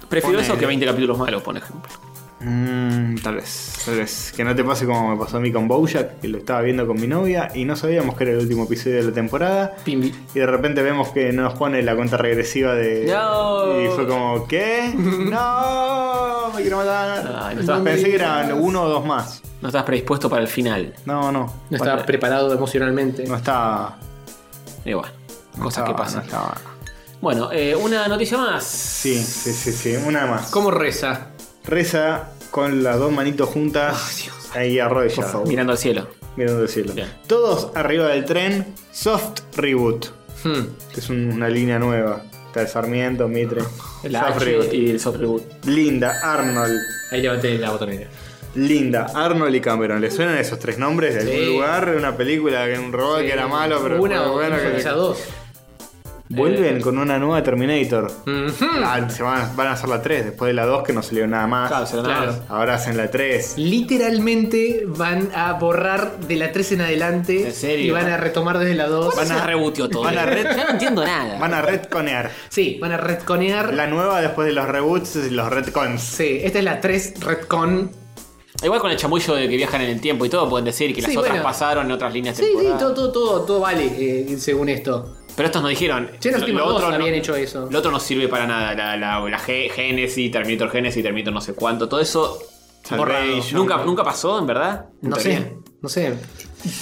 Prefiero eso
Ponele.
que 20 capítulos malos, por ejemplo.
Mm, tal vez, tal vez. Que no te pase como me pasó a mí con Bojack, que lo estaba viendo con mi novia y no sabíamos que era el último episodio de la temporada.
Pimbi.
Y de repente vemos que nos pone la cuenta regresiva de.
No.
Y fue como, ¿qué? ¡No! Me quiero matar.
Ay, no estabas-
Pensé que eran uno o dos más.
No estás predispuesto para el final.
No, no.
No estaba preparado emocionalmente.
No estaba.
Y Eh, bueno,
no
cosas
estaba,
que pasan.
no estaba.
Bueno, eh, una noticia más.
Sí, sí, sí, sí. Una más.
¿Cómo reza?
Reza con las dos manitos juntas. Ahí arrodillado.
Mirando al cielo.
Mirando el cielo.
Bien.
Todos arriba del tren. Soft reboot.
Hmm.
Que es un- una línea nueva. Está de Sarmiento, Mitre.
La
Soft
H
reboot.
y el soft reboot. Ah,
Linda, Arnold.
Ahí levanté la botonera.
Linda, Arnold y Cameron. ¿Le suenan esos tres nombres de
Sí.
algún lugar? Una película, de un robot que era malo, pero
Una
fue
o
bueno que-
quizá dos. Eh.
Vuelven con una nueva Terminator.
Mhm.
Ah, se van, van a hacer la 3, después de la 2 que no salió nada más.
Claro, se lo
Claro.
damos.
Ahora hacen la 3.
Literalmente van a borrar de la 3 en adelante.
¿En serio?
Y van a retomar desde la 2.
Van a rebooteo todo.
van a re-
Yo no entiendo nada.
Van a retconear.
Sí, van a retconear.
La nueva después de los reboots y los retcons.
Sí, esta es la 3 retcon.
Igual con el chamullo de que viajan en el tiempo y todo, pueden decir que las
Sí,
otras
bueno.
pasaron en otras líneas
Sí, sí,
temporales.
todo, todo, todo, todo vale eh, según esto.
Pero estos nos dijeron.
Sí, los
lo-
últimos
lo
dos
otro
habían
no-
hecho eso.
Lo otro no sirve para nada. La, la, la G- Genesis, Terminator Genesis, Terminator no sé cuánto. Todo eso. borrado.
Salvation.
Nunca, nunca pasó, en verdad. En
No
teoría.
sé, no sé.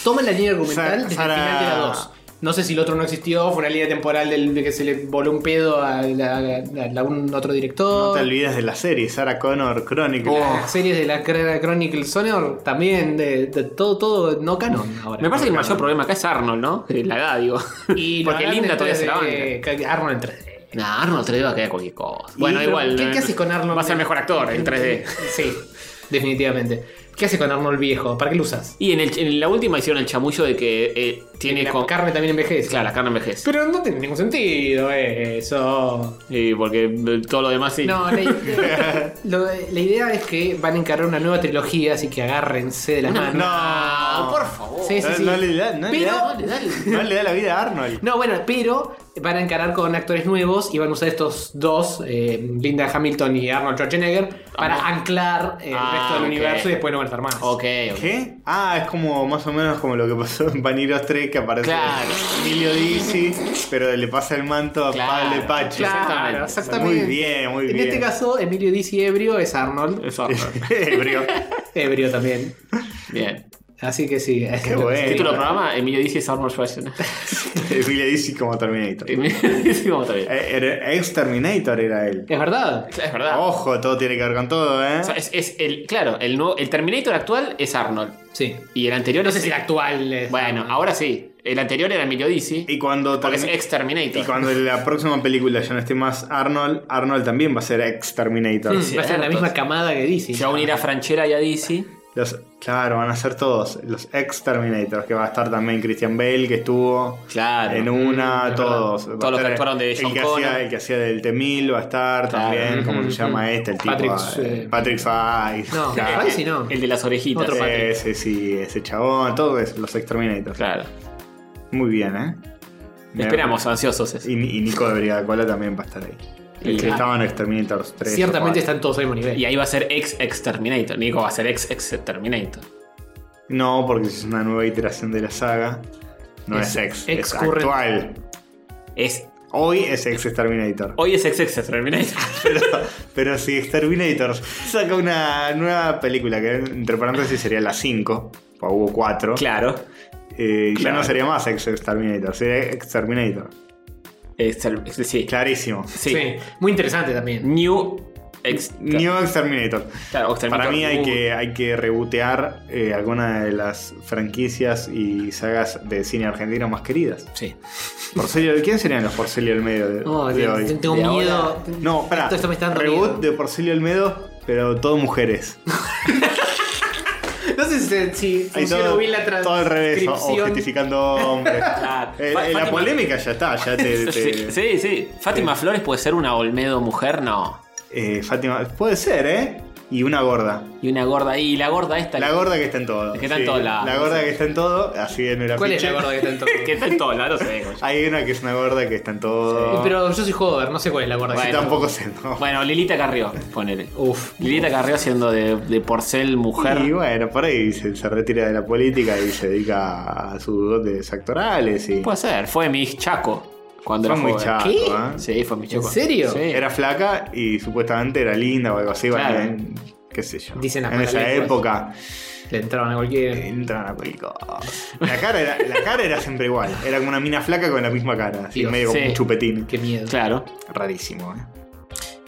Toma la línea argumental
Sa-
desde
Sara-
el final de la 2. No sé si el otro no existió, fue una línea temporal del de que se le voló un pedo a, la- a la- a un otro
No
director.
te olvides de la serie, Sarah Connor Chronicle.
Las
Oh.
series de la Cr- Chronicle Sonor también, de, de todo, todo no canon ahora.
Mm, Me parece que el mayor problema acá es Arnold, ¿no? Que La edad, digo.
Y lo
Porque
harán
Linda
en
todavía se la
3D,
banca.
que Arnold en 3D.
Nah, Arnold 3D va a quedar cualquier cosa. Bueno,
Y- pero
igual.
¿Qué,
eh,
qué haces con Arnold?
Va a ser mejor actor en 3D.
Sí, definitivamente. ¿Qué haces con Arnold viejo? ¿Para qué lo usas?
Y en, el- en la última hicieron el chamullo de que eh, tiene.
La
con-
carne también envejece.
Claro, la carne envejece.
Pero no tiene ningún sentido eso.
Y porque eh, todo lo demás sí.
No, la, i- lo- la idea es que van a encargar una nueva trilogía, así que agárrense de las
Una-
manos.
No,
por favor.
Sí, sí,
No-
sí.
no le da- no le
pero,
da- No le da la vida a Arnold.
No, bueno, pero van a encarar con actores nuevos y van a usar estos dos, eh, Linda Hamilton y Arnold Schwarzenegger, para anclar eh, el
Ah,
resto del
ok.
universo y después no van a estar más.
Ok, ok.
¿Qué? Ah, es como más o menos como lo que pasó en Vaniros 3 que aparece
Claro.
Emilio Dizzy, pero le pasa el manto a
Claro.
Pablo Epache.
Claro,
exactamente.
Muy bien, muy
En
bien.
este caso, Emilio Dizzy ebrio es Arnold.
Es Arnold.
Ebrio.
Ebrio también.
Bien.
Así que sí.
Qué bueno.
Título del programa: Emilio dice es Arnold Schwarzenegger.
Emilio Dizzy como Terminator. Eh,
Emilio dice como está bien.
era- Ex Terminator era él.
Es verdad.
Es verdad.
Ojo, todo tiene que ver con todo, ¿eh?
Ah. O sea, es, es el, claro, el, nuevo, el Terminator actual es Arnold.
Sí.
Y el anterior
No
es
sé si el actual. es-
Bueno, ahora sí. El anterior era Emilio Dizzy.
Y cuando
Porque es
Termi-
Exterminator.
Y cuando en la próxima película ya no esté más Arnold, Arnold también va a ser ex Terminator.
Mm, Va a estar en la misma camada que Dizzy.
Se va a unir a Franchera y a Dizzy.
Los- claro, van a ser todos los ex Terminators, que va a estar también Christian Bale, que estuvo
Claro. Mm,
en una,
es
todos.
verdad.
Va
Todos
a
los
estar
que actuaron de John
el que,
Connor.
hacía, el que hacía del T-1000 va a estar
Claro. Mm,
también, ¿cómo se
Ujú,
llama este? El tipo,
Patrick,
eh,
eh,
Patrick Swayze.
No,
Claro.
Ay, sí, no.
El de las orejitas.
Otro Patrick.
Ese, sí, ese chabón, todos esos, los Exterminators.
Eh, Claro.
Muy bien, ¿eh? Me-
Esperamos, ansiosos.
Y, y Nico de Brigacola también va a estar ahí. El
Y-
que estaban en Exterminators 3. o 4.
Ciertamente están todos al mismo nivel.
Y ahí va a ser ex Exterminator. Nico va a ser ex Exterminator.
No, porque es una nueva iteración de la saga. No
Es
es, ex,
ex
es
current.
actual.
Es,
Hoy es ex Exterminator.
hoy es ex Exterminator.
Pero, pero si Exterminator saca una nueva película, que entre paréntesis sería la 5, o hubo 4,
claro.
ya
Claro.
no sería más ex Exterminator, sería Exterminator.
Exter- sí.
Clarísimo.
Sí.
Sí. Muy interesante también.
New ex.
New Exterminator.
claro, Exterminator.
Para mí hay
Uh,
que, hay que rebotear eh, alguna de las franquicias y sagas de cine argentino más queridas.
Sí.
Porcelio, ¿Quién serían los Porcelio Olmedo de,
No,
de hoy?
Oh, tengo
De
miedo.
No, espera.
Esto, esto me está dando
Reboot
miedo.
de Porcelio Olmedo, pero todo mujeres.
No sé si, si
Hay
funciona
todo,
bien la
todo al revés, o-
transcripción. Ah,
objetificando hombres.
Claro.
Eh,
Fa-
eh, la
Fátima-
polémica ya está, ya te.
Sí,
te-
sí, sí. Fátima Flores puede ser una Olmedo mujer, no.
eh, Fátima, puede ser, ¿eh? Y una gorda.
Y una gorda. Y la gorda esta.
La
que-
gorda que está en todo.
Es que está en todos lados.
La gorda que está en todo, así en el
¿Cuál es la
afiche.
gorda que está en todo?
Que está en todos lados, no sé. cómo se llama.
Hay una que es una gorda que está en todo.
Eh, Pero yo soy joder, no sé cuál es la gorda que
Así
Bueno.
tampoco sé, ¿no?
Bueno, Lilita Carrió, ponele.
Uf.
Lilita Carrió siendo de, de porcel mujer.
Y bueno, por ahí se, se retira de la política y se dedica a sus dotes actorales y.
Puede ser, fue Miss Chaco. Cuando
Fue
era
muy
joven.
chato,
¿Qué?
¿eh?
Sí, fue Miss Chaco.
¿En serio?
Sí.
Era flaca y supuestamente era linda o algo así,
Claro.
bueno, en- qué sé yo.
Dicen las
en esa
malas lenguas.
época
Le entraban a cualquiera.
entran a cualquier cosa. La cara, era, la cara era siempre igual, era como una mina flaca con la misma cara, así
Dios,
medio como
sí.
un chupetín.
Qué miedo.
Claro,
Rarísimo, ¿eh?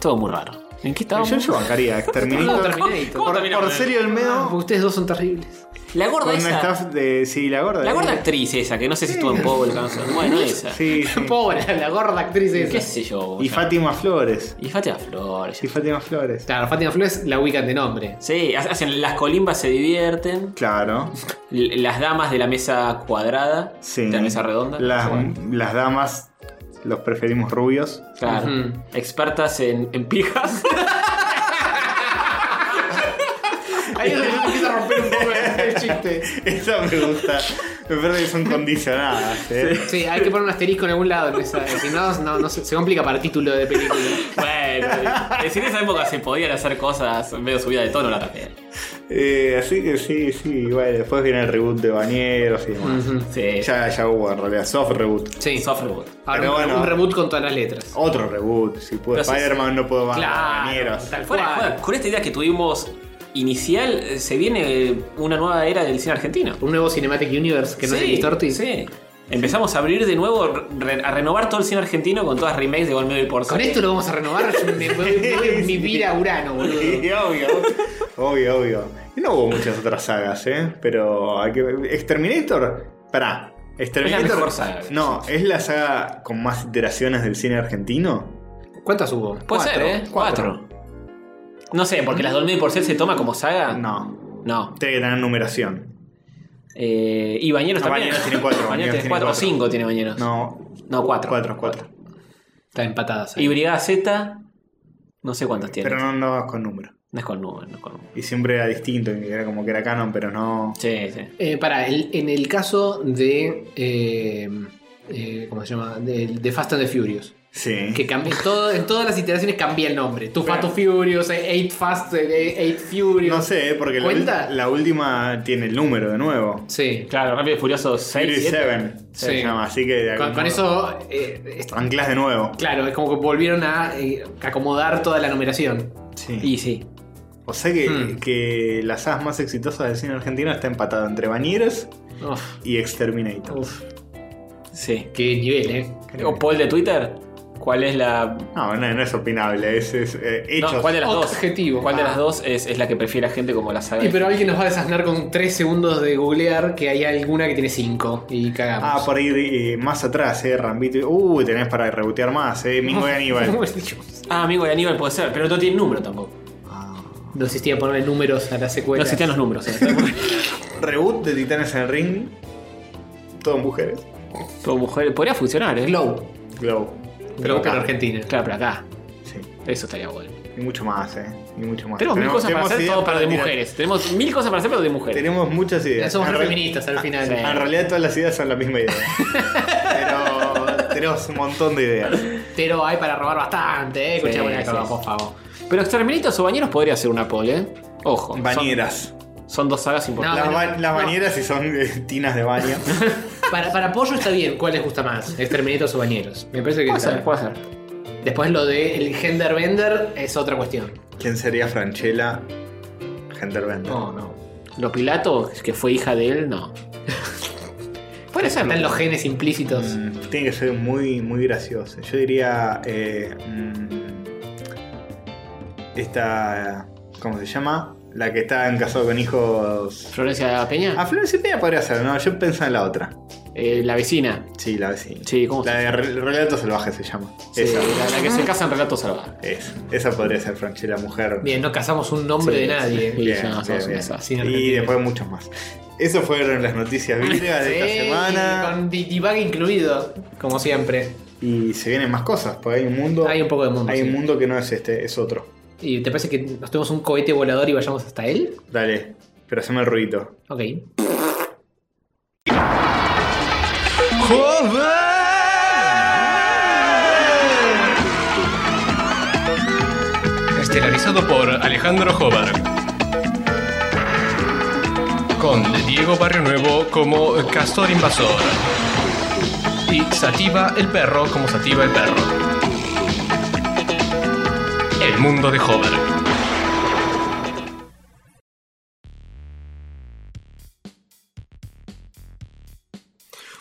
todo muy raro. ¿En qué estábamos?
Yo, yo bancaría Exterminator.
Terminator.
¿Cómo
Por,
terminamos?
por serio el
Ah,
medio.
ustedes dos son terribles.
La gorda
Con un
esa.
staff de. Sí, la gorda.
La
¿eh?
gorda actriz esa, que no sé si estuvo en Power no sé. Bueno, esa.
Sí, sí.
Pobre, la gorda actriz
¿Qué
esa.
sé yo?
Y
ya.
Fátima Flores.
Y Fátima Flores.
Y Fátima Flores.
Claro, Fátima Flores la ubican de nombre.
Sí, ha- hacen las colimbas se divierten.
Claro.
l- Las damas de la mesa cuadrada.
Sí.
De la mesa redonda.
Las,
Bueno,
las damas los preferimos rubios.
Claro.
Ujú.
Expertas en, en pijas.
Ahí es donde yo empiezo a romper un poco el chiste.
Esa me gusta. Me parece que son condicionadas. ¿eh?
Sí, hay que poner un asterisco en algún lado. en esa- eh, Si no, no, no se, se complica para título de película.
eh, Bueno, en esa época se podían hacer cosas medio subida de tono la también.
Eh, así que sí, sí, bueno, después viene el reboot de bañeros y demás.
Ujú.
Sí,
ya, ya hubo en realidad soft reboot.
Sí.
Softwood.
Ahora
Pero
un,
bueno.
un reboot con todas las letras.
Otro reboot, si puedo.
Pero sí,
Spider-Man no puedo más.
Claro,
bañeros.
tal
Fuera de
cual.
joda, con esta idea que tuvimos inicial, eh, se viene eh, una nueva era del cine argentino.
Un nuevo Cinematic Universe que no es de Luis Torti.
sí. Empezamos a abrir de nuevo, re- a renovar todo el cine argentino con todas remakes de Olmedo y Porza.
Con esto lo vamos a renovar. me, me, me voy en mi vida a Urano, boludo.
Sí, obvio. obvio, obvio. Y no hubo muchas otras sagas, ¿eh? Pero hay que... Exterminator, pará. Exterminator.
Es la mejor saga.
No, es la saga con más iteraciones del cine argentino.
¿Cuántas hubo?
Puede ser, ¿eh? Cuatro. No sé, porque las de Olmedo y Porcel se toma como saga.
No.
No.
Tiene que tener numeración.
Eh, y Bañeros
No,
también.
Bañeros tiene cuatro, Bañeros
Bañeros tiene
tiene
cuatro. O
cuatro.
cinco tiene Bañeros.
No.
No, cuatro.
Cuatro, cuatro.
Está empatadas. ahí.
Y Brigada Z, no sé cuántos tiene.
Pero no, no vas con número.
No es con número, no es con número.
Y siempre era distinto, y era como que era canon, pero no.
Sí, sí.
Eh, para, el- en el caso de. eh, eh, ¿Cómo se llama? De, de Fast and the Furious.
Sí.
Que cambió, todo, en todas las iteraciones cambia el nombre. Too Fast to Furious, eh, Eight Fast, eh, Eight Furious.
No sé, ¿eh? porque la,
¿Cuenta?
ul- la última tiene el número de nuevo.
Sí.
Claro, Rápido y Furioso 6.
Fury 7 se
Sí.
llama, así que de
Con,
algún
con
modo
eso. eh, es-
anclas de nuevo.
claro, es como que volvieron a eh, acomodar toda la numeración.
Sí.
Y sí.
O sea que,
Hmm.
que las sagas más exitosas del cine argentino está empatado entre Bañeros
Uf,
y Exterminator.
uf,
Sí.
qué nivel, ¿eh?
O poll de Twitter, ¿cuál es la.
No, no, no es opinable, es, es, eh, hechos.
No, ¿Cuál de las dos?
Objetivo.
¿Cuál de
Ah.
las dos es, es la que prefiere la gente como la saga?
Y pero alguien nos va a desasnar con 3 segundos de googlear que hay alguna que tiene 5 y cagamos.
Ah, por ir eh, más atrás, eh, Rambito. Uy, tenés para rebotear más, eh, Mingo y Aníbal.
Ah, amigo de Aníbal puede ser, pero no tiene número tampoco.
No existía ponerle números a la
No
secuela.
existían los números.
Reboot de Titanes en el Ring. Todo mujeres.
Todo mujer. Podría funcionar, ¿eh?
Glow.
Glow.
Glow que en
acá.
Argentina.
Claro, pero acá.
Sí.
Eso estaría bueno.
Y mucho más, eh. Y mucho más.
Tenemos, mil cosas para hacer,
ideas
todo para de
tirar.
mujeres. Tenemos mil cosas para hacer, pero de mujeres.
Tenemos muchas ideas.
Somos
En
re
real- Ah,
feministas al final.
En realidad todas las ideas son la misma idea. Pero tenemos un montón de ideas.
Pero hay para robar bastante, eh. Escuchá,
Sí,
bueno, acá
sí,
abajo,
sí.
por favor.
Pero Exterminitos o Bañeros podría ser una pole, ¿eh? Ojo. son- Ah,
Bañeras.
Son, dos sagas importantes.
las
bueno,
ba- las
no.
bañeras sí son eh, tinas de baño.
Para, para pollo está bien, ¿cuál les gusta más? Exterminitos o bañeros. Me parece que
Puede
está
ser,
bien.
puede ser.
Después lo de el gender bender es otra cuestión.
¿Quién sería Franchella? Genderbender.
Oh,
No, no.
Lo Pilato, que fue hija de él, no. puede ser.
Están los genes implícitos.
Mm, tiene que ser muy, muy gracioso. Yo diría. eh, mm, esta. ¿Cómo se llama? La que está en casado con hijos.
Florencia Peña.
A Florencia Peña podría ser, no, yo pensaba en la otra.
Eh, la vecina.
Sí, la vecina.
Sí, ¿cómo se
La de Re- Relato Salvaje se llama.
Sí,
Esa.
Eh, la, la que se casa en relato salvaje.
Es- esa podría ser Franchella mujer.
Bien, no cazamos un nombre de nadie.
Sí,
Bien,
ya,
bien,
somos un
bien.
desastre.
Sí, en
Y
Argentina. Ah,
después muchos más. Eso fueron las noticias virgas de esta
Sí,
semana.
Con Ditibag incluido, como siempre.
Y se vienen más cosas, porque hay un mundo.
Hay un poco de mundo.
hay
sí.
un mundo que no es este, es otro.
¿Y te parece que nos tomemos un cohete volador y vayamos hasta él?
Dale, pero haceme el ruido.
Ok.
Estelarizado por Alejandro Jobar. Con Diego Barrio Nuevo como Castor Invasor. Y Sativa el Perro como Sativa el Perro. El mundo de Jobar.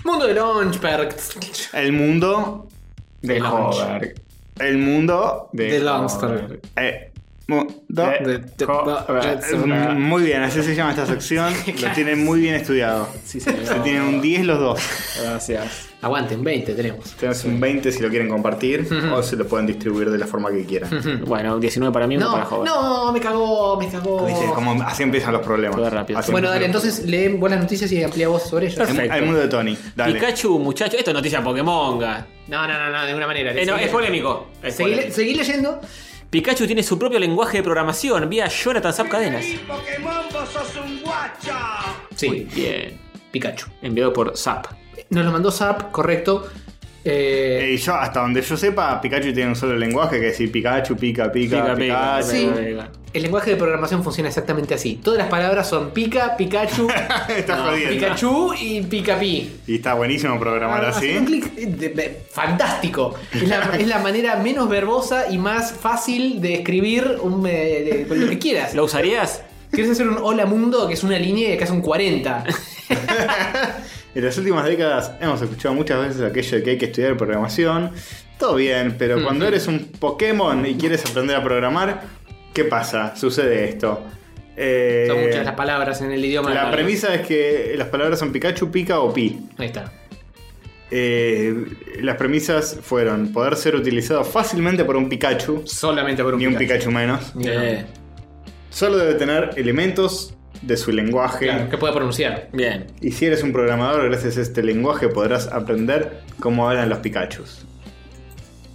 Mundo de Launchpad.
El mundo
De
Hover. El mundo
De Launchpad.
Eh, mundo de- Mm,
Pero
Muy bien, así se llama esta sección. Lo tienen muy bien estudiado.
Sí, señor.
Se tienen un 10 los dos.
Gracias.
Aguanten, 20 tenemos.
Tenés un 20 si lo quieren compartir o se lo pueden distribuir de la forma que quieran.
Bueno, 19 para mí, uno para
No,
joven.
no, me cagó, me cagó.
Viste, como así empiezan los problemas.
Todo rápido.
Así
Oh. Bueno, dale,
empiezan
entonces leen buenas noticias y amplía vos sobre ellos.
los problemas.
Perfecto.
Al mundo de Tony. Dale.
Pikachu, muchacho. Esto es noticia Pokémon. ga.
No, no, no, no, de ninguna manera.
Eh, no, es polémico. Es
Seguí,
polémico.
seguí leyendo.
Pikachu tiene su propio lenguaje de programación vía Jonathan Zap Cadenas.
Pokémon, vos sos un guacha.
Sí,
Bien.
Pikachu.
Enviado por Zap.
Nos lo mandó Zap, correcto. Eh,
Eh, y yo, hasta donde yo sepa, Pikachu tiene un solo lenguaje que decir Pikachu, pica, pica,
Pica, pica,
Pikachu.
sí,
venga.
el lenguaje de programación funciona exactamente así. Todas las palabras son pica, Pikachu,
Estás jodiendo.
Pikachu y pica pi.
Y está buenísimo programar
Hacer un
así.
clic, eh, de- de- fantástico. Es la, es la manera menos verbosa y más fácil de escribir un, eh, de- con lo que quieras.
¿Lo usarías?
¿Quieres hacer un hola mundo que es una línea y acá es un 40?
En las últimas décadas hemos escuchado muchas veces aquello de que hay que estudiar programación. Todo bien,
Mm.
pero cuando eres un Pokémon y quieres aprender a programar, ¿qué pasa? Sucede esto. Eh,
Son muchas las palabras en el idioma.
la
Claro.
premisa es que las palabras son Pikachu, pica o pi.
Ahí está.
Eh, las premisas fueron poder ser utilizado fácilmente por un Pikachu,
Solamente por un
ni un Pikachu menos.
Ni uno.
Eh,
Solo debe tener elementos de su lenguaje.
Claro, que pueda pronunciar.
bien.
Y si eres un programador, gracias a este lenguaje podrás aprender cómo hablan los Pikachus.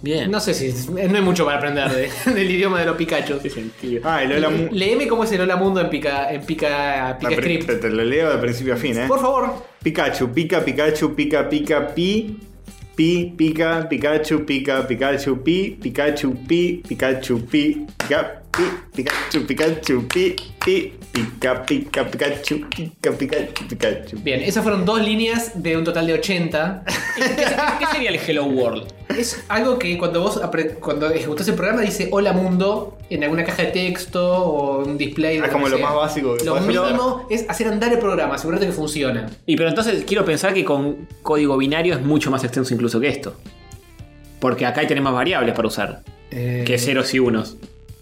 Bien.
No sé si. No hay mucho para aprender de- del idioma de los Pikachu.
Ah, el hola mu-
Leeme cómo es el Hola Mundo en Pica, en Pica,
Ah,
Pica
pero-
Script.
pero Te lo leo de principio a fin, ¿eh?
Por favor.
Pikachu, pica, Pikachu, pica, pica, pi. Pi, pica, Pikachu, pica, Pikachu, pi, Pikachu, pi, Pikachu, pi, pica, pi, Pikachu, Pikachu, pi, pi, pica, pica, Pikachu, pica, Pikachu, Pikachu.
Bien, esas fueron dos líneas de un total de 80.
¿Qué sería el Hello World?
Es algo que cuando vos apre- cuando ejecutás el programa dice Hola Mundo en alguna caja de texto o un display.
Ah,
que
como lo
sea.
más básico que
Lo
podés hacer.
mínimo es hacer andar el programa, asegurarte que funciona.
Y pero entonces quiero pensar que con código binario es mucho más extenso incluso que esto. Porque acá tenemos variables para usar.
Eh,
Que ceros y unos.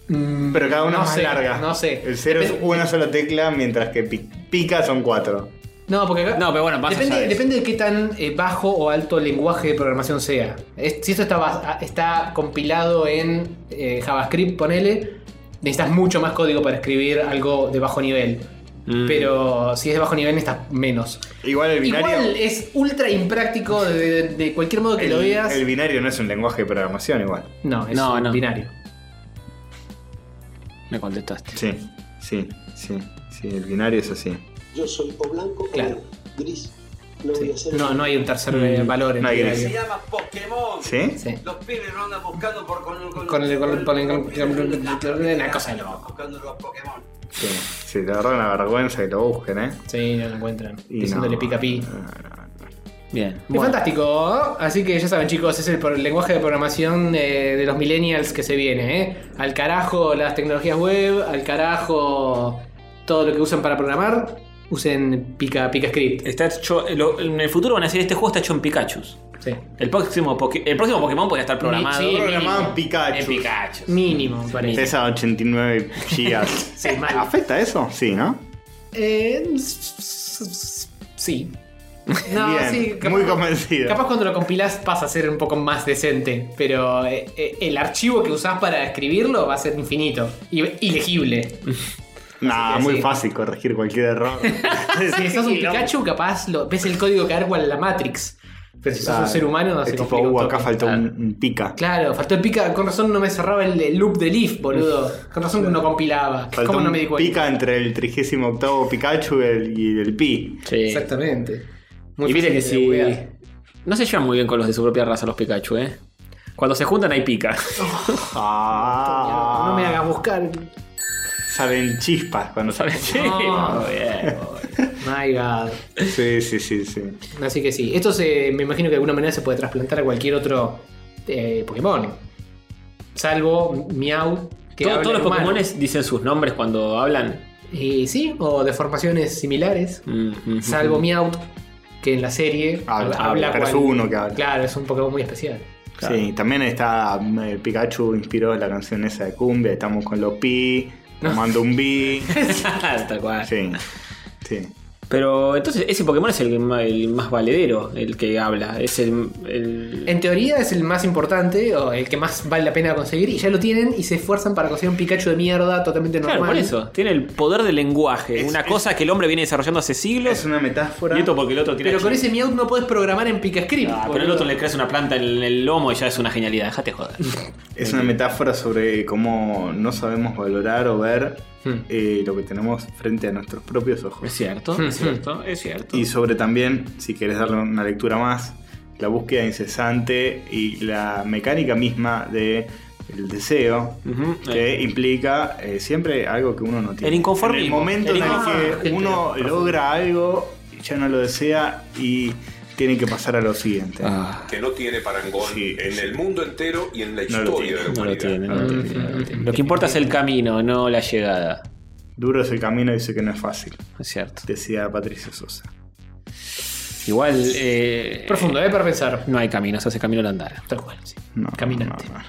mm,
Pero cada una
no
es más
sé,
larga.
No sé.
El cero es
Depende-
una sola tecla, mientras que pi- pica son cuatro.
No, porque acá.
No, pero bueno, más allá
depende,
de eso.
depende de qué tan eh, bajo o alto el lenguaje de programación sea. Es- si esto está, bas- está compilado en eh, JavaScript, ponele, necesitas mucho más código para escribir algo de bajo nivel.
Mm.
Pero si es de bajo nivel, necesitas menos.
Igual el binario.
Igual es ultra impráctico de, de- de cualquier modo que
el,
lo veas.
el binario no es un lenguaje de programación, igual.
No, es
No,
un
no.
binario.
Me contestaste.
Sí, sí, sí, sí, el binario es así.
Yo soy o blanco
Claro.
o negro. gris. No voy a
Sí.
hacer
No, no hay un tercer eh, valor en
Mm, no hay
el
gris.
binario.
Se llama Pokémon.
¿Sí?
Sí.
Los pibes lo andan buscando por con con
Con el- con el- con el- con el- con el-
Los
con el- una cosa de loco.
buscando los Pokémon.
Sí, sí, la verdad una vergüenza que lo busquen, ¿eh?
Sí, no lo encuentran.
Y
Diciéndole
no. eh,
pica pi.
Bien.
Es fantástico, así que ya saben chicos, es el, pro- lenguaje de programación eh, de los millennials que se viene, ¿eh? Al carajo las tecnologías web, al carajo todo lo que usan para programar, usen Pica, Pica Script.
Está hecho, lo- en el futuro van a decir, este juego está hecho en Pikachus.
Sí.
El próximo, Poké- el próximo Pokémon podría estar programado
Sí,
Programaban
mínimo.
en
Pikachu.
Pikachu.
Mínimo, me parece.
Pesa 89 gigas.
Sí, mal.
¿Afecta eso? Sí, ¿no?
Eh, s- s- s- sí. No,
Bien,
sí, capaz-
muy convencido.
Capaz cuando lo compilás pasa a ser un poco más decente, pero eh, eh, el archivo que usás para escribirlo va a ser infinito y ilegible.
Nah,
Así que
muy
sí.
fácil corregir cualquier error.
Si sos un Pikachu, capaz lo- ves el código que árbol en la Matrix. Pero si sos un ser humano, no
es
se
tipo,
complica un
uh, acá
toque".
faltó
Claro.
un, un pica.
Claro, faltó el pica. Con razón no me cerraba el el loop de Leaf, boludo. Con razón no compilaba.
Faltó
¿Cómo no
un
me di cuenta?
pica entre el 38 Pikachu y el, y el pi.
Sí.
Exactamente. Muy
Y viste
fácil
que
de
si.
cuidar.
No se llevan muy bien con los de su propia raza, los Pikachu, ¿eh? Cuando se juntan hay pica.
Ah,
No me hagas buscar.
Salen chispas cuando salen.
Sí,
No.
muy bien.
My God.
Sí, sí, sí, sí.
Así que sí. Esto se, me imagino que de alguna manera se puede trasplantar a cualquier otro eh, Pokémon. Salvo Miau. Que
Todo-
habla
todos los
humano.
Pokémon dicen sus nombres cuando hablan.
Y sí, o deformaciones similares.
Mm, mm,
Salvo
mm.
Meowth, que en la serie
Habla, pero es
cual-
uno que habla.
Claro, es un Pokémon muy especial.
Claro.
Sí, también está eh, Pikachu inspiró la canción esa de cumbia, estamos con los pi, tomando un bi.
Tal cual.
Sí, sí.
Pero entonces ese Pokémon es el, que ma- el más valedero, el que habla. Es el. el-
En teoría es el más importante o el que más vale la pena conseguir y ya lo tienen y se esfuerzan para conseguir un Pikachu de mierda totalmente normal.
Claro, por eso. Tiene el poder del lenguaje.
Es-
una
es-
cosa que el hombre viene desarrollando hace siglos.
Es una metáfora.
Y esto porque el otro tiene.
Pero con ese Meowth no puedes programar en PikaScript.
Ah, pero
boludo.
el otro le creas una planta en el lomo y ya es una genialidad. Dejate joder.
Es una metáfora sobre cómo no sabemos valorar o ver
Hmm.
eh, lo que tenemos frente a nuestros propios
es
ojos.
cierto, es cierto, es cierto.
Y sobre también, si querés darle una lectura más, la búsqueda incesante y la mecánica misma de el deseo
Ujú,
que implica eh, siempre algo que uno no tiene.
El inconformismo.
En el momento
El
en el que
inconformismo.
uno logra algo, ya no lo desea y tiene que pasar a lo siguiente.
Ah,
Que no tiene parangón
Sí,
en
sí.
el mundo entero y en la
No lo
historia
tiene,
de la
No lo
humanidad.
tiene, no lo tiene, no lo tiene. Lo que importa es el camino, no la llegada.
Duro es el camino, dice que no es fácil,
Es cierto.
decía Patricio Sosa.
Igual. eh,
Profundo, ¿eh? Para pensar.
No hay camino, se hace camino al andar.
Tal cual, sí.
No,
Caminante.
no, no.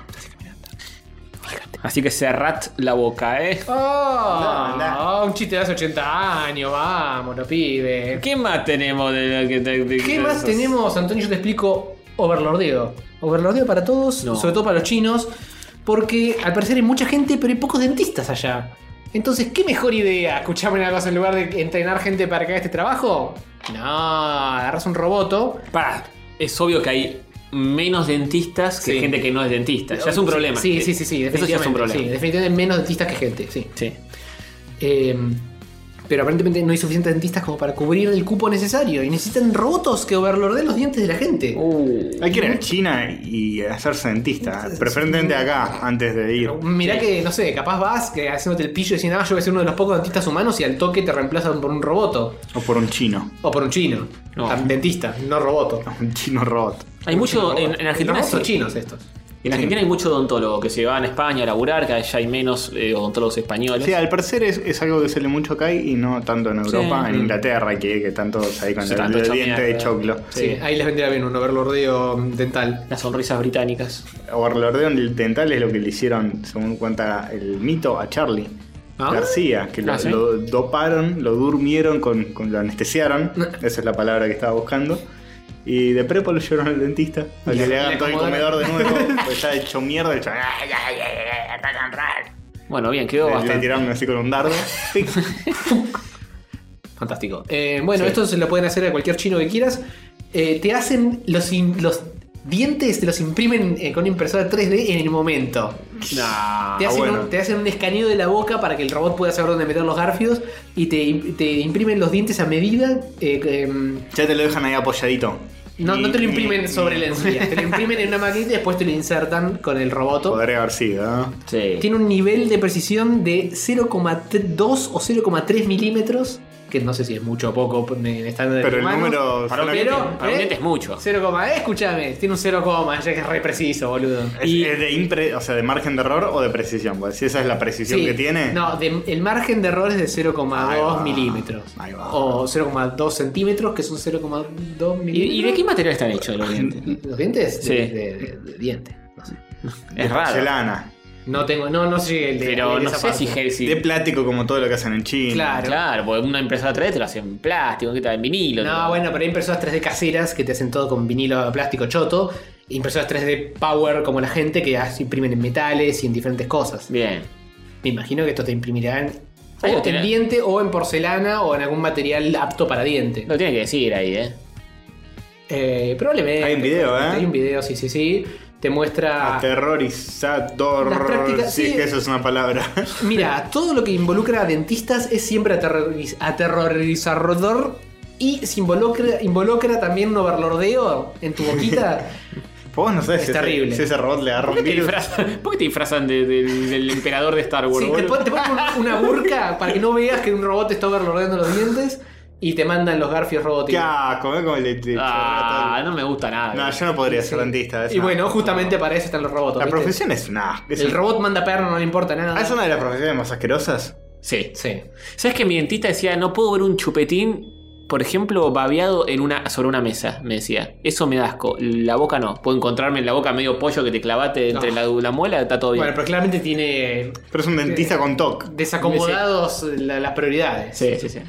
Así que cerrad la boca, ¿eh?
¡Oh! Un chiste de hace 80 años, vamos, los pibes.
¿Qué más tenemos de lo que te- de-
¿Qué
de
más
esos-
tenemos, Antonio? Yo te explico Overlordeo. Overlordeo para todos,
No.
sobre todo para los chinos, porque al parecer hay mucha gente, pero hay pocos dentistas allá. Entonces, ¿qué mejor idea? Escuchame una cosa, en lugar de entrenar gente para que haga este trabajo, no, agarras un roboto.
Pará, es obvio que hay menos dentistas que
Sí.
gente que no es dentista. Ya es un problema.
Sí, sí, sí,
Eso
sí,
ya es
definitivamente.
un problema.
Sí, definitivamente menos dentistas que gente, sí.
Sí.
Eh, pero aparentemente no hay suficientes dentistas como para cubrir el cupo necesario. Y necesitan robotos que overlordeen los dientes de la
Uh,
gente.
Hay que ir a China y hacerse dentista, preferentemente acá, antes de ir.
Mirá que, no sé, capaz vas que haciéndote el pillo y diciendo, ah, yo voy a ser uno de los pocos dentistas humanos y al toque te reemplazan por un roboto.
O por un chino,
O por un chino.
No.
Tam- Dentista, no roboto.
un chino robot.
Hay mucho. En, en Argentina
Los robots son
sí.
chinos estos.
En Argentina hay mucho odontólogo que se van a España a laburar, que allá hay menos eh, odontólogos españoles.
Sí, al parecer es, es algo que sale mucho acá y no tanto en Europa, en Inglaterra, que, que están todos ahí con
Sí,
el,
tanto
el
hecho
diente de
mierda.
choclo.
Sí, ahí les vendría bien un overlordeo mm, dental.
Las sonrisas británicas.
Overlordeo dental es lo que le hicieron, según cuenta el mito, a Charlie
Ah.
García, que lo,
Ah, ¿sí?
lo doparon, lo durmieron, con, con- lo anestesiaron, esa es la palabra que estaba buscando. Y de prepo lo llevaron al dentista, a que le hagan
le
todo el comedor
acomodaron.
de nuevo, pues está hecho mierda, hecho, "Ah",
Bueno, bien, quedó
le- le,
bastante.
tiraron así con un dardo.
Fantástico. Eh, bueno, esto se lo pueden hacer a cualquier chino que quieras. Eh, te hacen los, im- los dientes, te los imprimen eh, con una impresora 3D en el momento.
nah,
Te hacen,
Ah, bueno.
un, te hacen un escaneo de la boca para que el robot pueda saber dónde meter los garfios y te, te imprimen los dientes a medida. eh, em,
Ya te lo dejan ahí apoyadito.
no, no te lo
Y-
imprimen
y-
sobre la encía, te lo imprimen en una maquinita y después te lo insertan con el roboto.
Podría haber sido, ¿eh? ¿no?
Sí.
Tiene un nivel de precisión de 0,2 o 0,3 milímetros, que no sé si es mucho o poco en estándar
Pero el
humanos,
número
Para un
solamente-
diente,
pero,
para un
¿eh?
diente es mucho.
0, eh, escúchame, tiene un 0, ya que es re preciso, boludo.
Es, es de impre- o sea, de margen de error o de precisión. Porque si esa es la precisión
Sí.
que tiene.
No, de- el margen de error es de
Ahí
0,2
va.
milímetros.
Ahí va.
O 0,2 centímetros, que son 0,2 milímetros.
¿Y, y de qué material están hechos los dientes?
¿Los dientes?
Sí.
De, de- de diente. No, sé.
Es raro.
Porcelana.
No tengo, no, no sé el de
Pero
el de
no
esa
sé
parte.
si Helsi.
De plástico como todo lo que hacen en China.
Claro.
Claro, porque una empresa 3 te lo hacen en plástico, que tal, en vinilo. te
No,
lo-
bueno, pero hay impresoras 3D caseras que te hacen todo con vinilo plástico choto. e Impresoras 3D Power como la gente que las imprimen en metales y en diferentes cosas.
Bien.
Me imagino que esto te imprimirán o
Ahí lo
en
tenés.
diente o en porcelana o en algún material apto para diente.
Lo tiene que decir ahí, ¿eh?
Eh, probablemente.
Hay un video, ¿eh?
Hay un video, sí, sí, sí. Te muestra. Las
Aterrorizador.
prácticas,
Sí,
sí.
que eso es una palabra.
Mira, todo lo que involucra a dentistas es siempre aterroriz- aterrorizador. Y si involucra, involucra también un overlordeo en tu boquita.
Vos no sabés
Es
si ese-
terrible.
si ese robot le agarra
¿Por qué
un
te
virus.
disfrazan, ¿por qué te disfrazan de- de- del emperador de Star Wars?
Sí, te,
boludo?
pon- te ponen un- una burca para que no veas que un robot te está overlordeando los dientes y te mandan los garfios
Qué
robóticos.
asco, ¿eh? Como le- le-
Ah, no me gusta nada.
No, yo no podría ser dentista. es
Y
una-
bueno, justamente para eso están los robots.
La
¿viste?
profesión es una. Es,
El
un-
robot manda perro, no le importa nada.
Ah, es una de las profesiones más asquerosas.
Sí.
Sí.
¿Sabes que mi dentista decía, no puedo ver un chupetín, por ejemplo, babeado en una, sobre una mesa? Me decía, eso me da asco. La boca no. Puedo encontrarme en la boca medio pollo que te clavaste entre
No.
la, la muela, está todo bien.
Bueno, pero claramente tiene
Pero es un dentista con TOC.
desacomodados la- las prioridades.
sí, sí, sí.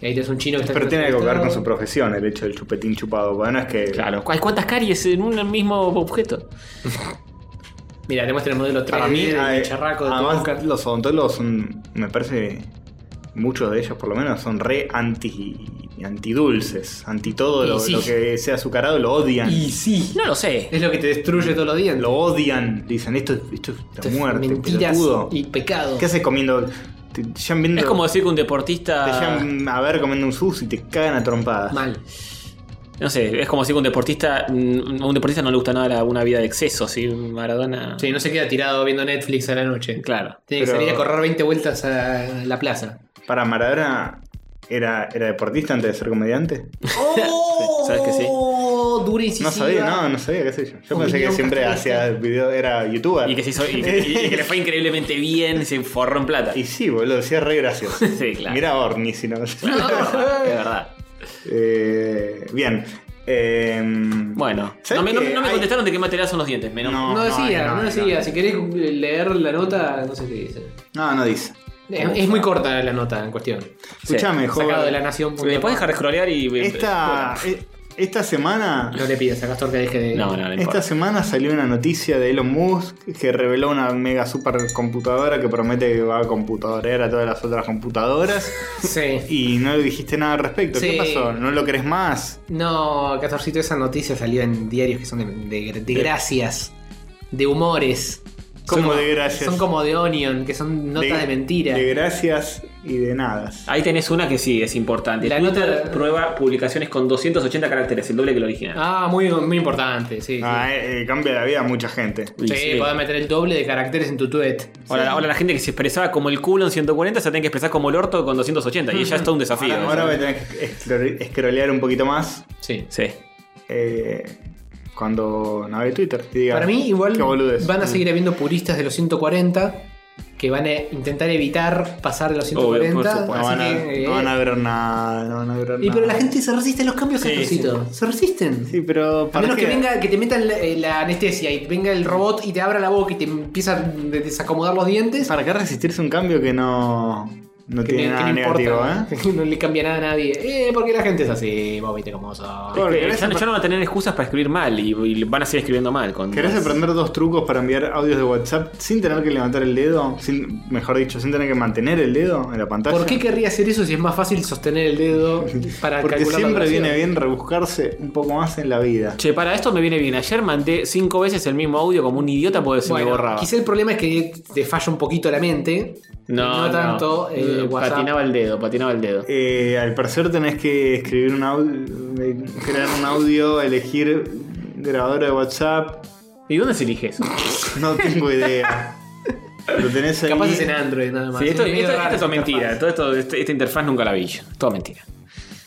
Y ahí tienes un chino que está.
Pero tiene algo que ver con su profesión, el hecho del chupetín chupado. Bueno, es que.
Claro. ¿Cu- ¿Cuántas caries en un mismo objeto?
Mira, te muestra el modelo 3
Para mí,
el
eh,
charraco de tu
además,
boca.
los odontólogos son, me parece, muchos de ellos por lo menos, son re anti antidulces, anti todo
Y
lo,
sí.
lo que sea azucarado, lo odian.
Y sí.
No lo sé.
Es lo que te destruye todos los dientes.
Lo odian, dicen, esto, esto es la
Esto es
muerte,
mentiras
pelotudo.
y pecado.
¿Qué haces comiendo? Te llevan viendo-
Es como
te
decir que un deportista...
llevan a ver comiendo un sushi y te cagan a trompadas.
Mal.
No sé, es como si un deportista. mm, A un deportista no le gusta nada la- una vida de exceso, si Maradona.
Sí, no se queda tirado viendo Netflix a la noche.
Claro.
Tiene que
Pero-
salir a correr 20 vueltas a la plaza.
Para Maradona, ¿era, era deportista antes de ser comediante?
¡Oh!
¿sabes que sí?
Durísimo.
No sabía, no, no sabía, qué sé yo. Yo pensé que siempre hacía video, era youtuber.
Y que, se hizo- y que- y que le fue increíblemente bien, se forró en plata.
Y sí, boludo, sí es re gracioso.
Sí, claro.
Mirá a Orni, si no.
De verdad.
Eh, bien. Eh,
Bueno,
¿sabes
no me, no-
qué?
no me
Hay-
contestaron de qué material son los dientes, menos.
No.
No decía,
no,
no,
no,
decía.
no.
Si querés leer la nota, no sé qué dice.
No, no dice.
Es, es muy corta la nota en cuestión.
Escuchame,
Sacado de la
joven.
nación.
¿Me puedes dejar de scrollear y.?
Esta, eh, esta semana.
No le pidas a Castor que deje de.
No, no, no importa.
Esta semana salió una noticia de Elon Musk que reveló una mega supercomputadora que promete que va a computadorear a todas las otras computadoras
Sí.
y no le dijiste nada al respecto.
Sí.
¿Qué pasó? ¿No lo crees más?
No, Castorcito, esa noticia salió en diarios que son de, de- de gracias, de humores.
¿Cómo
Son-
de gracias?
Son como de Onion, que son notas de, mentira.
De gracias y de nada.
Ahí tenés una que sí es importante.
La
La Twitter
nota-
prueba publicaciones con 280 caracteres, el doble que el original.
ah, muy, muy importante, sí. sí.
Ah, eh, eh, cambia la vida a mucha gente.
Y
Sí, podés meter el doble de caracteres en tu tweet.
Ahora, ahora la gente que se expresaba como el culo en 140 se tiene que expresar como el orto con 280 y ya es todo un desafío.
Ahora, ahora voy a tener que escro- escrolear un poquito más
Sí.
Sí.
eh, cuando navegue Twitter. y diga,
Para mí, igual
qué boludez. Mm.
van a seguir habiendo puristas de los 140 que van a intentar evitar pasar de los
Obvio, por
140.
supuesto.
No
así
van, a,
que,
no van
eh,
a ver nada. No van a ver
Y pero la
nada.
gente se resiste a los cambios,
Sí,
Castorcito. Se resisten.
Sí, pero
A
¿para
menos que
qué?
venga, que te metan la, eh, la anestesia y venga el robot y te abra la boca y te empieza a de- desacomodar los dientes.
¿Para qué resistirse a un cambio que no, no
que
tiene
no- que
nada
no
negativo,
importa,
eh?
no le cambia nada a nadie. Eh, porque la gente es así, vos viste cómo son.
Jorge,
Eh,
¿querés,
ya, no-
apre-
ya no van a tener excusas para escribir mal y, y van a seguir escribiendo mal. Con
querés
más-
aprender dos trucos para enviar audios de WhatsApp sin tener que levantar el dedo? Sin, mejor dicho, sin tener que mantener el dedo en la pantalla.
¿Por qué querría hacer eso si es más fácil sostener el dedo para
Porque
calcular la
siempre
duración?
viene bien rebuscarse un poco más en la vida.
Che, para esto me viene bien. Ayer mandé cinco veces el mismo audio como un idiota porque se me
Bueno,
borraba.
quizá el problema es que te falla un poquito la mente.
No, no.
tanto eh, WhatsApp.
patinaba el dedo, patinaba el dedo.
Eh, al parecer tenés que escribir un audio, crear un audio, elegir grabadora de WhatsApp.
¿Y dónde se elige eso?
No tengo idea. Lo tenés ahí.
Capaz es en Android nada más.
Sí, esto,
Es medio
esto-
raro
esto
esa
es mentira.
interfaz.
Todo esto, este- esta interfaz nunca la vi yo. Todo mentira.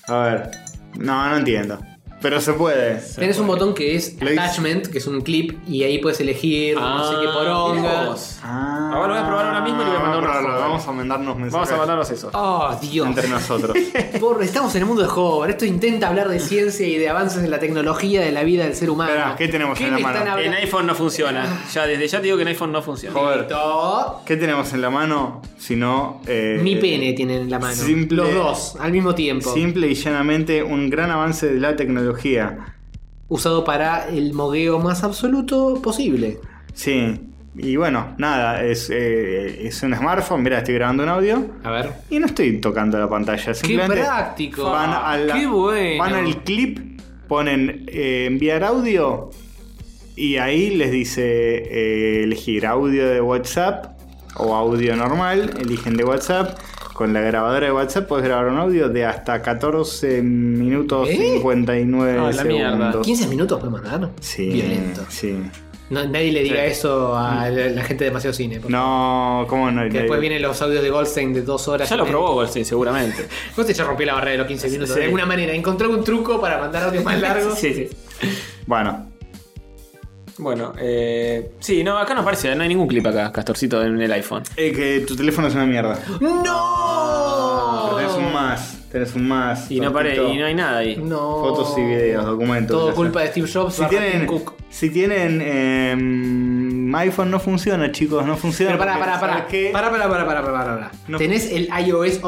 A ver. No, no entiendo. Pero se puede.
Tenés un botón que es
Lo hice.
attachment, que es un clip, y ahí puedes elegir, no sé qué
Ah, mirá
poronga.
vos.
Ah,
Ahora lo voy a probar ahora mismo y le voy a mandar
vamos
una
probarlo,
foto.
Vamos a mandarnos mensajes.
Vamos a mandarnos eso.
Oh, Dios.
entre nosotros.
Por- estamos en el mundo de Hover. Esto intenta hablar de ciencia y de avances en la tecnología de la vida del ser humano.
Esperá, ¿qué tenemos en la
me
mano?
están
En
hablando?
iPhone no funciona. Ya, desde ya te digo que en iPhone no funciona.
Listo.
¿Qué tenemos en la mano? Si no. eh,
Mi pene tiene en la mano.
simple-
Los dos, al mismo tiempo.
Simple y llanamente un gran avance de la tecnología.
Usado para el mogueo más absoluto posible.
Sí. Y bueno, nada, es, eh, es un smartphone. Mira, estoy grabando un audio.
A ver.
Y no estoy tocando la pantalla.
¡Qué
Simplemente
práctico!
van, a la-
¡Qué bueno!
van al clip, ponen eh, enviar audio y ahí les dice eh, elegir audio de WhatsApp o audio normal. Eligen de WhatsApp. Con la grabadora de WhatsApp puedes grabar un audio de hasta 14 minutos
¿Eh?
59
Ah, la mierda.
segundos.
15 minutos puede mandar.
Sí,
Violento.
sí. Mm.
No, nadie le diga eso a la, la gente de demasiado cine. por
No, ¿cómo no?
Que después vienen los audios de Goldstein de dos horas.
Ya lo
y
probó Goldstein, seguramente.
media. Goldstein ya rompió la barrera de los 15 minutos.
Sí.
De alguna manera, encontró un truco para mandar audios más largos.
Sí, sí.
Bueno,
Bueno, eh, sí, no, acá no aparece, no hay ningún clip acá, Castorcito, en el iPhone.
eh, que tu teléfono es una mierda.
¡No! Oh.
Pero tenés un más, tenés un más.
Y no, apare-
tontito.
y no hay nada ahí.
No.
Fotos y videos, documentos.
Todo
ya
culpa
sé.
de Steve Jobs.
Si
barra
tienen,
Tim Cook.
si tienen em, iPhone no funciona, chicos, no funciona.
Pero pará,
porque,
pará, pará.
¿sabes qué?
Pará, pará, pará, pará, pará, pará.
No.
¿Tenés el iOS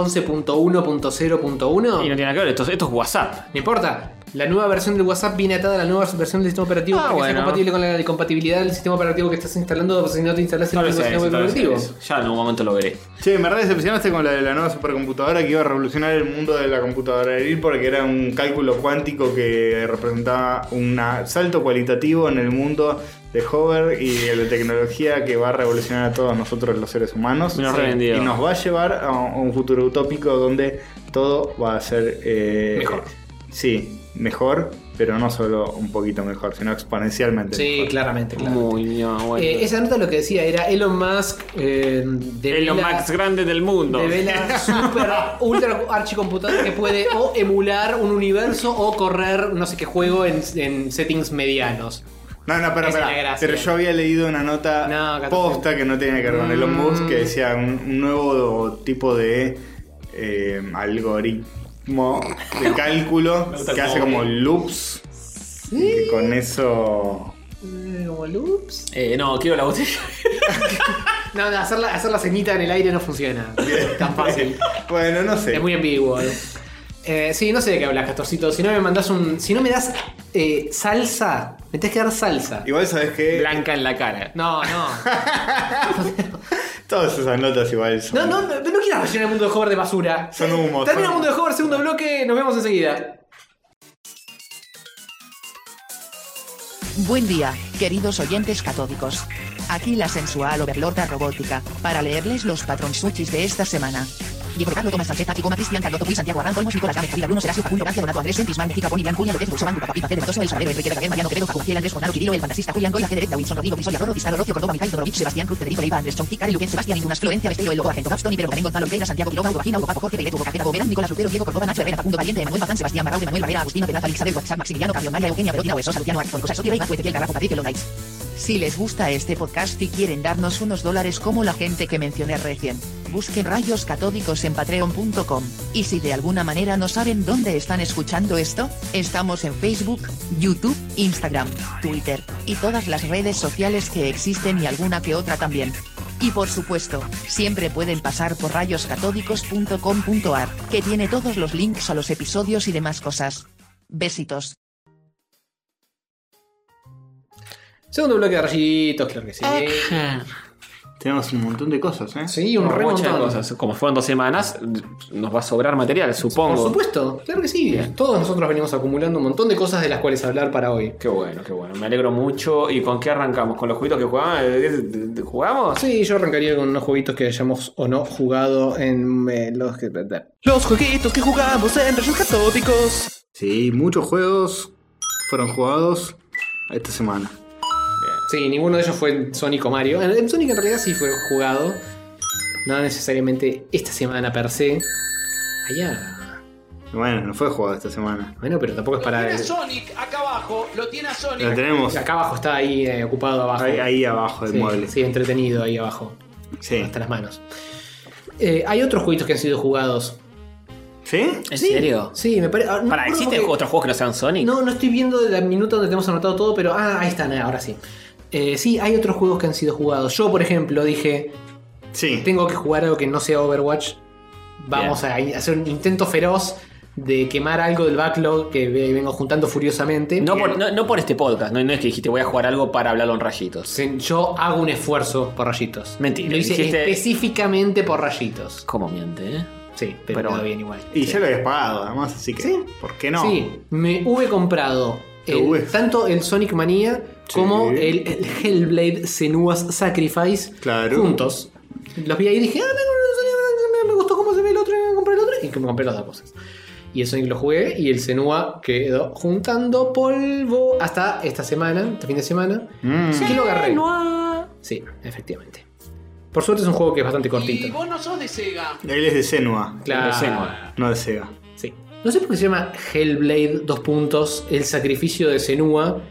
11.1.0.1?
Y no tiene nada que ver, esto, esto es WhatsApp.
No importa. La nueva versión del WhatsApp viene atada a la nueva versión del sistema operativo
Ah,
para que sea
bueno.
compatible con la compatibilidad del sistema operativo que estás instalando o si no te instalas el
Tal vez
nuevo
sea
sistema
eso, tal vez sea
operativo.
eso. Ya en algún momento lo veré.
Che, me re decepcionaste con la de la nueva supercomputadora que iba a revolucionar el mundo de la computadora aeril porque era un cálculo cuántico que representaba un salto cualitativo en el mundo de Hover y de la tecnología que va a revolucionar a todos nosotros los seres humanos.
Me lo revendió.
y nos va a llevar a un futuro utópico donde todo va a ser eh,
Mejor.
Sí. mejor, pero no solo un poquito mejor, sino exponencialmente
Sí,
mejor.
claramente, claro.
Muy bien, bueno.
Eh, esa nota lo que decía era Elon Musk eh, de
es lo
vela-
más grande del mundo.
Devela super ultra archicomputador que puede o emular un universo o correr no sé qué juego en, en settings medianos.
No, no, pero,
Esa es
pero,
la gracia.
pero yo había leído una nota
No, Mm. acá-
posta que no tenía que ver con Elon Musk que decía un, un nuevo tipo de eh, algoritmo de cálculo que hace como loops. Y con eso.
Eh, Como loops.
Eh, no, quiero la botella.
No, no, hacer la, hacer la ceñita en el aire no funciona. Tan fácil.
Bueno, no sé.
Es muy ambiguo. ¿no? Eh, sí, no sé de qué hablas, Castorcito. Si no me mandás un. Si no me das eh, salsa, me tenés que dar salsa.
Igual sabes que
Blanca en la cara.
No, no.
todas esas notas igual son.
No, no, no, no quieras rellenar el mundo de Hover de basura.
Son humos,
Termina
son-
el mundo de Hover, segundo bloque, nos vemos enseguida.
Buen día, queridos oyentes catódicos. Aquí la sensual overlorda robótica, para leerles los patronsuchis de esta semana. Diego Pablo Tomás Sancheta, Chicoma, Cristian, Carlos Topri, Santiago Arán, Colmos, Nicolás Gámez, Javier Bruno, Serasio, Julio, García, Donato, Andrés, Sentis, Man, Mejica, Poni, Blan, Julián, López, Guzmán, Luca, Papi, Pacel, Ventoso, El Sabrero, Enrique, Bataguer, Mariano, Quevedo, Jacob, Fiel, Andrés, Jornado, Quirilo, El Fantasista, Julián, Goya, Federetta, Wilson, Rodrigo, Pisoya, Rorro, Pizarro, Rocio, Córdoba, Mijail, Todorovic, Sebastián, Cruz, Federico, Leiva, Andrés, Chonji, Karen, Luquen, Sebastián, Indunas, Florencia, Besteiro, El Lobo, Argento, Gaston, Ibero, Carmen, Gonzalo, Ortega, Santiago, Quiroga, Hugo, Vagina, Hugo, Papo, Jorge, Bereto, Hugo, Cajera, Gobera, Nicolás Lucero, Diego Córdoba, Nacho Herrera, Facundo, Valiente, Emanuel, Bazán, Sebastián, Barrao, Emanuel, Barrera, Agustina, Pedraza, Elizabeth, WhatsApp, Maximiliano, Carrión, María, Eugenia, Verónica, Huesosa, Luciano, Arzón, Cosas, Sotia, Iván, Fuete, Fiel, Garrafo, Patricio, Lonaiz. Si les gusta este podcast y quieren darnos unos dólares como la gente que mencioné recién, busquen rayos catódicos en patreon.com. Y si de alguna manera no saben dónde están escuchando esto, estamos en Facebook, YouTube, Instagram, Twitter, y todas las redes sociales que existen y alguna que otra también. Y por supuesto, siempre pueden pasar por rayoscatódicos.com.ar, que tiene todos los links a los episodios y demás cosas. Besitos.
Segundo bloque de rayitos, claro que sí.
Tenemos un montón de cosas, ¿eh?
Sí, un re
Muchas
montón.
cosas. Como fueron dos semanas, nos va a sobrar material,
Por
supongo.
supuesto, claro que sí. Todos nosotros venimos acumulando un montón de cosas de las cuales hablar para hoy.
Qué bueno, qué bueno. Me alegro mucho. ¿Y con qué arrancamos? ¿Con los juguitos que jugamos? Eh, ¿Jugamos?
Sí, yo arrancaría con unos jueguitos que hayamos o no jugado en eh, los que.
Los jueguitos que jugamos en Rayos Catódicos.
Sí, muchos juegos fueron jugados esta semana.
Sí, ninguno de ellos fue en Sonic o Mario. En, en Sonic en realidad sí fue jugado. No necesariamente esta semana per se. Allá.
Bueno, no fue jugado esta semana.
Bueno, pero tampoco es para.
Tiene a Sonic acá abajo, lo tiene a
Lo
Sonic.
tenemos
Acá abajo está ahí eh, ocupado abajo.
ahí, ahí abajo del
sí,
mueble.
sí, entretenido ahí abajo.
Sí.
Hasta las manos. Eh, hay otros jueguitos que han sido jugados.
¿Sí?
¿En serio?
Sí, me parece.
Para, ¿existen otros juegos que no sean Sonic?
No, no estoy viendo la minuta donde tenemos anotado todo, pero ah, ahí están, eh, ahora sí. Eh, sí, hay otros juegos que han sido jugados. Yo, por ejemplo, dije,
Sí.
Eh, tengo que jugar algo que no sea Overwatch. Vamos a hacer un intento feroz de quemar algo del backlog que ve- vengo juntando furiosamente.
No por, no, no por este podcast, no, no es que dijiste voy a jugar algo para hablarlo en rayitos.
Se- Yo hago un esfuerzo por rayitos.
Mentira,
Lo hice
dijiste-
específicamente por rayitos.
¿Cómo miente, eh?
Sí, pero,
Pero
quedó
bueno.
bien igual.
Y
Sí.
ya lo habías pagado, además, así que.
Sí.
¿Por qué no?
Sí, me hube comprado
Te
el-
hube.
tanto el Sonic Mania como
Sí.
el, el Hellblade Senua's Sacrifice
Claro.
juntos. Los vi ahí y dije, ah, me, me- me- me gustó cómo se ve el otro, y me compré el otro, y que me compré las dos cosas. Y el Sonic lo jugué y el Senua quedó juntando polvo hasta esta semana, este fin de semana.
Mm.
Así que lo agarré. Sí, efectivamente. Por suerte es un juego que es bastante
Y
cortito.
vos no sos de Sega.
Él es de Senua,
Claro.
no de Sega.
Sí. No sé por qué se llama Hellblade, dos puntos, el sacrificio de Senua.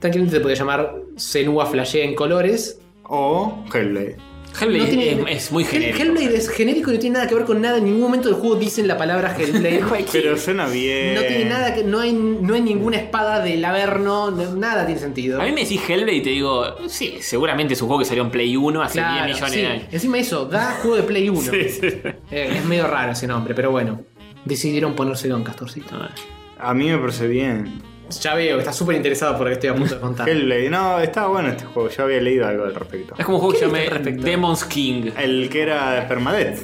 Tranquilamente se puede llamar Senua flashea en colores.
O Hellblade.
Hellblade
No tiene-
es, es muy
Hell-
genérico.
Hellblade es genérico y no tiene nada que ver con nada. En ningún momento del juego dicen la palabra Hellblade.
Pero eh, suena bien.
no tiene nada que. No hay, no hay ninguna espada del Averno. no- nada tiene sentido.
A mí me decís Hellblade y te digo, sí, eh, seguramente es un juego que salió en Play 1 hace
Claro,
10 millones
sí.
de años.
Encima eso, da juego de Play 1. Eh, es medio raro ese nombre, pero bueno. Decidieron ponérselo en Castorcito.
Ah,
A mí me parece bien.
Ya veo, está súper interesado por lo que estoy a punto de contar.
Hellblade. No, estaba bueno este juego. Yo había leído algo al respecto.
Es como un juego que se
viste al
llama
respecto?
Demon's King.
El que era de Permadeath.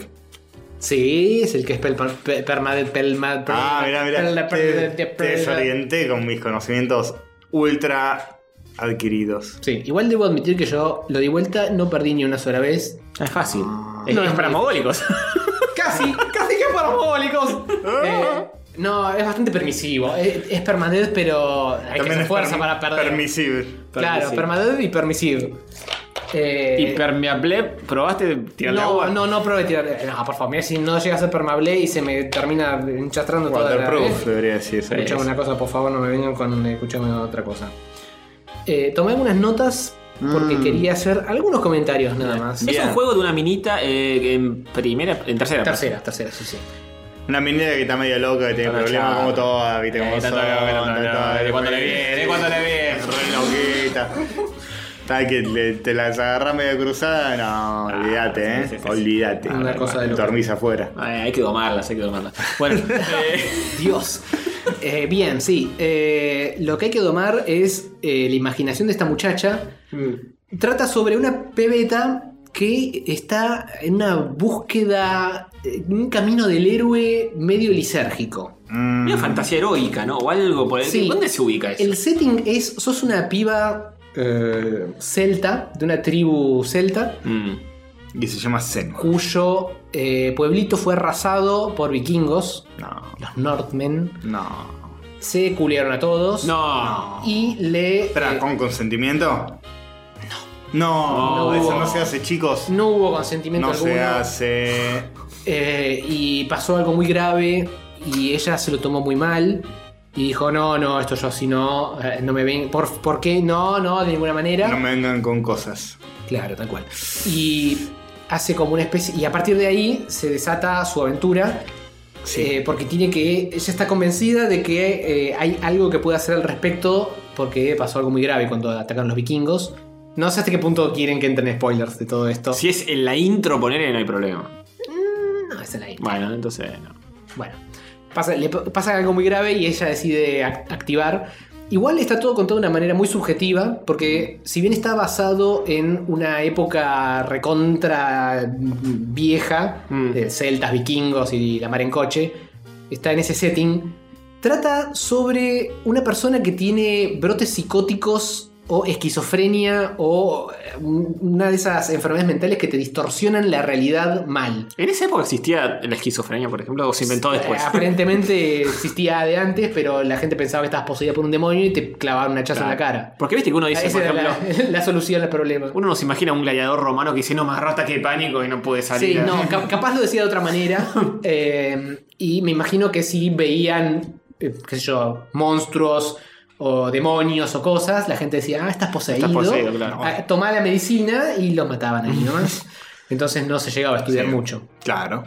Sí, es el que es pelma, pelma, pelma,
Ah, mirá, mirá. Te, te desorienté con mis conocimientos ultra adquiridos.
Sí, igual debo admitir que yo lo di vuelta, no perdí ni una sola vez. Eh,
Es fácil.
No,
no,
es
es para
muy-
mogólicos.
Ah.
Casi, casi que parabólicos. eh, No, es bastante permisivo. Eh, Es, es permanente, pero hay que
También
hacer
es
fuerza
permi-
para perder.
Permisible.
Claro,
Permisible.
permanente y permisivo. Eh,
Impermeable, probaste tirarle
no,
agua.
no, no probé tirar. eh, No, por favor, mira si no llega a ser permeable y se me termina enchastrando toda la
Waterproof, debería decir.
Escuchame una cosa, por favor, no me vengan con eh, escuchame otra cosa. Mm. Eh, tomé algunas notas porque quería hacer algunos comentarios nada más.
Es un juego de una minita eh, en primera, en tercera.
Tercera, tercera, sí, sí.
Una minera que está medio loca, que tiene
Está
problemas
loca.
como toda, viste, como
Eh, está
son,
loca, está
está
loca,
toda-
eh, cuando le viene, eh, cuando le viene.
Re loquita. Tal que le- te las agarras medio cruzada, no, olvídate, eh.
Ah, sí, sí, sí.
Olvídate.
Una cosa de
Te
loco.
Dormís afuera.
Eh, hay que domarlas, hay que domarlas. Bueno, eh,
Dios. Eh, bien, sí. Eh, lo que hay que domar es eh, la imaginación de esta muchacha. Trata sobre una pebeta que está en una búsqueda, eh, un camino del héroe medio lisérgico.
Mm.
una fantasía heroica, ¿no? O algo por el.
Sí.
¿Dónde se ubica eso?
El setting es, sos una piba eh, celta, de una tribu celta,
Mm.
Y se llama Zen.
cuyo eh, pueblito fue arrasado por vikingos,
No,
los Northmen.
no.
Se culiaron a todos.
No.
Y le...
Espera,
eh,
¿con consentimiento? No. No,
No.
eso no se hace, chicos.
No hubo consentimiento
No
alguno.
se hace.
Eh, y pasó algo muy grave y ella se lo tomó muy mal. Y dijo, no, no, esto yo así no, eh, no me ven, ¿por, ¿por qué? No, no, de ninguna manera.
No me vengan con cosas.
Claro, tal cual. Y hace como una especie... Y a partir de ahí se desata su aventura. eh, porque tiene que... Ella está convencida de que eh, hay algo que puede hacer al respecto porque pasó algo muy grave cuando atacaron los vikingos. No sé hasta qué punto quieren que entren spoilers de todo esto.
Si es en la intro, ponerle no hay problema.
No, es en la intro.
Bueno, entonces no.
Bueno, pasa, le pa- pasa algo muy grave y ella decide ac- activar. Igual está todo contado de una manera muy subjetiva, porque si bien está basado en una época recontra mm, vieja,
Mm.
de celtas, vikingos y la mar en coche, está en ese setting, trata sobre una persona que tiene brotes psicóticos o esquizofrenia o eh, un- una de esas enfermedades mentales que te distorsionan la realidad mal.
¿En esa época existía la esquizofrenia, por ejemplo, o se inventó después?
Eh, Aparentemente existía de antes, pero la gente pensaba que estabas poseída por un demonio y te clavaron un hachazo en la cara.
Porque viste que uno dice,
Esa
por
era
ejemplo,
la, la solución al problema.
uno nos imagina un gladiador romano que dice, no, me agarró ataque de pánico y no pude salir.
Sí, no, ca- capaz lo decía de otra manera. eh, y me imagino que si veían, eh, qué sé yo, monstruos o demonios o cosas, la gente decía, ah, estás poseído.
Estás poseído, claro.
Ah, Tomá la medicina y los mataban ahí nomás. Entonces no se llegaba a estudiar
Sí.
mucho.
Claro.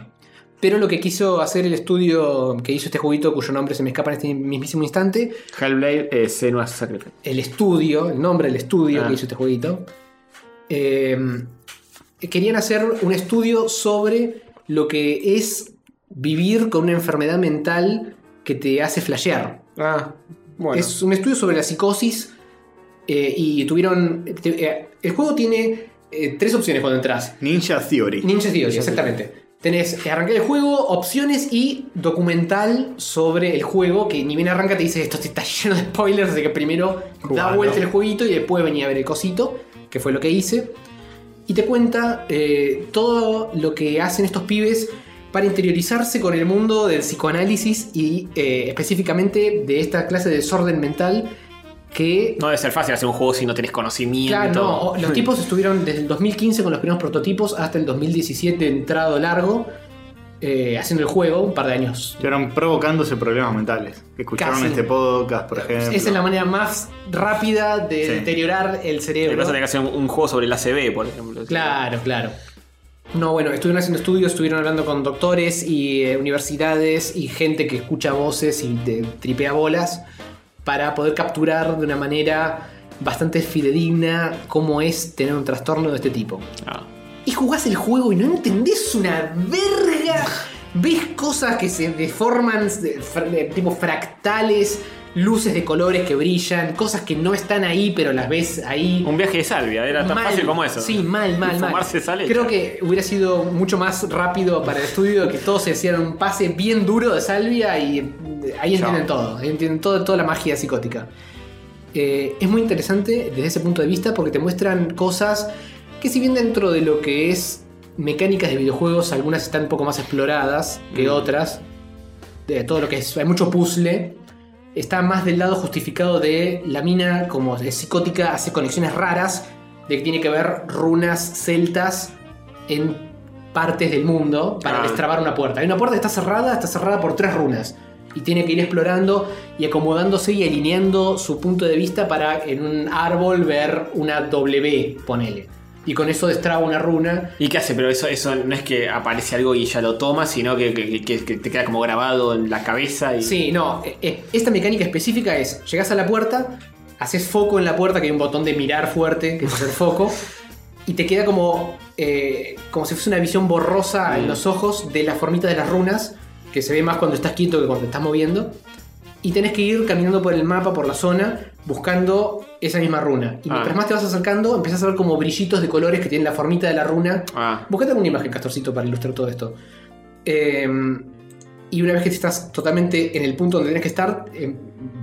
Pero lo que quiso hacer el estudio que hizo este juguito, cuyo nombre se me escapa en este mismísimo instante,
Hellblade, eh, Senua Sacrifice.
el estudio, el nombre del estudio
Ah.
que hizo este jueguito. eh, querían hacer un estudio sobre lo que es vivir con una enfermedad mental que te hace flashear.
Ah, bueno.
Es un estudio sobre la psicosis eh, y tuvieron... te- eh, el juego tiene eh, tres opciones cuando entras.
Ninja Theory.
Ninja Theory, exactamente. Tenés eh, arrancar el juego, opciones y documental sobre el juego, que ni bien arranca te dice esto está lleno de spoilers, de que primero da
Jugalo.
vuelta el jueguito y después venía a ver el cosito, que fue lo que hice. Y te cuenta eh, todo lo que hacen estos pibes para interiorizarse con el mundo del psicoanálisis y eh, específicamente de esta clase de desorden mental que
No debe ser fácil hacer un juego si no tenés conocimiento.
Claro, no, o- los tipos estuvieron desde el 2015 con los primeros prototipos hasta el 2017 entrado largo, eh, haciendo el juego, un par de años.
Estuvieron provocándose problemas mentales. Escucharon
Casi.
este podcast, por ejemplo.
Esa es la manera más rápida de
Sí.
deteriorar el
Lo que
cerebro.
pasa es que hacer un, un juego sobre el ACB, por ejemplo.
Claro, claro. No, bueno, estuvieron haciendo estudios, estuvieron hablando con doctores y eh, universidades y gente que escucha voces y te tripea bolas para poder capturar de una manera bastante fidedigna cómo es tener un trastorno de este tipo.
Ah.
Y jugás el juego y no entendés una verga. Ves cosas que se deforman, de- fra- de tipo fractales, luces de colores que brillan, cosas que no están ahí pero las ves ahí.
Un viaje de salvia, era tan
Mal.
fácil como eso.
Sí, mal, mal, mal.
Fumarse sal hecha.
Creo que hubiera sido mucho más rápido para el estudio que todos se hicieran un pase bien duro de salvia y eh, ahí entienden todo. Ahí entienden todo, toda la magia psicótica. Eh, es muy interesante desde ese punto de vista porque te muestran cosas que si bien dentro de lo que
Mm.
es mecánicas de videojuegos, algunas están un poco más exploradas que otras. de todo lo que es. Hay mucho puzzle. Está más del lado justificado de la mina, como es psicótica, hace conexiones raras de que tiene que ver runas celtas en partes del mundo para
Ah.
destrabar una puerta. Hay una puerta que está cerrada, está cerrada por tres runas. Y tiene que ir explorando y acomodándose y alineando su punto de vista para en un árbol ver una W, ponele. Y con eso destraba una runa.
¿Y qué hace? Pero eso, eso no es que aparece algo y ya lo tomas, sino que, que- que- que te queda como grabado en la cabeza. Y...
Sí, no, eh, eh, esta mecánica específica es, llegás a la puerta, haces foco en la puerta, que hay un botón de mirar fuerte, que es hacer foco, y te queda como, eh, como si fuese una visión borrosa
Mm.
en los ojos de la formita de las runas, que se ve más cuando estás quieto que cuando te estás moviendo, y tenés que ir caminando por el mapa, por la zona, buscando esa misma runa. Y
Ah.
mientras más te vas acercando, empezás a ver como brillitos de colores que tiene la formita de la runa.
Ah,
Buscate alguna imagen, Castorcito, para ilustrar todo esto. Eh, y una vez que estás totalmente en el punto donde tienes que estar, eh,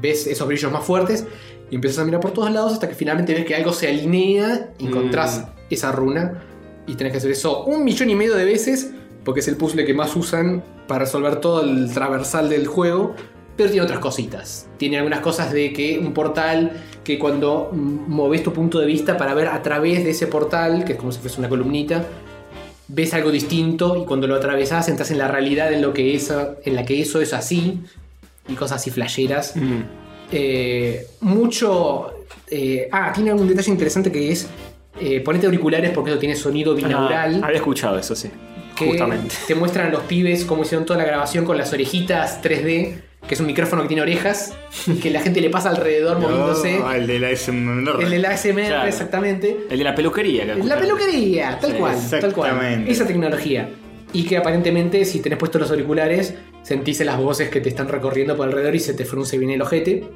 ves esos brillos más fuertes y empiezas a mirar por todos lados hasta que finalmente ves que algo se alinea y encontrás esa runa. Y tenés que hacer eso un millón y medio de veces porque es el puzzle que más usan para resolver todo el traversal del juego. Pero tiene otras cositas. Tiene algunas cosas de que un portal que cuando mm, moves tu punto de vista para ver a través de ese portal, que es como si fuese una columnita, ves algo distinto y cuando lo atravesás entras en la realidad en, lo que eso, en la que eso es así y cosas así flasheras.
Mm.
Eh, mucho... eh, ah, tiene algún detalle interesante que es... eh, ponete auriculares porque eso tiene sonido binaural.
Ah, había escuchado eso, sí.
que
Justamente.
te muestran los pibes cómo hicieron toda la grabación con las orejitas 3D, que es un micrófono que tiene orejas, y que la gente le pasa alrededor moviéndose.
Ah, el de la SMR.
El del ASMR,
Claro.
exactamente.
El de la peluquería. que
La
escucharon.
peluquería, tal
Sí,
cual, tal cual.
exactamente.
Esa tecnología. Y que aparentemente, si tenés puestos los auriculares, sentís las voces que te están recorriendo por alrededor y se te frunce bien el ojete.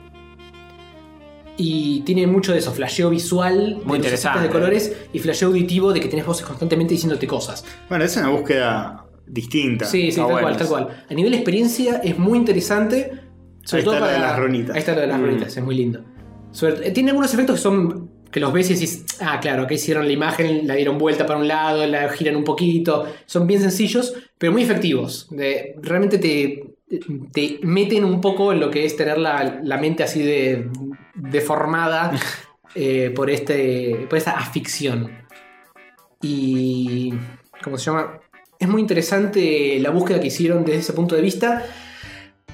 Y tiene mucho de eso, flasheo visual, de
Muy
los
interesante.
efectos de colores y flasheo auditivo de que tenés voces constantemente diciéndote cosas.
Bueno, es una búsqueda distinta.
Sí, sí,
Está
tal
bueno.
cual, tal cual. A nivel experiencia es muy interesante. Sobre
Ahí está
todo
lo
para
de las runitas.
Ahí está lo de las
Mm.
runitas, es muy lindo. Sobre- eh, tiene algunos efectos que son. que los ves y decís, ah, claro, acá hicieron la imagen, la dieron vuelta para un lado, la giran un poquito. Son bien sencillos, pero muy efectivos. De- realmente te, te meten un poco en lo que es tener la, la mente así de. deformada eh, por este. por esta afición. Y. ¿Cómo se llama? Es muy interesante la búsqueda que hicieron desde ese punto de vista.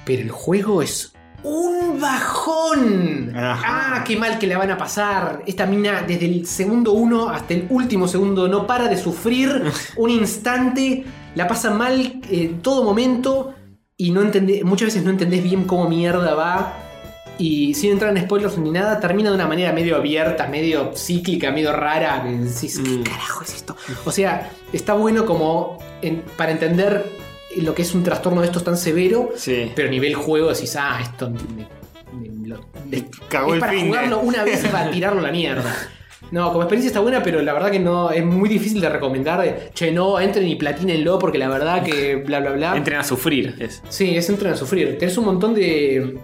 Pero el juego es un bajón.
Ajá.
Ah, qué mal que la van a pasar. Esta mina desde el segundo uno hasta el último segundo no para de sufrir un instante. La pasa mal en todo momento. Y no entendés, muchas veces no entendés bien cómo mierda va. Y sin entrar en spoilers ni nada, termina de una manera medio abierta, medio cíclica, medio rara. Que decís, ¿qué
Mm.
carajo es esto? O sea, está bueno como en- para entender lo que es un trastorno de estos tan severo,
Sí.
pero a nivel juego decís, ah, esto me- me- lo-
Me
es
cagó el
para
fin. eh".
jugarlo una vez y para tirarlo a la mierda. No, como experiencia está buena, pero la verdad que no es muy difícil de recomendar. de, che, no, entren y platínenlo porque la verdad que bla, bla, bla.
Entren a sufrir. es.
Sí, es entran a sufrir. Tenés un montón de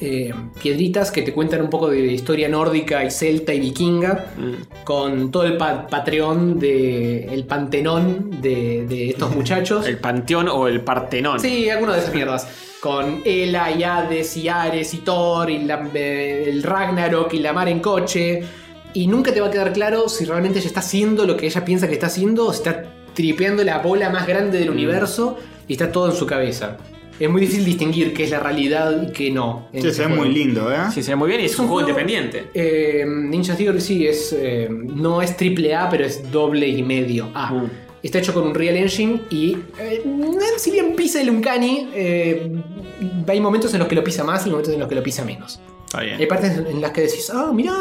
eh, piedritas que te cuentan un poco de historia nórdica y celta y vikinga.
Mm.
Con todo el pa- Patreon de. el pantenón de, de estos muchachos.
El panteón o el partenón.
Sí, alguna de esas mierdas. Con Ela y Hades y Ares y Thor y la- eh, el Ragnarok y la mar en coche. Y nunca te va a quedar claro si realmente ella está haciendo lo que ella piensa que está haciendo o si está tripeando la bola más grande
Mm.
del universo y está todo en su cabeza. Es muy difícil distinguir qué es la realidad y qué no. en
Sí,
ese
se ve
Este juego.
muy lindo, ¿eh?
Sí, se ve muy bien y es, un, juego, independiente.
Eh, Ninja Theory sí es. eh, no es triple A, pero es doble y medio A.
Uh.
Mm.
Está hecho con un Real Engine y. eh, si bien pisa el Uncanny, eh, hay momentos en los que lo pisa más y momentos en los que lo pisa menos.
Está bien.
Hay partes en las que decís, ah, mirá,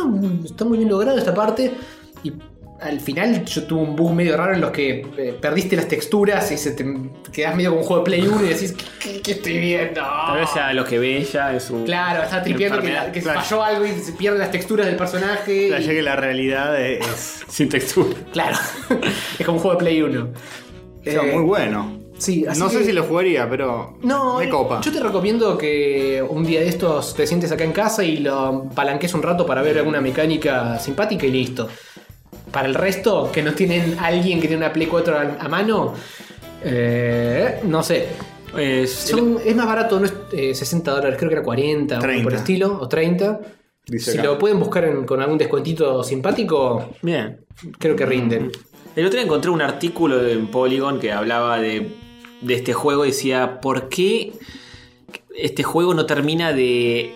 está muy bien logrado esta parte. Y al final yo tuve un bug medio raro en los que eh, perdiste las texturas y se te quedás medio como un juego de Play 1 y decís, ¿qué, qué- qué estoy viendo?
Tal vez sea lo que ve ella en su.
Claro, estás tripeando que, la- que
Claro.
falló algo y se pierden las texturas del personaje.
Ya
y-
que la realidad es,
Sin textura.
Claro, es como un juego de Play 1.
es algo
Eh,
muy bueno.
Sí, así
No sé
que-
si lo jugaría, pero
No, eh,
me copa.
yo te recomiendo que un día de estos te sientes acá en casa y lo palanques un rato para ver alguna mecánica simpática y listo. Para el resto, que no tienen alguien que tiene una Play 4 a, a mano, eh, no sé.
Eh,
Son- es más barato, no es eh, 60 dólares, creo que era 40 o algo por
30.
el estilo, o 30.
Dice
si
acá.
lo pueden buscar en- con algún descuentito simpático,
Bien.
creo que rinden.
El otro día encontré un artículo en Polygon que hablaba de, de este juego y decía, ¿por qué este juego no termina de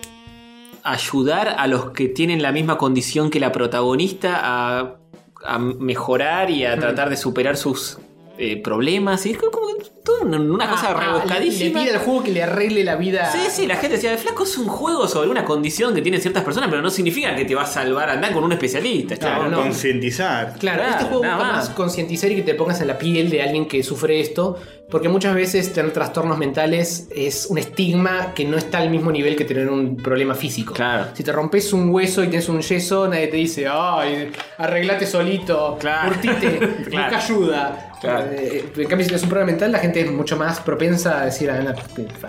ayudar a los que tienen la misma condición que la protagonista a, a mejorar y a tratar de superar sus eh, problemas? Y es como que todo una- una cosa
Ah, ah,
rebuscadísima.
Le, le pide al juego que le arregle la vida.
Sí, sí, la gente decía, el flaco es un juego sobre una condición que tienen ciertas personas, pero no significa que te va a salvar andar con un especialista.
Claro,
chabón.
no.
Concientizar.
Claro,
Claro,
este juego
nada
busca
más.
más concientizar y que te pongas en la piel de alguien que sufre esto, porque muchas veces tener trastornos mentales es un estigma que no está al mismo nivel que tener un problema físico.
Claro.
Si te rompes un hueso y tienes un yeso, nadie te dice, ay, arreglate solito,
Claro.
curtite,
Claro.
busca ayuda.
Claro.
Eh, En cambio, si tienes un problema mental, la gente es mucho más propensa a decir, "Ah,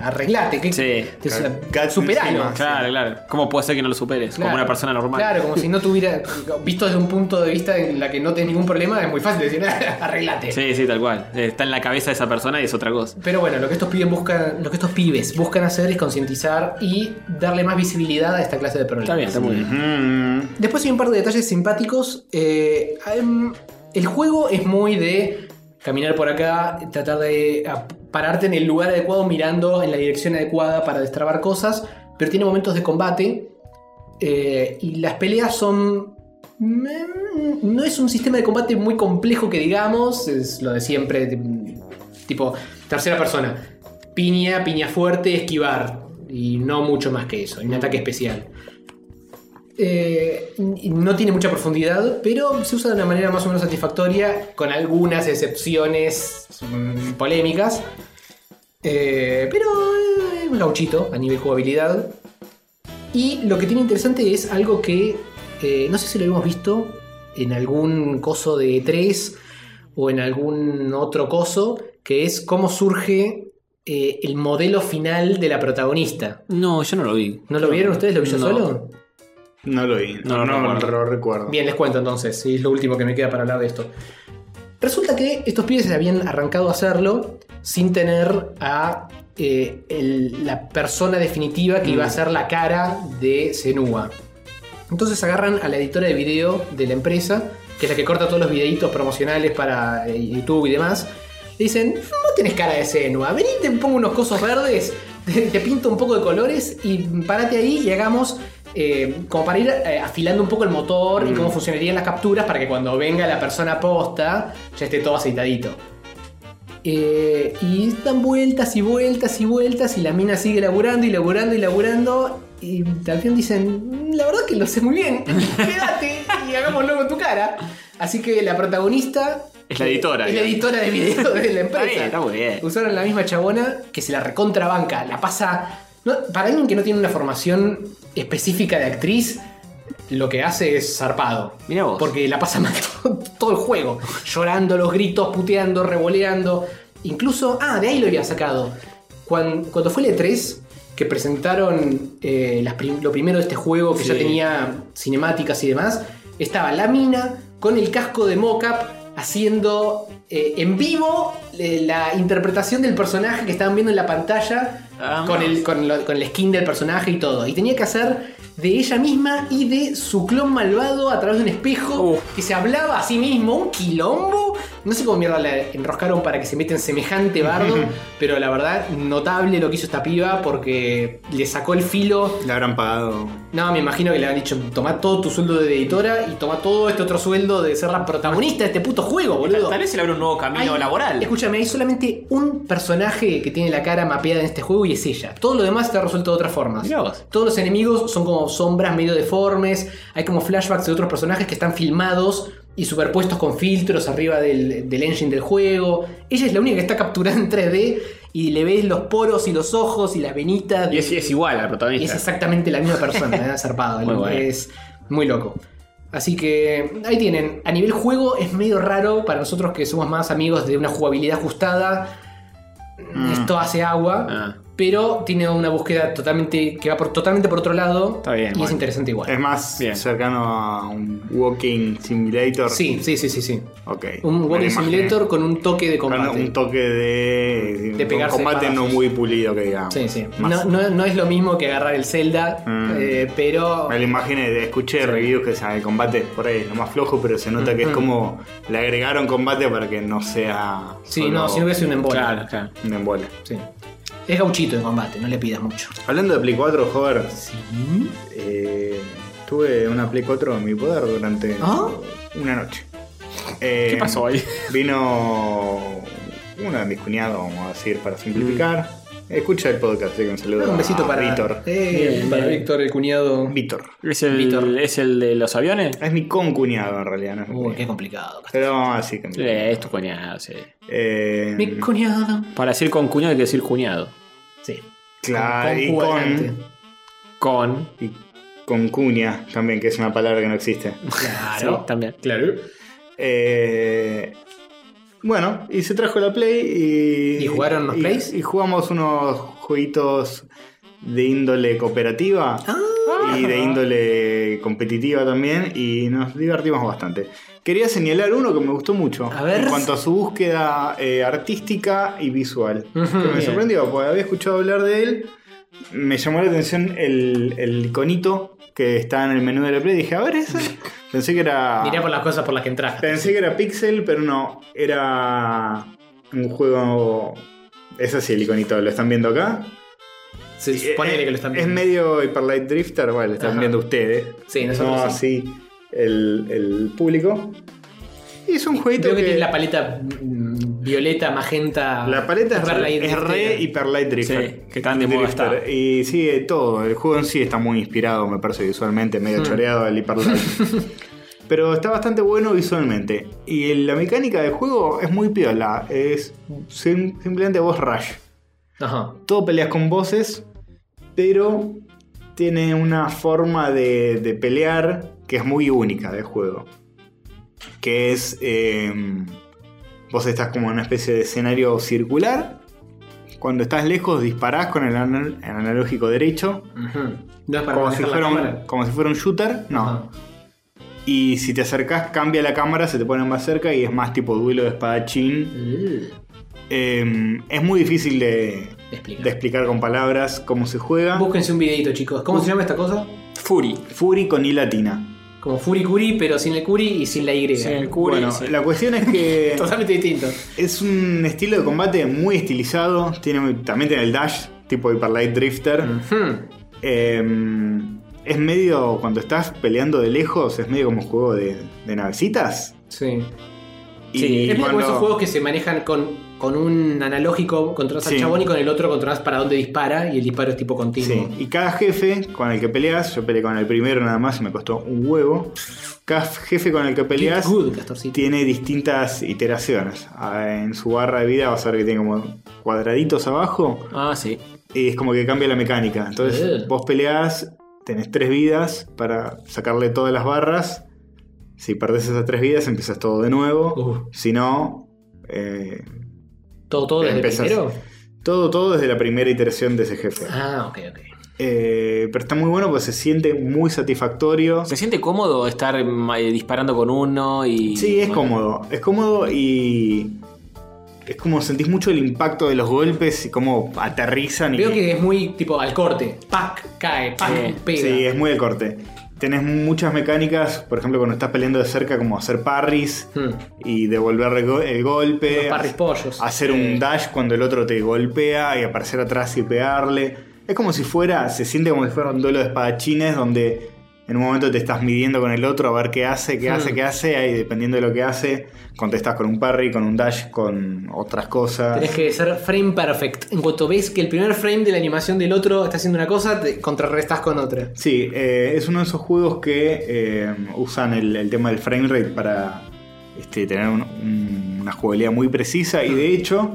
arreglate, que
Sí,
que-
Gat
superalo.
encima.
Claro, claro. ¿Cómo puede ser que no lo superes? Como
Claro.
una persona normal.
Claro, como si no tuviera. Visto desde un punto de vista en la que no tenés ningún problema, es muy fácil decir, "Ah, arreglate.
Sí, sí, tal cual. Eh, Está en la cabeza de esa persona y es otra cosa.
Pero bueno, lo que estos pibes buscan, lo que estos pibes buscan hacer es concientizar y darle más visibilidad a esta clase de problemas.
Está bien, está muy bien.
Mm,
Después hay un par de detalles simpáticos. Eh, em, el juego es muy de caminar por acá, tratar de a- pararte en el lugar adecuado, mirando en la dirección adecuada para destrabar cosas, pero tiene momentos de combate. eh, y las peleas son. mm, No es un sistema de combate muy complejo que digamos, es lo de siempre, de- tipo, tercera persona. Piña, piña fuerte, esquivar. Y no mucho más que eso, y un ataque especial. Eh, y no tiene mucha profundidad, pero se usa de una manera más o menos satisfactoria, con algunas excepciones mm, polémicas. Eh, pero eh, es gauchito a nivel jugabilidad. Y lo que tiene interesante es algo que eh, no sé si lo hemos visto en algún coso de 3 o en algún otro coso, que es cómo surge eh, el modelo final de la protagonista.
No, yo no lo vi.
¿No lo vieron ustedes? ¿Lo vi yo
No.
solo?
No lo vi.
No lo
No, no
recuerdo.
lo recuerdo.
Bien, les cuento entonces, y es lo último que me queda para hablar de esto. Resulta que estos pibes habían arrancado a hacerlo sin tener a eh, el- la persona definitiva que iba a ser la cara de Senua. Entonces agarran a la editora de video de la empresa, que es la que corta todos los videitos promocionales para eh, YouTube y demás. y Dicen, no tienes cara de Senua, vení, te pongo unos cosos verdes, te, te pinto un poco de colores y párate ahí y hagamos eh, como para ir eh, afilando un poco el motor y cómo funcionarían las capturas para que cuando venga la persona posta ya esté todo aceitadito. Eh, y dan vueltas y vueltas y vueltas y la mina sigue laburando y laburando y laburando y al fin dicen, "Mm, la verdad que lo sé muy bien, quédate y hagámoslo con tu cara. Así que la protagonista... eh,
Es la editora,
Es la
digamos.
editora de video de
Está
la empresa.
bien, está muy bien.
Usaron la misma chabona que se la recontrabanca, la pasa... no, para alguien que no tiene una formación específica de actriz, lo que hace es zarpado.
Mirá vos.
Porque la pasa mal todo, todo el juego. Llorando, los gritos, puteando, revoleando. Incluso, ah, de ahí lo había sacado. Cuando, cuando fue el E3, que presentaron eh, las prim- lo primero de este juego, que ya
Sí.
tenía cinemáticas y demás, estaba la mina con el casco de mocap haciendo eh, en vivo eh, la interpretación del personaje que estaban viendo en la pantalla
Vamos.
con el, con, lo- con el skin del personaje y todo. Y tenía que hacer de ella misma y de su clon malvado a través de un espejo
Uf.
que se hablaba a sí mismo, un quilombo. No sé cómo mierda la enroscaron para que se meta en semejante bardo, pero la verdad, notable lo que hizo esta piba porque le sacó el filo.
Le habrán pagado.
No, me imagino que le han dicho, toma todo tu sueldo de editora y toma todo este otro sueldo de ser la protagonista de este puto juego, boludo.
Tal vez se le abre un nuevo camino
Hay-
laboral.
Escúchame, hay solamente un personaje que tiene la cara mapeada en este juego y es ella. Todo lo demás está resuelto de otras formas.
Mirá vos.
Todos los enemigos son como sombras medio deformes. Hay como flashbacks de otros personajes que están filmados y superpuestos con filtros arriba del, del engine del juego. Ella es la única que está capturada en 3D y le ves los poros y los ojos y las venitas.
Y es, es igual al
Y es
protagonista.
exactamente la misma persona, ¿eh? zarpado.
Muy
¿no?
bueno.
Es muy loco. Así que ahí tienen. A nivel juego es medio raro para nosotros que somos más amigos de una jugabilidad ajustada. Esto hace agua.
Ah.
Pero tiene una búsqueda totalmente que va por, totalmente por otro lado.
Está bien,
Y es
bueno.
interesante igual.
Es más
Bien.
cercano a un Walking Simulator.
Sí, sí, sí, sí, sí.
Ok.
Un
Me
Walking
imaginé.
Simulator con un toque de
Con
combate.
un toque de,
De
un
pegarse
combate no
espadazos.
muy pulido que digamos.
Sí, sí.
Más-
No, no- no es lo mismo que agarrar el Zelda,
Mm.
eh, pero.
Me lo imaginé, escuché reviews que o sea, el combate por ahí es lo más flojo, pero se nota que es
Ujú.
como le agregaron combate para que no sea
Sí,
solo
no, si no hubiese un embole.
Claro, claro.
un embole.
Sí. Es gauchito de combate, no le pidas mucho.
Hablando de Play 4, joder,
Sí.
eh, tuve una Play 4 en mi poder durante
¿Ah?
una noche. Eh,
¿Qué pasó ahí?
Vino uno de mis cuñados, vamos a decir, para simplificar. Escucha el podcast, así que un saludo.
Mm. Un
a
besito para
Ah, Víctor.
Eh, para Víctor, el cuñado.
Víctor.
¿Es el,
Víctor.
¿Es el de los aviones?
Es mi concuñado en realidad, no es mi
Uy, qué
cuñado.
complicado.
Pero vamos a decir que mi
Eh, es tu cuñado, sí.
Eh,
Mi cuñado.
Para decir con cuñado hay que decir cuñado.
Sí.
claro, y
Q
con,
adelante.
Con.
y con cuña también, que es una palabra que no existe.
Claro.
Sí, también.
Claro.
Eh, bueno, y se trajo la Play y.
¿Y jugaron los
y-
Plays?
Y jugamos unos jueguitos de índole cooperativa
Ah.
y de índole competitiva también, y nos divertimos bastante. Quería señalar uno que me gustó mucho
A ver.
en cuanto a su búsqueda eh, artística y visual.
Ujú,
que me
bien.
sorprendió, porque había escuchado hablar de él. Me llamó la atención el, el iconito que está en el menú de la Play. Dije, a ver, ese. Pensé que era.
Ah. Mirá por las cosas por las que entraste.
Pensé que era Pixel, pero no. Era un juego. Es así el iconito, lo están viendo acá.
Se
Sí,
supone
es,
que lo están
Es
viendo.
medio Hyperlight Drifter, bueno, lo están
Ajá.
viendo ustedes.
Sí, nosotros
No así el, el público. Y es un jueguito
Creo que,
que.
tiene la paleta mm, violeta, magenta.
la paleta es,
verla ahí
es re
entera.
Hyperlight Drifter.
Sí, que tan de moda
Drifter.
está.
Y sí, eh, todo. El juego en sí está muy inspirado, me parece visualmente, medio choreado el Hyperlight. Pero está bastante bueno visualmente. Y el- la mecánica del juego es muy piola. Es sim- simplemente voz rush.
Ajá.
Todo peleas con voces, pero tiene una forma de, de pelear que es muy única del juego. Que es. em, vos estás como en una especie de escenario circular. Cuando estás lejos, disparás con el, anal- el analógico derecho.
Ujú. No es para
Como si,
manejar
fuera
la
un,
cámara.
como si fuera un shooter. No.
Ajá.
Y si te acercás, cambia la cámara, se te pone más cerca y es más tipo duelo de espadachín. Eh, es muy difícil de,
Explica.
de explicar con palabras cómo se juega.
Búsquense un videito, chicos. ¿Cómo se llama esta cosa?
Fury.
Fury con I latina.
Como Furi Curi, pero sin el Curi y sin la Y.
Sí, el Fury,
bueno,
sí.
la cuestión es que
Totalmente distinto.
es un estilo de combate muy estilizado. Tiene, también tiene el dash, tipo Hyperlight Drifter. Hmm.
Ujú.
Eh, es medio, cuando estás peleando de lejos, es medio como un juego de, de navecitas.
Sí.
Sí,
y
es como
cuando-
esos juegos que se manejan con, con un analógico, controlas
Sí.
al chabón y con el otro controlas para dónde dispara y el disparo es tipo
Sí,
continuo.
y cada jefe con el que peleas, yo peleé con el primero nada más y me costó un huevo. Cada jefe con el que peleas
Get Good, Castorcito.
tiene distintas iteraciones. Ah, En su barra de vida vas a ver que tiene como cuadraditos abajo
Ah, sí.
y es como que cambia la mecánica. Entonces
Eh.
vos peleas, tenés tres vidas para sacarle todas las barras. Si perdés esas tres vidas empiezas todo de nuevo.
Uh,
Si no, eh,
todo, todo desde
Empezás.
primero.
todo, todo desde la primera iteración de ese jefe.
Ah, ok, ok.
Eh, pero está muy bueno porque se siente muy satisfactorio.
¿Se siente cómodo estar mm, eh, disparando con uno y.
Sí, es
bueno,
cómodo. Es cómodo y. Es como sentís mucho el impacto de los golpes y cómo aterrizan. y-
Veo que es muy tipo al corte. Pac, cae, pac,
Sí,
pega.
Sí, es muy el corte. Tenés muchas mecánicas, por ejemplo, cuando estás peleando de cerca, como hacer parries
Hmm.
y devolver el, go- el golpe.
Los parris pollos.
Hacer un dash cuando el otro te golpea y aparecer atrás y pegarle. Es como si fuera, se siente como si fuera un duelo de espadachines donde en un momento te estás midiendo con el otro a ver qué hace, qué hace,
Hmm.
qué hace. Ahí dependiendo de lo que hace, contestas con un parry, con un dash, con otras cosas.
Tenés que ser frame perfect. En cuanto ves que el primer frame de la animación del otro está haciendo una cosa, te contrarrestas con otra.
Sí, eh, es uno de esos juegos que eh, usan el, el tema del frame rate para este, tener un- un- una jugabilidad muy precisa y de hecho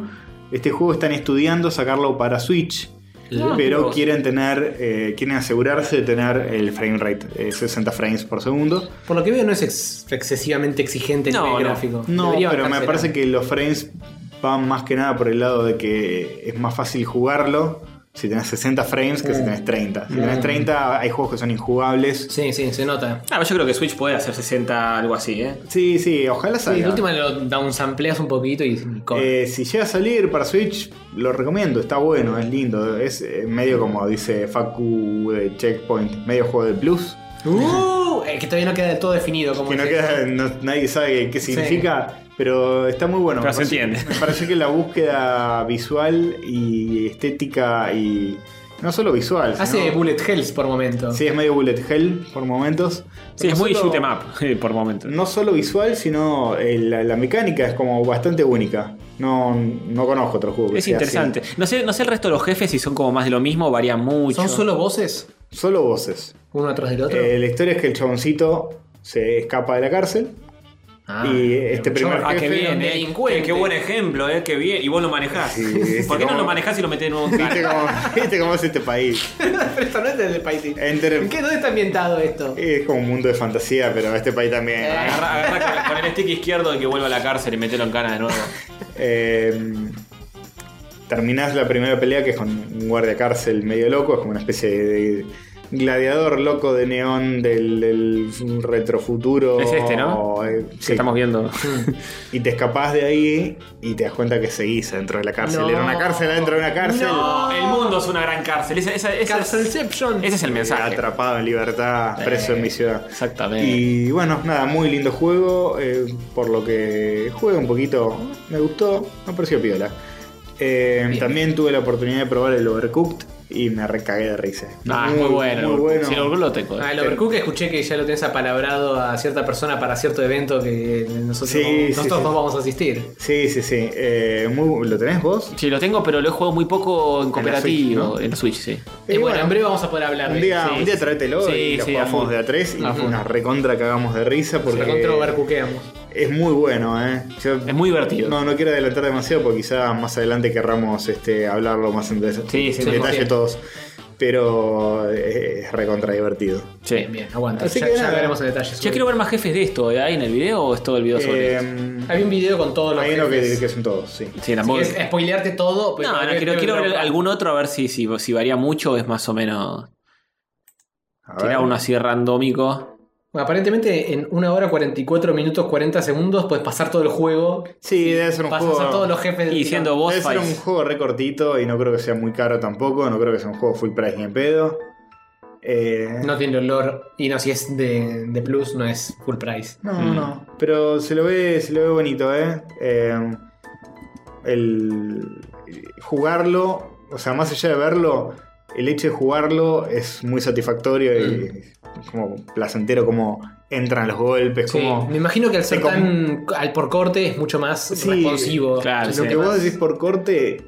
este juego están estudiando sacarlo para Switch.
Ah, mira
Pero
vos.
quieren tener, eh, quieren asegurarse de tener el frame rate, eh, 60 frames por segundo.
Por lo que veo, no es ex- excesivamente exigente el
No,
nivel
no.
gráfico.
No,
Debería
pero me
bajársela.
parece que los frames van más que nada por el lado de que es más fácil jugarlo Si tenés 60 frames, que si tenés 30. Si tenés 30, hay juegos que son injugables.
Sí, sí, se nota.
Ah, pero yo creo que Switch puede hacer 60, algo así, ¿eh?
Sí, sí, ojalá
Sí,
salga.
la última lo downsampleas un poquito y.
Eh, si llega a salir para Switch, lo recomiendo, está bueno, es lindo. Es eh, medio como dice Facu de Checkpoint, medio juego de plus.
Uh, eh, que todavía no queda del todo definido. Como
Que no
dice.
queda, no- nadie sabe qué significa, pero está muy bueno.
Pero
Me
se
pareció-
entiende.
Me pareció que la búsqueda visual y estética y. No solo visual.
Hace
sino-
bullet hells por momento.
Sí, es medio bullet hell por momentos.
Sí,
Pero
es
no
muy
solo-
shoot em up por momentos.
No solo visual, sino eh, la, la mecánica es como bastante única. No, no conozco otro juego. que
Es
sea así.
interesante. No sé, no sé el resto de los jefes si son como más de lo mismo, varían mucho.
¿Son solo voces?
Solo voces.
Uno atrás del otro.
Eh, la historia es que el chaboncito se escapa de la cárcel.
Ah,
y este
pero
primer
Ah,
jefe-
qué bien, eh.
delincuente.
Qué, qué buen ejemplo, eh, qué bien. Y vos lo manejás.
Sí, viste
¿Por qué no
cómo-
lo manejás y lo metés en un
¿Viste cómo, viste cómo es este país?
Pero esto no es del país.
Enter-
¿En qué? ¿Dónde está ambientado esto?
es como un mundo de fantasía, pero este país también.
Eh.
Agarrá, agarrá con, con el stick izquierdo de que vuelva a la cárcel y metelo en cana de nuevo.
Eh, terminás la primera pelea que es con un guardia cárcel medio loco, es como una especie de gladiador loco de neón del, del retrofuturo.
Es este, ¿no?
Eh,
Que
sí.
estamos viendo.
Y te escapás de ahí y te das cuenta que seguís dentro de la cárcel.
No.
Era una cárcel dentro de una cárcel.
No, el mundo es una gran cárcel. Esa- esa- esa-
Carcelception.
ese es el mensaje.
Atrapado en libertad, preso en mi ciudad.
Exactamente.
Y bueno, nada, muy lindo juego. eh, por lo que jugué un poquito, me gustó, me pareció piola. Eh, también tuve la oportunidad de probar el Overcooked y me recagué de risa.
Ah, es muy bueno.
Muy bueno.
Si lo lo tengo.
Ah, el Overcook escuché que ya lo tenés apalabrado a cierta persona para cierto evento que nosotros,
Sí, sí,
nosotros
sí.
dos vamos a asistir.
Sí, sí, sí. eh, muy- ¿Lo tenés vos?
Sí, lo tengo, pero lo he jugado muy poco en
Switch,
cooperativo.
¿no?
En la Switch, sí.
Y
Eh,
bueno, en breve vamos a poder hablar
Un
de
día,
sí,
un día
sí,
tráetelo
Sí,
y lo
sí, a
jugamos
full.
de a tres y
A full.
nos recontra cagamos de risa
sí.
porque
Recontra overcookeamos.
es muy bueno, eh. Yo-
Es muy divertido.
No, no quiero adelantar demasiado porque quizá más adelante querramos este, hablarlo más en, des-
Sí, sí,
en
sí,
detalle
sí.
todos. Pero eh, es recontra divertido.
Sí.
Bien, bien, aguanta.
Así
ya,
que
ya
nada.
veremos en detalle.
Yo quiero ver más jefes de esto. ¿eh? ¿Hay en el video o es todo el video sobre eso?
Eh,
Había un video con todos los
imagino que,
jefes.
que son todos, sí.
Sí,
Así
tampoco.
que es spoilearte todo. pero
no, no,
creo
quiero,
que
quiero ver
no-
algún otro a ver si, si, si varía mucho o es más o menos.
A
Tirar
ver.
uno así randómico.
Bueno, aparentemente en 1 hora 44 minutos 40 segundos puedes pasar todo el juego.
Sí, debe ser un
Pasas
juego.
a todos los jefes.
Y siendo boss
Debe ser un
fights.
juego recortito y no creo que sea muy caro tampoco. No creo que sea un juego full price ni en pedo. Eh,
No tiene olor. Y no, si es de, de plus, no es full price.
No, no. Mm. Pero se lo ve, se lo ve bonito, ¿eh? Eh, el jugarlo, o sea, más allá de verlo, el hecho de jugarlo es muy satisfactorio
Mm.
y como placentero, como entran los golpes,
Sí,
como
me imagino que al ser
te com-
tan al por corte es mucho más
Sí,
responsivo.
claro, sí.
lo que
Además,
vos decís por corte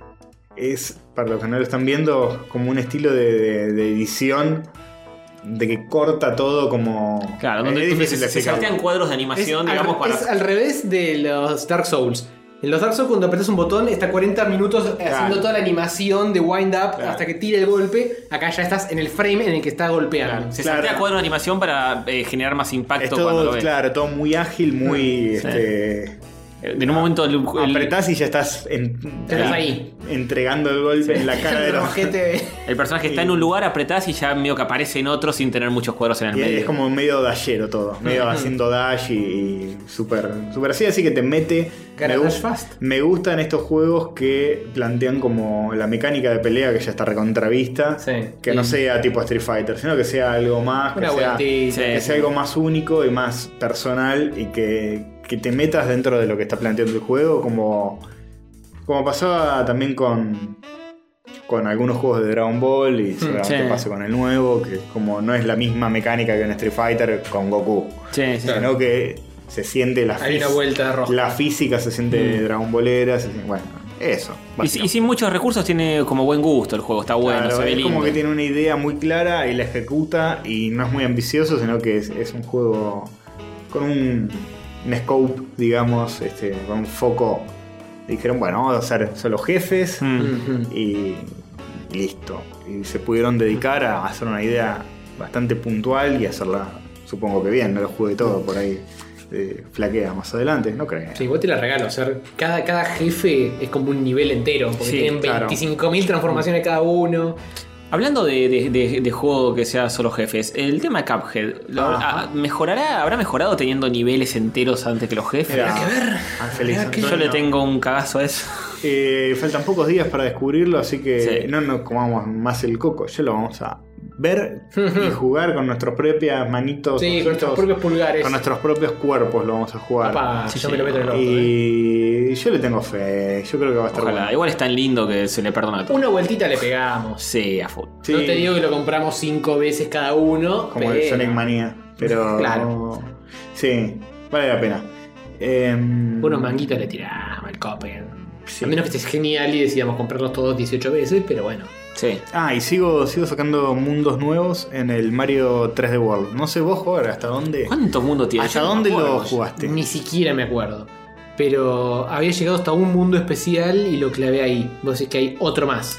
es, para los que no lo están viendo, como un estilo de, de- de edición de que corta todo como...
Claro,
es
donde donde
difícil
se,
de
se
explicarlo.
saltean cuadros de
es
animación,
al,
digamos, para.
es al revés de los Dark Souls. En los Dark Souls cuando apretas un botón está 40 minutos haciendo toda la animación de wind up
Claro.
hasta que tira el golpe. Acá ya estás en el frame en el que está golpeando.
se
claro.
saltea cuadros de animación para eh, generar más impacto
Es
cuando lo
todo,
ves. Mm,
claro, todo muy ágil, muy... este,
Eh, En un momento el, el-
apretás y ya estás, en-
Estás ahí.
entregando el golpe en la cara de los
Ojete.
el personaje está en un lugar, apretás y ya medio que aparece en otro sin tener muchos cuadros en el
Y
medio.
es como medio dashero todo, medio haciendo dash y, y súper super así, así que te mete.
Cara
gu-
dash fast.
me gustan estos juegos que plantean como la mecánica de pelea que ya está recontravista.
Sí.
Que no
Sí.
sea tipo Street Fighter, sino que sea algo más. Que
Una
sea,
vueltita.
Sí.
que sea algo más único y más personal y que, que te metas dentro de lo que está planteando el juego, como, como pasaba también con, con algunos juegos de Dragon Ball y seguramente
Mm, sí.
pase con el nuevo, que como no es la misma mecánica que en Street Fighter con Goku,
Sí, sí.
sino que se siente la,
Hay
fis-
una vuelta roja.
la física, se siente Dragon Ballera, se siente- bueno, eso.
Mm. Y,
básicamente.
si- y sin muchos recursos tiene como buen gusto el juego, está bueno,
Claro,
se ve
es
lindo.
como que tiene una idea muy clara y la ejecuta y no es muy ambicioso, sino que es, es un juego con un, un scope, digamos, este, con un foco. Dijeron, bueno, vamos a hacer solo jefes
Mm.
Ujú.
y listo. Y se pudieron dedicar a hacer una idea bastante puntual y hacerla, supongo que bien, no lo jugué todo por ahí. eh, flaquea más adelante, no crees.
Sí, vos te la regalo. O sea, cada, cada jefe es como un nivel entero. Porque
Sí,
tienen
claro.
25.000 transformaciones cada uno.
Hablando de, de- de- de juego que sea solo jefes, el tema Cuphead, lo-
Ajá.
ah, ¿mejorará, ¿habrá mejorado teniendo niveles enteros antes que los jefes?
que ver.
Yo le tengo un cagazo a eso.
Eh, faltan pocos días para descubrirlo, así que
Sí.
no nos comamos más el coco. Ya lo vamos a ver y jugar con nuestras propias manitos,
Sí, con nuestros
ositos,
propios pulgares.
con nuestros propios cuerpos lo vamos a jugar.
Papá,
Sí,
yo
sí.
me lo meto en el orto. eh.
Y yo le tengo fe, yo creo que va a estar
Ojalá.
bueno.
Igual es tan lindo que se le perdona todo.
Una vueltita le pegamos.
Sí, a full.
Sí,
No te digo que lo compramos cinco veces cada uno.
como el
pero-
Sonic Manía, pero
Claro.
sí, vale la pena. Em,
Unos manguitos le tiramos al Copper. A menos que estés genial y decidamos comprarlos todos 18 veces, pero bueno.
Sí.
Ah, y sigo, sigo sacando mundos nuevos en el Mario 3D World. No sé vos, Jorge, hasta dónde.
¿Cuántos mundos tiene?
¿Hasta
Yo no me
dónde
acuerdo.
lo jugaste?
Ni siquiera me acuerdo. Pero había llegado hasta un mundo especial y lo clavé ahí. Vos decís que hay otro más.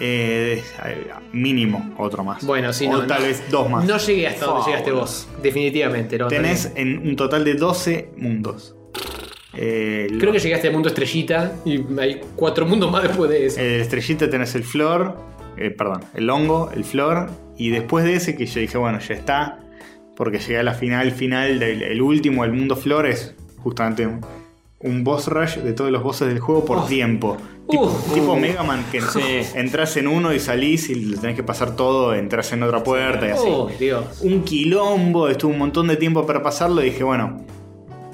Eh, eh, mínimo otro más.
Bueno, sí,
o
no,
tal
no.
vez dos más.
No llegué hasta donde
Fua,
llegaste
boludo.
vos. Definitivamente. no,
Tenés
también.
en un total de 12 mundos. Eh,
Creo que llegaste al mundo estrellita y hay cuatro mundos más después de eso.
El estrellita tenés el flor, eh, perdón, el hongo, el flor, y después de ese que yo dije, bueno, ya está, porque llegué a la final, final del el último, el mundo flor, es justamente un, un boss rush de todos los bosses del juego por tiempo. Tipo,
Uf.
tipo
Uh.
Mega Man, que
Sí.
entras en uno y salís y lo tenés que pasar todo, entras en otra puerta y así.
Oh, Dios.
Un quilombo, estuve un montón de tiempo para pasarlo y dije, bueno,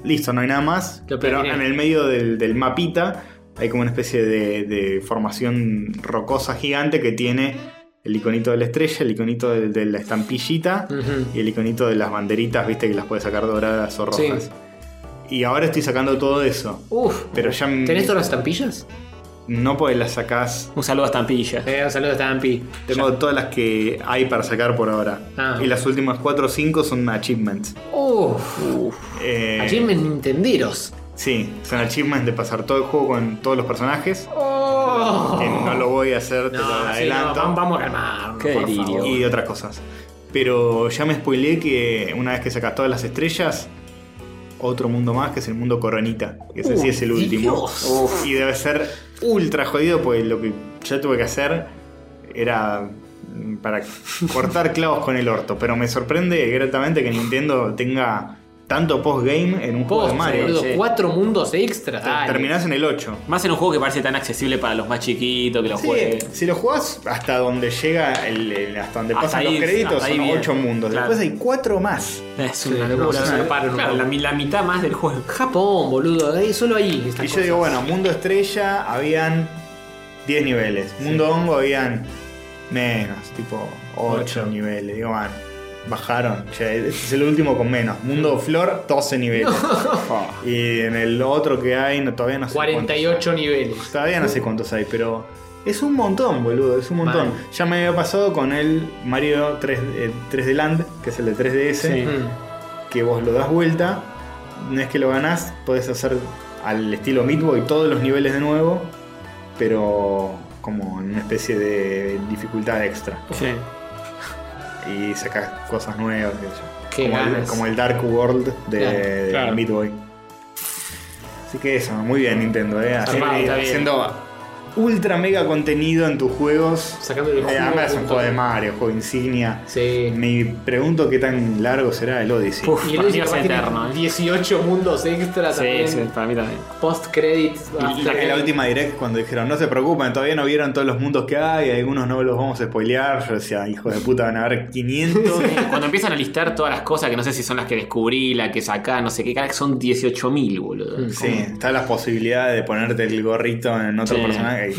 listo, no hay nada más.
Lo
pero
terminé.
en el medio del, del mapita hay como una especie de, de formación rocosa gigante que tiene el iconito de la estrella, el iconito de, de la estampillita
Ujú.
y el iconito de las banderitas, viste que las puedes sacar doradas o
Sí.
rojas. Y ahora estoy sacando todo eso.
Uf.
Pero ya m-
¿Tenés todas las estampillas?
no pues las sacás.
Un saludo a Estampilla.
Eh, un saludo a Stampi.
Tengo todas las que hay para sacar por ahora.
Ah.
Y las últimas 4 o 5 son achievements.
Uf.
Eh,
Aquí en Nintenderos.
Sí, son achievements de pasar todo el juego con todos los personajes.
Oh.
Que no lo voy a hacer, te
No,
lo
sí, no,
adelanto.
vam- vamos a calmar.
Qué
por
delirio.
favor.
y otras cosas. Pero ya me spoileé que una vez que sacas todas las estrellas, otro mundo más, que es el mundo Coronita. Que ese
Uh,
sí es el último. Y debe ser ultra jodido, pues lo que yo tuve que hacer era mm, para cortar clavos con el orto. Pero me sorprende gratamente que Nintendo tenga tanto postgame en un juego de
Posta,
Mario.
boludo,
Te-
cuatro mundos extra. dale.
Terminás en el 8.
Más en un juego que parece tan accesible para los más chiquitos que lo
Sí,
jueguen.
si lo jugás hasta donde llega, el, el- hasta donde
Hasta
pasan
ahí-
los créditos,
hasta ahí
son
bien.
ocho mundos.
Claro.
Después hay cuatro más.
Es una
Sí,
locura.
no, se zarparon un
Claro,
poco.
la, mi- la mitad más del juego.
Japón, boludo. ahí- solo ahí.
y yo digo, bueno, mundo estrella habían 10 niveles. Mundo hongo habían menos, tipo 8
Ocho.
niveles. Digo, bueno, bajaron. Che, este es el último con menos. Mundo flor, 12 niveles. Y en el otro que hay, no, todavía no sé. cuántos hay.
48 niveles.
Todavía no sé cuántos hay, pero es un montón, boludo, es un montón.
Mal.
Ya me había pasado con el Mario 3, eh, 3D Land, que es el de 3DS,
Mm.
que vos lo das vuelta, no es que lo ganás, podés hacer al estilo Meat Boy todos los niveles de nuevo, pero como en una especie de dificultad extra. Y sacás cosas nuevas, qué sé yo.
Qué
como, el,
ganas.
como el Dark World de,
Claro,
de
claro.
Meat Boy. Así que eso, muy bien Nintendo, ¿eh? Haciendo,
Zarpado, está bien.
haciendo ultra mega contenido en tus juegos.
Sacando el
Eh,
juego.
además es un
punto.
juego de Mario, juego insignia.
Sí.
Me pregunto qué tan largo será el Odyssey.
Uf,
Y el
para mí
último
va a ser eterno. eh.
18 mundos extra
Sí,
también. Ah,
sí, para mí también.
Post credits.
Y la, que la última direct cuando dijeron, no se preocupen, todavía no vieron todos los mundos que hay, algunos no los vamos a spoilear. Yo decía, hijo de puta, van a haber 500.
Cuando empiezan a listar todas las cosas que no sé si son las que descubrí, la que sacá, no sé qué, cara, que son 18.000, boludo.
sí, está las posibilidades de ponerte el gorrito en otro
Sí.
personaje.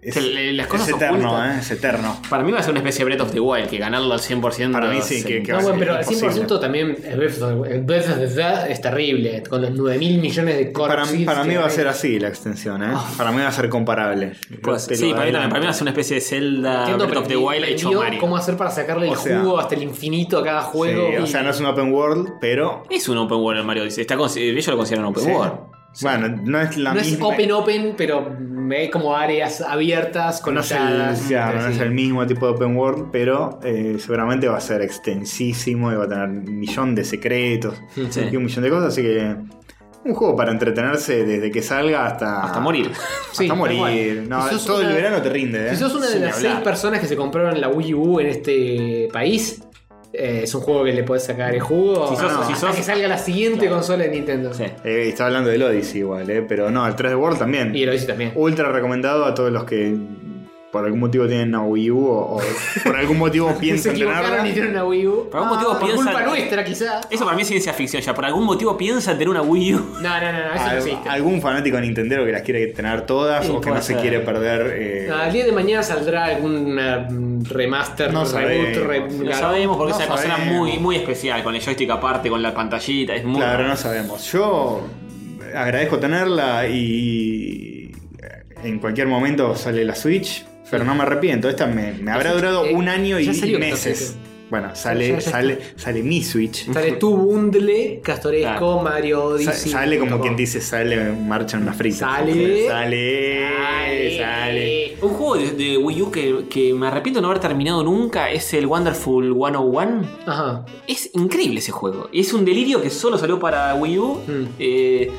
Es,
Se le- las cosas
es eterno,
ocultas.
¿eh? es eterno.
Para mí va a ser una especie de Breath of the Wild, que ganarlo al 100%.
Para mí sí, que- que-
No, bueno, pero al
Imposible.
100% también el Breath of the- el Breath of the Dead es terrible. Con los 9 mil millones de corpses.
Para, mí- para mí
que
va a
hay.
ser así la extensión, ¿eh. Para mí va a ser comparable.
Ah. Pues,
Te
sí, para
lo
mí también.
adelanto.
Para mí va a ser una especie de Zelda
Nintendo
Ah, Breath of the
aprendi-
Wild hecho
aprendió
Mario.
cómo hacer para sacarle el
O sea,
jugo hasta el infinito a cada juego.
Sí,
y-
O sea, no es un open world, pero.
Es un open world el Mario dice. Está, consi- ellos lo consideran open
Sí.
world.
Bueno, no es la
no es
misma.
open open, pero mm, hay como áreas abiertas,
No es, el,
conectadas.
claro, no
entre
es
sí.
el mismo tipo de open world, pero eh, seguramente va a ser extensísimo y va a tener un millón de secretos
Sí.
y un millón de cosas, así que un juego para entretenerse desde que salga hasta...
Hasta morir.
Sí,
hasta
tal
morir.
cual.
No,
Si sos
todo el
una-
verano te rinde, ¿eh?
Si sos una de
Sin
las
hablar.
seis personas que se compraron la Wii U en este país, eh, es un juego que le podés sacar el jugo.
Si sos-
hasta
si sos-
que salga la siguiente consola de Nintendo.
Sí.
Eh, estaba hablando del Odyssey igual, ¿eh? Pero no, el 3D World también.
Y lo hice también.
Ultra recomendado a todos los que por algún motivo tienen una Wii U o, o por algún motivo
se
piensan
equivocaron
tenerla.
y tienen una Wii U. Ah,
Por algún motivo
por
piensan-
culpa nuestra, quizá.
Eso para mí es ciencia ficción ya. Por algún motivo piensa tener una Wii U.
No, no, no, no, eso no
Al-
existe.
algún fanático nintendero que las quiere tener todas
Sí,
o que
puede
no se
ser.
quiere perder. eh,
No, Al día de mañana saldrá algún eh, remaster,
No
reboot,
sabemos.
re-
Lo sabemos porque
No
esa consola es
sabemos.
muy, muy especial, con el joystick aparte, con la pantallita, es muy.
claro, no sabemos. Yo agradezco tenerla y en cualquier momento sale la Switch, pero no me arrepiento. Esta me, me habrá durado
eh,
un año y,
ya salió,
y meses.
perfecto.
Bueno,
Ya-
sale,
ya- ya
sale, sale mi Switch.
Sale tu bundle,
Claro.
Castoresco, Mario
Sa-
Odyssey.
sale como
punto
quien
com.
dice, sale, marchan las fritas.
Sale.
Sale. Sale.
Un juego de, de Wii U que, que me arrepiento de no haber terminado nunca es el Wonderful 101.
Ajá.
Es increíble ese juego. Es un delirio que solo salió para Wii U.
Mm.
Eh,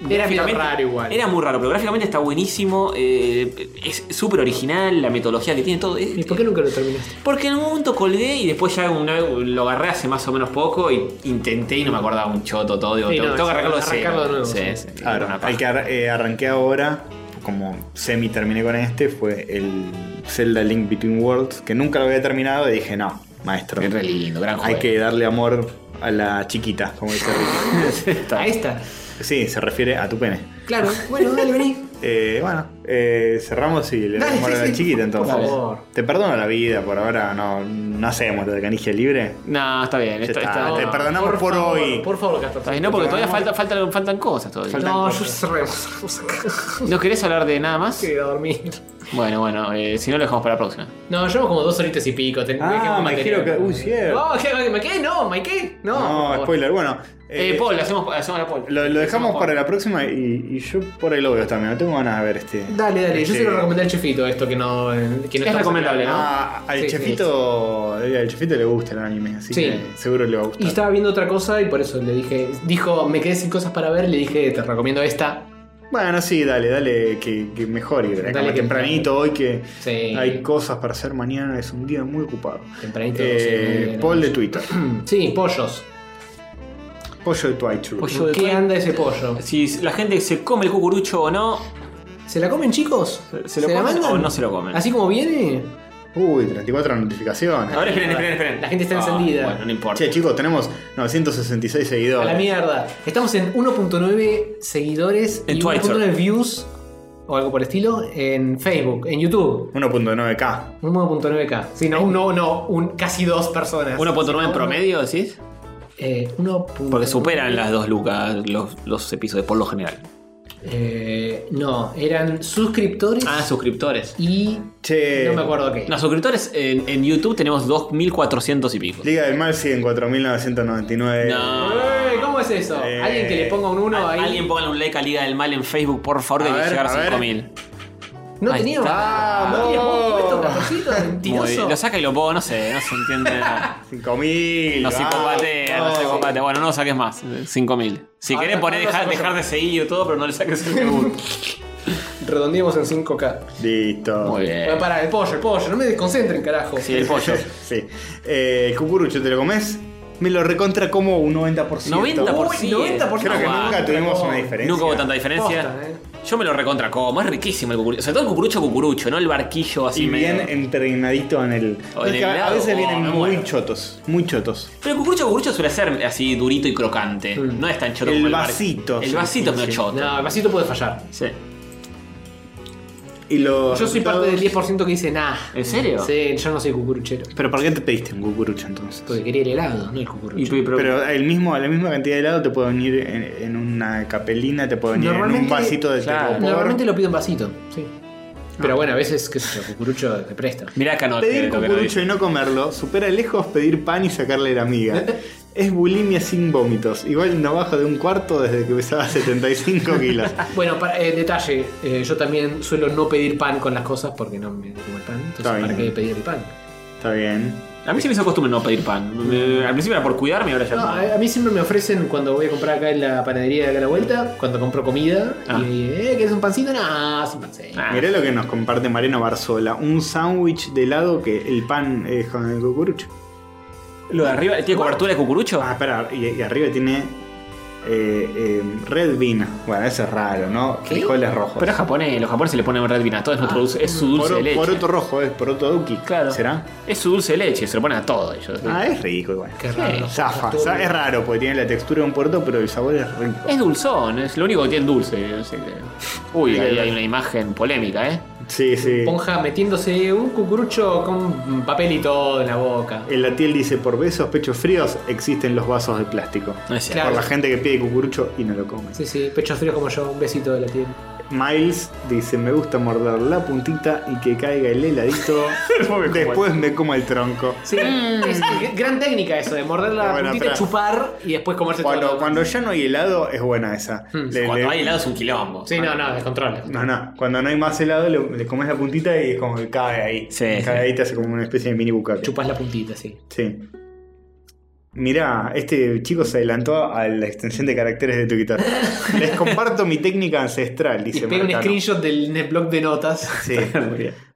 Era medio
gráficamente-
raro igual.
Era muy raro, pero gráficamente está buenísimo. eh, es súper original, la metodología que tiene todo. es-
¿Y por qué nunca lo terminaste?
Porque en un momento colgué y después ya una vez lo agarré hace más o menos poco y intenté y no me acordaba un choto todo. Digo,
Sí,
tengo,
no,
tengo que arrancarlo de
arrancarlo
cero.
de nuevo,
Sí,
sí.
sí, era
Ahora,
una
el que ar- eh, arranqué ahora, como semi terminé con este, fue el Zelda Link Between Worlds, que nunca lo había terminado y dije, no, maestro.
Es re lindo, gran
Hay
juego.
que darle amor a la chiquita, como dice Ricky.
A esta.
sí, se refiere a tu pene.
Claro, bueno, dale, vení.
Eh, bueno, eh, cerramos y le
Dale,
damos amor
sí,
a la
sí,
chiquita entonces.
por favor.
Te perdono la vida por ahora, no, no hacemos lo de canigia libre.
No, está bien.
Ya
Está,
está,
está-
te
está
perdonamos por,
favor,
hoy.
Por favor, Castor.
bien, no, porque todavía
perdonamos.
falta, faltan, faltan cosas todavía.
Faltan
No, yo
cosas.
cerremos, cerremos acá.
¿No querés hablar de nada más?
Quiero ir a dormir.
Bueno, bueno, eh, si no lo dejamos para la próxima.
No, llevo como dos horitas y pico. Tengo
Ah,
que
me
material.
dijeron que- uy, cierto.
No, ¿qué? ¿Me qué? No, ¿me qué? No. por
No,
favor.
spoiler, bueno.
Eh,
eh,
Paul, hacemos, hacemos la Paul.
Lo, lo dejamos
Hacemos
para
Paul.
la próxima y, y yo por ahí lo veo también. No tengo ganas de ver este.
Dale, dale. Yo
este-
se lo recomendé al chefito esto que no. eh, Que no
Es
estamos
recomendable,
hablando.
Ah, al
Sí, sí,
chefito. eh, Al chefito le gusta el anime, así
Sí.
que seguro le va a gustar.
Y estaba viendo otra cosa y por eso le dije. Dijo, me quedé sin cosas para ver. Le dije, te recomiendo esta.
Bueno, sí, dale, dale, que, que mejor y
Dale,
como
que-
tempranito hoy que
Eh,
Sí.
hay cosas para hacer mañana, es un día muy ocupado.
Tempranito.
Eh,
sí,
Paul de Twitter.
Mm, Sí, pollos.
Pollo de Twitter.
Pollo de
¿Qué
Twitter.
anda ese pollo?
Si la gente se come el cucurucho o no,
¿Se la comen, chicos?
¿Se- se lo comen
mandan?
o no se lo comen?
¿Así como viene?
Uy, 34 notificaciones.
Ahora esperen, esperen, esperen.
La gente está
Ah,
encendida.
Bueno, no importa.
Che, chicos, tenemos 966
A
seguidores.
la mierda. Estamos en 1.9 seguidores
En
y
Twitter.
1.9 views o algo por el estilo en Facebook, en YouTube.
1.9K.
1.9k. Sí,
Eh.
no, no, no, un, casi dos personas.
1.9 en
No,
promedio, decís?
Eh, 1.
Porque superan las dos lucas los, los episodios por lo general.
Eh, no, eran suscriptores
Ah, suscriptores.
y.
Che.
No me acuerdo qué.
No, suscriptores en, en YouTube tenemos 2.400 y pico.
Liga del Mal sigue en 4.999.
No.
Eh, ¿Cómo es eso?
Eh,
Alguien que le ponga un 1 ahí.
Alguien póngale un like a Liga del Mal en Facebook, por favor, que
A
hay que
ver,
llegar
a
a
ver.
5.000.
No
Ahí
teníamos.
está.
No teníamos puesto, Castorcito,
Muy bien.
mentiroso.
Lo saca y lo pongo, no sé, no se entiende nada.
5000.
No
vamos.
psicopatea, no psicopatea. Bueno, no lo saques más. 5.000. Si
Ah,
querés
no,
poner,
no lo
dejar,
saco yo.
dejar de seguir y todo, pero no le saques el segundo.
Redondeamos en 5K.
Listo.
Muy
Bueno,
bien.
para, el pollo, el pollo, no me desconcentren, carajo.
Eh. Sí, el pollo.
Sí. Eh, cucurucho, ¿te lo comes? Me lo recontra como un 90%.
90%.
Uy, 90%.
Creo que
Ah,
nunca tuvimos una diferencia.
Nunca hubo tanta diferencia.
Posta, eh.
Yo me lo recontra como, es riquísimo el cucurucho. Sobre todo el cucurucho cucurucho, no el barquillo así
Y bien eh.
medio.
entrenadito en el.
O en
Es que
el
a- a
helado,
veces
oh,
vienen
me
muy
muero.
chotos. Muy chotos.
Pero el cucurucho cucurucho suele ser así durito y crocante. No es tan choto
El
como el bar-
vasito,
El
sí,
vasito es
sí,
medio
sí.
choto.
No, el vasito puede fallar.
Sí.
Y los
Yo soy parte
resultados-
del 10% que dice nah.
¿En serio?
Sí, yo no soy cucuruchero.
¿Pero por qué te pediste un cucurucho entonces?
Porque quería el helado, no el
Y,
cucuruchero.
pero,
Pero el mismo, la misma cantidad de helado te puede venir en, en una capelina, te puede venir en un
Normalmente-
vasito de
claro.
tergopor.
Normalmente lo pido en vasito, sí. Pero bueno, a veces, qué sé yo, cucurucho te presta.
Mirá acá no.
Pedir
lo que no
cucurucho
dice.
y no comerlo supera de lejos pedir pan y sacarle la miga. Es bulimia sin vómitos. Igual no bajo de un cuarto desde que pesaba 75 kilos.
Bueno, para, eh, detalle, eh, yo también suelo no pedir pan con las cosas porque no me como el pan. Entonces,
Está bien.
¿para qué pedir el pan?
Está bien.
A mí se me hizo costumbre no pedir pan. Eh, Al principio era por cuidarme y ahora ya
No, eh.
no.
a, a mí siempre me ofrecen cuando voy a comprar acá en la panadería de acá a la vuelta, cuando compro comida,
Ah.
y eh, ¿querés un pancito? No, sin pancito.
Ah,
Mirá lo que nos comparte Mariano Barzola. Un sándwich de helado que el pan es con el cucurucho.
Lo de arriba, ¿tiene cobertura de cucurucho?
Ah, espera, y, y arriba tiene eh, eh, red bean. Bueno, eso es raro, ¿no?
¿Qué?
Frijoles rojos.
Pero a japonés, los japoneses le ponen red bean a todo, es, nuestro dulce- es su dulce
Poro-
de leche.
Poroto rojo, es poroto duki.
Claro.
¿Será?
Es su dulce de leche, se lo ponen a todo ellos.
Ah, es rico igual.
Qué raro.
Zafa,
Todo
Zafa,
bien.
es raro porque tiene la textura de un puerto, pero el sabor es rico.
Es dulzón, es lo único que tiene dulce. así que- Uy, ahí hay una imagen polémica, ¿eh?
Sí, sí.
Ponja metiéndose un cucurucho con papel y todo en la boca.
El Latiel dice: por besos, pechos fríos, existen los vasos de plástico.
Claro.
Por la gente que pide cucurucho y no lo come.
Sí, sí, pechos fríos como yo, un besito de la piel.
Miles dice: me gusta morder la puntita y que caiga el heladito. Después me como el tronco.
Sí, es g- gran técnica eso, de morder la
Bueno,
puntita,
espera.
chupar y después comerse todo.
Cuando,
lo-
cuando ya no hay helado, es buena esa.
Hmm.
Le-
Cuando
le-
hay helado es un quilombo.
Sí, no, no, descontrola.
No, no. Cuando no hay más helado, le, le comes la puntita y es como que cae ahí.
Sí,
cae
sí.
ahí, te hace como una especie de mini bucaque.
Chupas la puntita, sí.
Sí. Mirá, este chico se adelantó a la extensión de caracteres de tu guitarra. Les comparto mi técnica ancestral,
Y
dice
pega un
Marcano.
screenshot del net blog de notas.
Sí.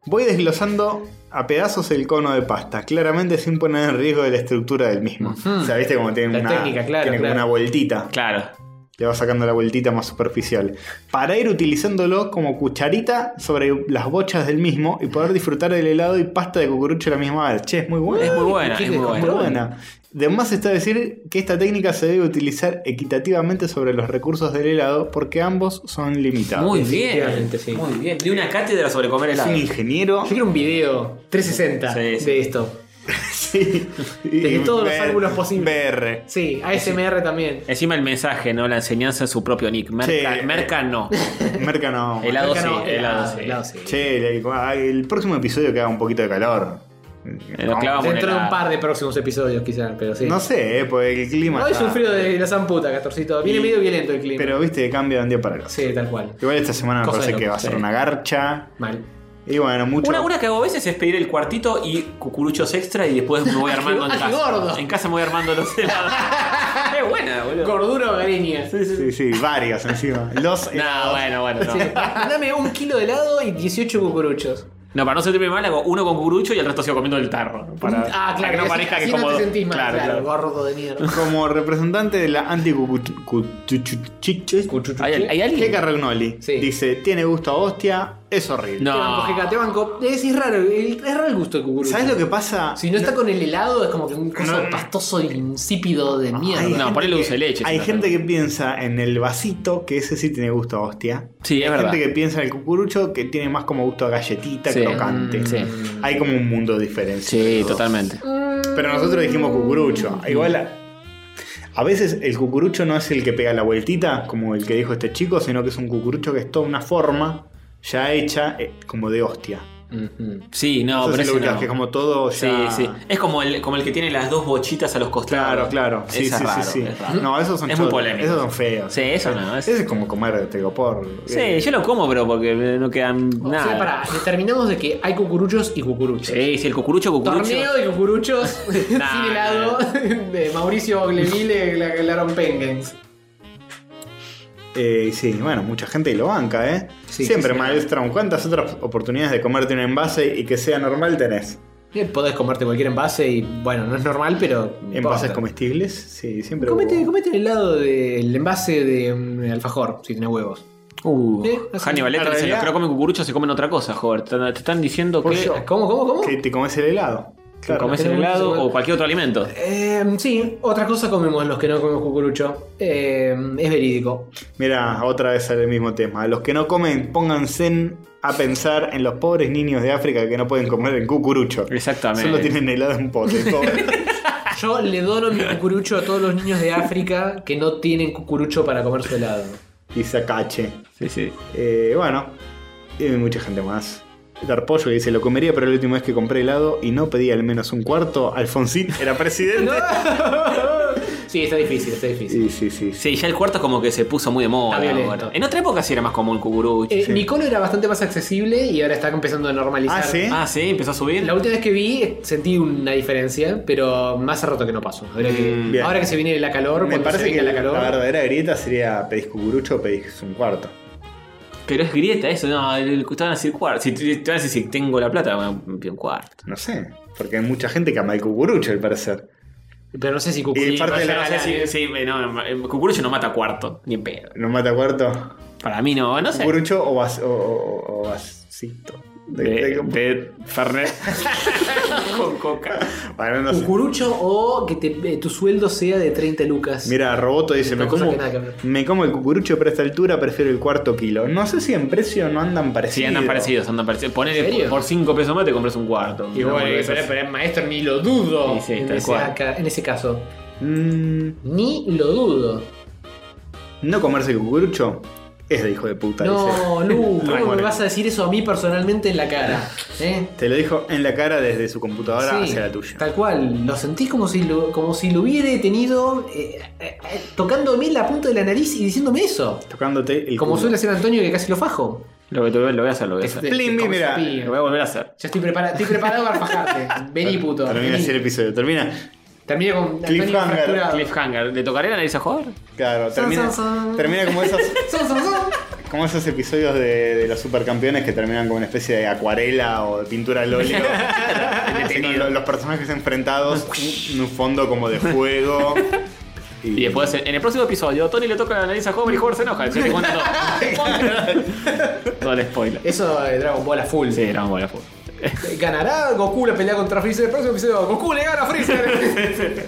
Voy desglosando a pedazos el cono de pasta, claramente sin poner en riesgo la estructura del mismo.
Ujú.
O sea, viste como tiene,
La
una,
técnica, claro,
tiene como
claro.
una vueltita.
Claro.
Le va sacando la vueltita más superficial. Para ir utilizándolo como cucharita sobre las bochas del mismo y poder disfrutar del helado y pasta de cucurucho a la misma vez. Che, es muy bueno.
Es muy buena,
qué
es muy
Muy
buena.
buena. Además está decir que esta técnica se debe utilizar equitativamente sobre los recursos del helado porque ambos son limitados.
Muy bien.
Definitivamente, sí.
Muy bien. De una cátedra sobre comer
es un
helado.
ingeniero.
Yo quiero un video 360
Sí, sí.
de esto.
Sí.
Desde
Y
todos los
BR,
ángulos posibles.
BR.
Sí, ASMR también.
Encima el mensaje, ¿no? La enseñanza es su propio nick. Merca,
Sí.
merca no.
Merca no.
Helado
Acá no,
sí, helado sí.
helado sí.
Che, el, el próximo episodio que haga un poquito de calor.
Eh, Lo clavamos en
Dentro de
helado.
un par de próximos episodios, quizás, pero sí.
No sé, eh, porque el clima.
Hoy es
está-
un frío de la zamputa, Castorcito. Viene
Y-
medio violento el clima.
Pero viste, cambia de un día para el otro.
Sí, tal cual.
Igual esta semana me
Cosa
parece
de
que va a
locos,
ser
sí.
una garcha.
Mal.
Y bueno, mucho.
Una, una que hago a veces es pedir el cuartito y cucuruchos extra y después me voy armando en
Ay,
casa.
gordo.
En casa me voy armando los helados. es buena, boludo.
Gordura hogareña.
Sí, sí, varias encima. Los eh,
No, bueno, bueno, no.
Sí. Dame un kilo de helado y 18 cucuruchos.
No, para no sentirme mal, hago uno con cucurucho y el resto sigo comiendo el tarro. Para, para
ah, claro.
que no
así-
parezca que
así
como.
no te sentís mal,
claro,
claro,
claro.
gordo de mierda.
Como representante de la anti
¿Hay, hay alguien?
Jeca Ragnoli
Sí.
dice: Tiene gusto a hostia, es horrible.
Te
No.
banco, Jeca, te banco. Es, es raro, el- es raro el gusto de cucurucho.
¿Sabes lo que pasa?
Si no está con el helado, es como que un coso
No.
pastoso y insípido de mierda.
Hay
No,
gente
ponele
que-
dulce de leche,
Hay
si no,
gente
no.
que piensa en el vasito, que ese sí tiene gusto a hostia.
Sí, es
hay
verdad.
gente que piensa en el cucurucho, que tiene más como gusto a galletita,
Sí.
crocante.
Mm, sí.
Hay como un mundo de diferencia. entre
Sí,
los dos.
totalmente.
Pero nosotros dijimos cucurucho. Igual a, a veces el cucurucho no es el que pega la vueltita, como el que dijo este chico, sino que es un cucurucho que es toda una forma ya hecha eh, como de hostia.
Sí, no,
Eso
pero
es
ese
lo que,
no.
que es como todo
Sí,
ya.
sí. Es como el, como el que tiene las dos bochitas a los
Claro,
costados.
claro. Sí,
Ese
sí,
es raro,
sí, sí.
es raro.
No, esos son
Es muy
chotos,
polémico.
Esos son feos.
Sí, eso no, es-
Ese es como comer tegopor.
Sí, yo lo como, pero porque no quedan
O
nada.
sea, pará, determinamos de que hay cucuruchos y cucuruchos.
Sí, sí, el cucurucho, cucurucho.
Torneo de cucuruchos
Nah.
sin helado de Mauricio Gleville la Laron Pengens.
Eh, sí, bueno, mucha gente lo banca, ¿eh?
Sí,
Siempre,
sí, sí.
Maelstrom, ¿cuántas otras oportunidades de comerte un envase y que sea normal tenés?
Eh, Podés comerte cualquier envase y bueno, no es normal, pero. no
¿Envases
importa.
comestibles? Sí, siempre.
Comete,
hubo.
comete el helado del envase de mm, alfajor, si tenés huevos.
Uh,
Sí, así.
Hannibal Lecter
En
dice, los
realidad-
que no comen cucurucho se comen otra cosa, joder. Te, te están diciendo que,
Pollo.
que
¿Cómo, cómo, cómo?
Que te comes el helado. Claro.
comes el
pero
helado
mucho-
o cualquier otro alimento.
Eh, sí, otra cosa comemos los que no comemos cucurucho. Eh, es verídico.
Mira, otra vez sale el mismo tema. Los que no comen, pónganse en- a pensar en los pobres niños de África que no pueden comer en cucurucho.
Exactamente.
Solo tienen helado en pote. pobre.
Yo le dono mi cucurucho a todos los niños de África que no tienen cucurucho para comer su helado.
y sacache.
Sí, sí.
Eh, bueno, y hay mucha gente más. Darpollo que dice, lo comería, pero la última vez que compré helado y no pedí al menos un cuarto, Alfonsín era presidente.
Sí, está difícil, está difícil.
Sí, sí, sí.
Sí, ya el cuarto es como que se puso muy de moda.
Está violento.
ahora. En otra época sí era más común Cucurú.
Eh, Nicolo era bastante más accesible y ahora está empezando a normalizar.
Ah, ¿sí?
Ah, sí, empezó a subir.
La última vez que vi sentí una diferencia, pero más hace rato que no paso. Ahora
Mm,
que,
bien.
ahora que se viene la calor,
Me
cuando se
parece que la,
venga la calor.
verdadera grieta sería pedís cucurucho o pedís un cuarto.
Pero es grieta eso, no, el, el- te van a decir cuarto. Si te te van a decir si tengo la plata, bueno, me pido un cuarto.
No sé, porque hay mucha gente que ama el cucurucho, al parecer.
Pero no sé si
Y
Cucuy.
en parte
Yo
la-
no sé si- sí, eh, no, no, el cucurucho no mata cuarto, ni en pedo.
¿No mata cuarto?
Para mí no, no sé.
¿Cucurucho o, vas, o, o- o vasito? De- de-
Fernet con coca.
Bueno, no sé.
Cucurucho o que te- eh, tu sueldo sea de 30 lucas.
Mira, Roboto dice,
Una
me
cosa
como,
que nada que ver.
me como el cucurucho, pero a esta altura prefiero el cuarto kilo. No sé si en precio no andan parecidos.
Sí, andan parecidos, andan parecidos.
¿En
Ponele
serio?
por 5 pesos más te compras un cuarto.
Y bueno,
Una hamburguesa.
pero, pero es maestro, ni lo dudo.
Sí, sí,
en,
tal
ese,
cual.
acá- en ese caso,
Mm,
ni lo dudo.
no comerse el cucurucho es de hijo de puta, dice.
No, Lu, ¿cómo
Bueno.
me vas a decir eso a mí personalmente en la cara? ¿Eh?
Te lo dijo en la cara desde su computadora
Sí,
hacia la tuya.
Tal cual, lo sentís como si lo, como si lo hubiera tenido eh, eh, eh, tocándome la punta de la nariz y diciéndome eso.
Tocándote el
Como
culo.
suele hacer Antonio que casi lo fajo.
Lo que te lo voy a hacer, lo voy a
Este,
hacer.
Plim,
como
mira.
sapillo.
Lo voy a volver a hacer.
Ya estoy, prepara- estoy preparado para fajarte. Vení, puto.
Termina
vení.
así el episodio. Termina.
Termina con Antonio
Cliffhanger,
fracturado.
Cliffhanger, ¿le tocaré la nariz a jugar?
Claro,
San,
termina.
san, san.
Termina como esos,
Son, son, son.
como esos episodios de, de los supercampeones que terminan con una especie de acuarela o de pintura al óleo. Así con lo- los personajes enfrentados en un fondo como de fuego.
Y después, en el próximo episodio, Tony le toca la nariz a Homer y Homer se enoja. Ya te cuento todo. Todo el spoiler.
Eso de Dragon Ball a full.
Sí, Dragon Ball Full.
Ganará Goku la pelea contra Freezer. El próximo episodio, Goku le gana a Freezer.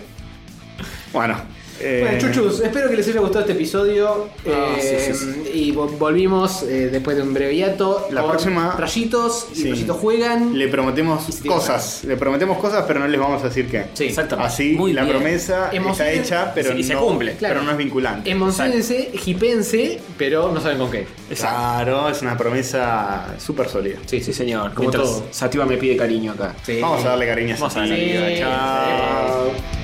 Bueno. eh,
Bueno, chuchus, espero que les haya gustado este episodio.
Ah,
Eh,
sí, sí,
Y vol- volvimos eh, después de un breviato.
La
con
próxima-
Rayitos y
Sí.
Rayitos juegan.
Le prometemos
Y si tiene
cosas. Le prometemos cosas, pero no les vamos a decir qué.
Sí,
exactamente.
Así,
Muy
la
bien.
promesa está
Emociones-
hecha, pero
y se
no,
cumple,
claro. Em,
Pero no es vinculante.
Emocionense, jipense, pero no saben con qué.
Claro, es una promesa súper sólida.
Sí, sí, señor.
Como
Mientras
todo.
Sativa me pide cariño acá.
Sí.
Vamos a darle cariño a
Vamos a
esa
darle
tía.
cariño,
Chao.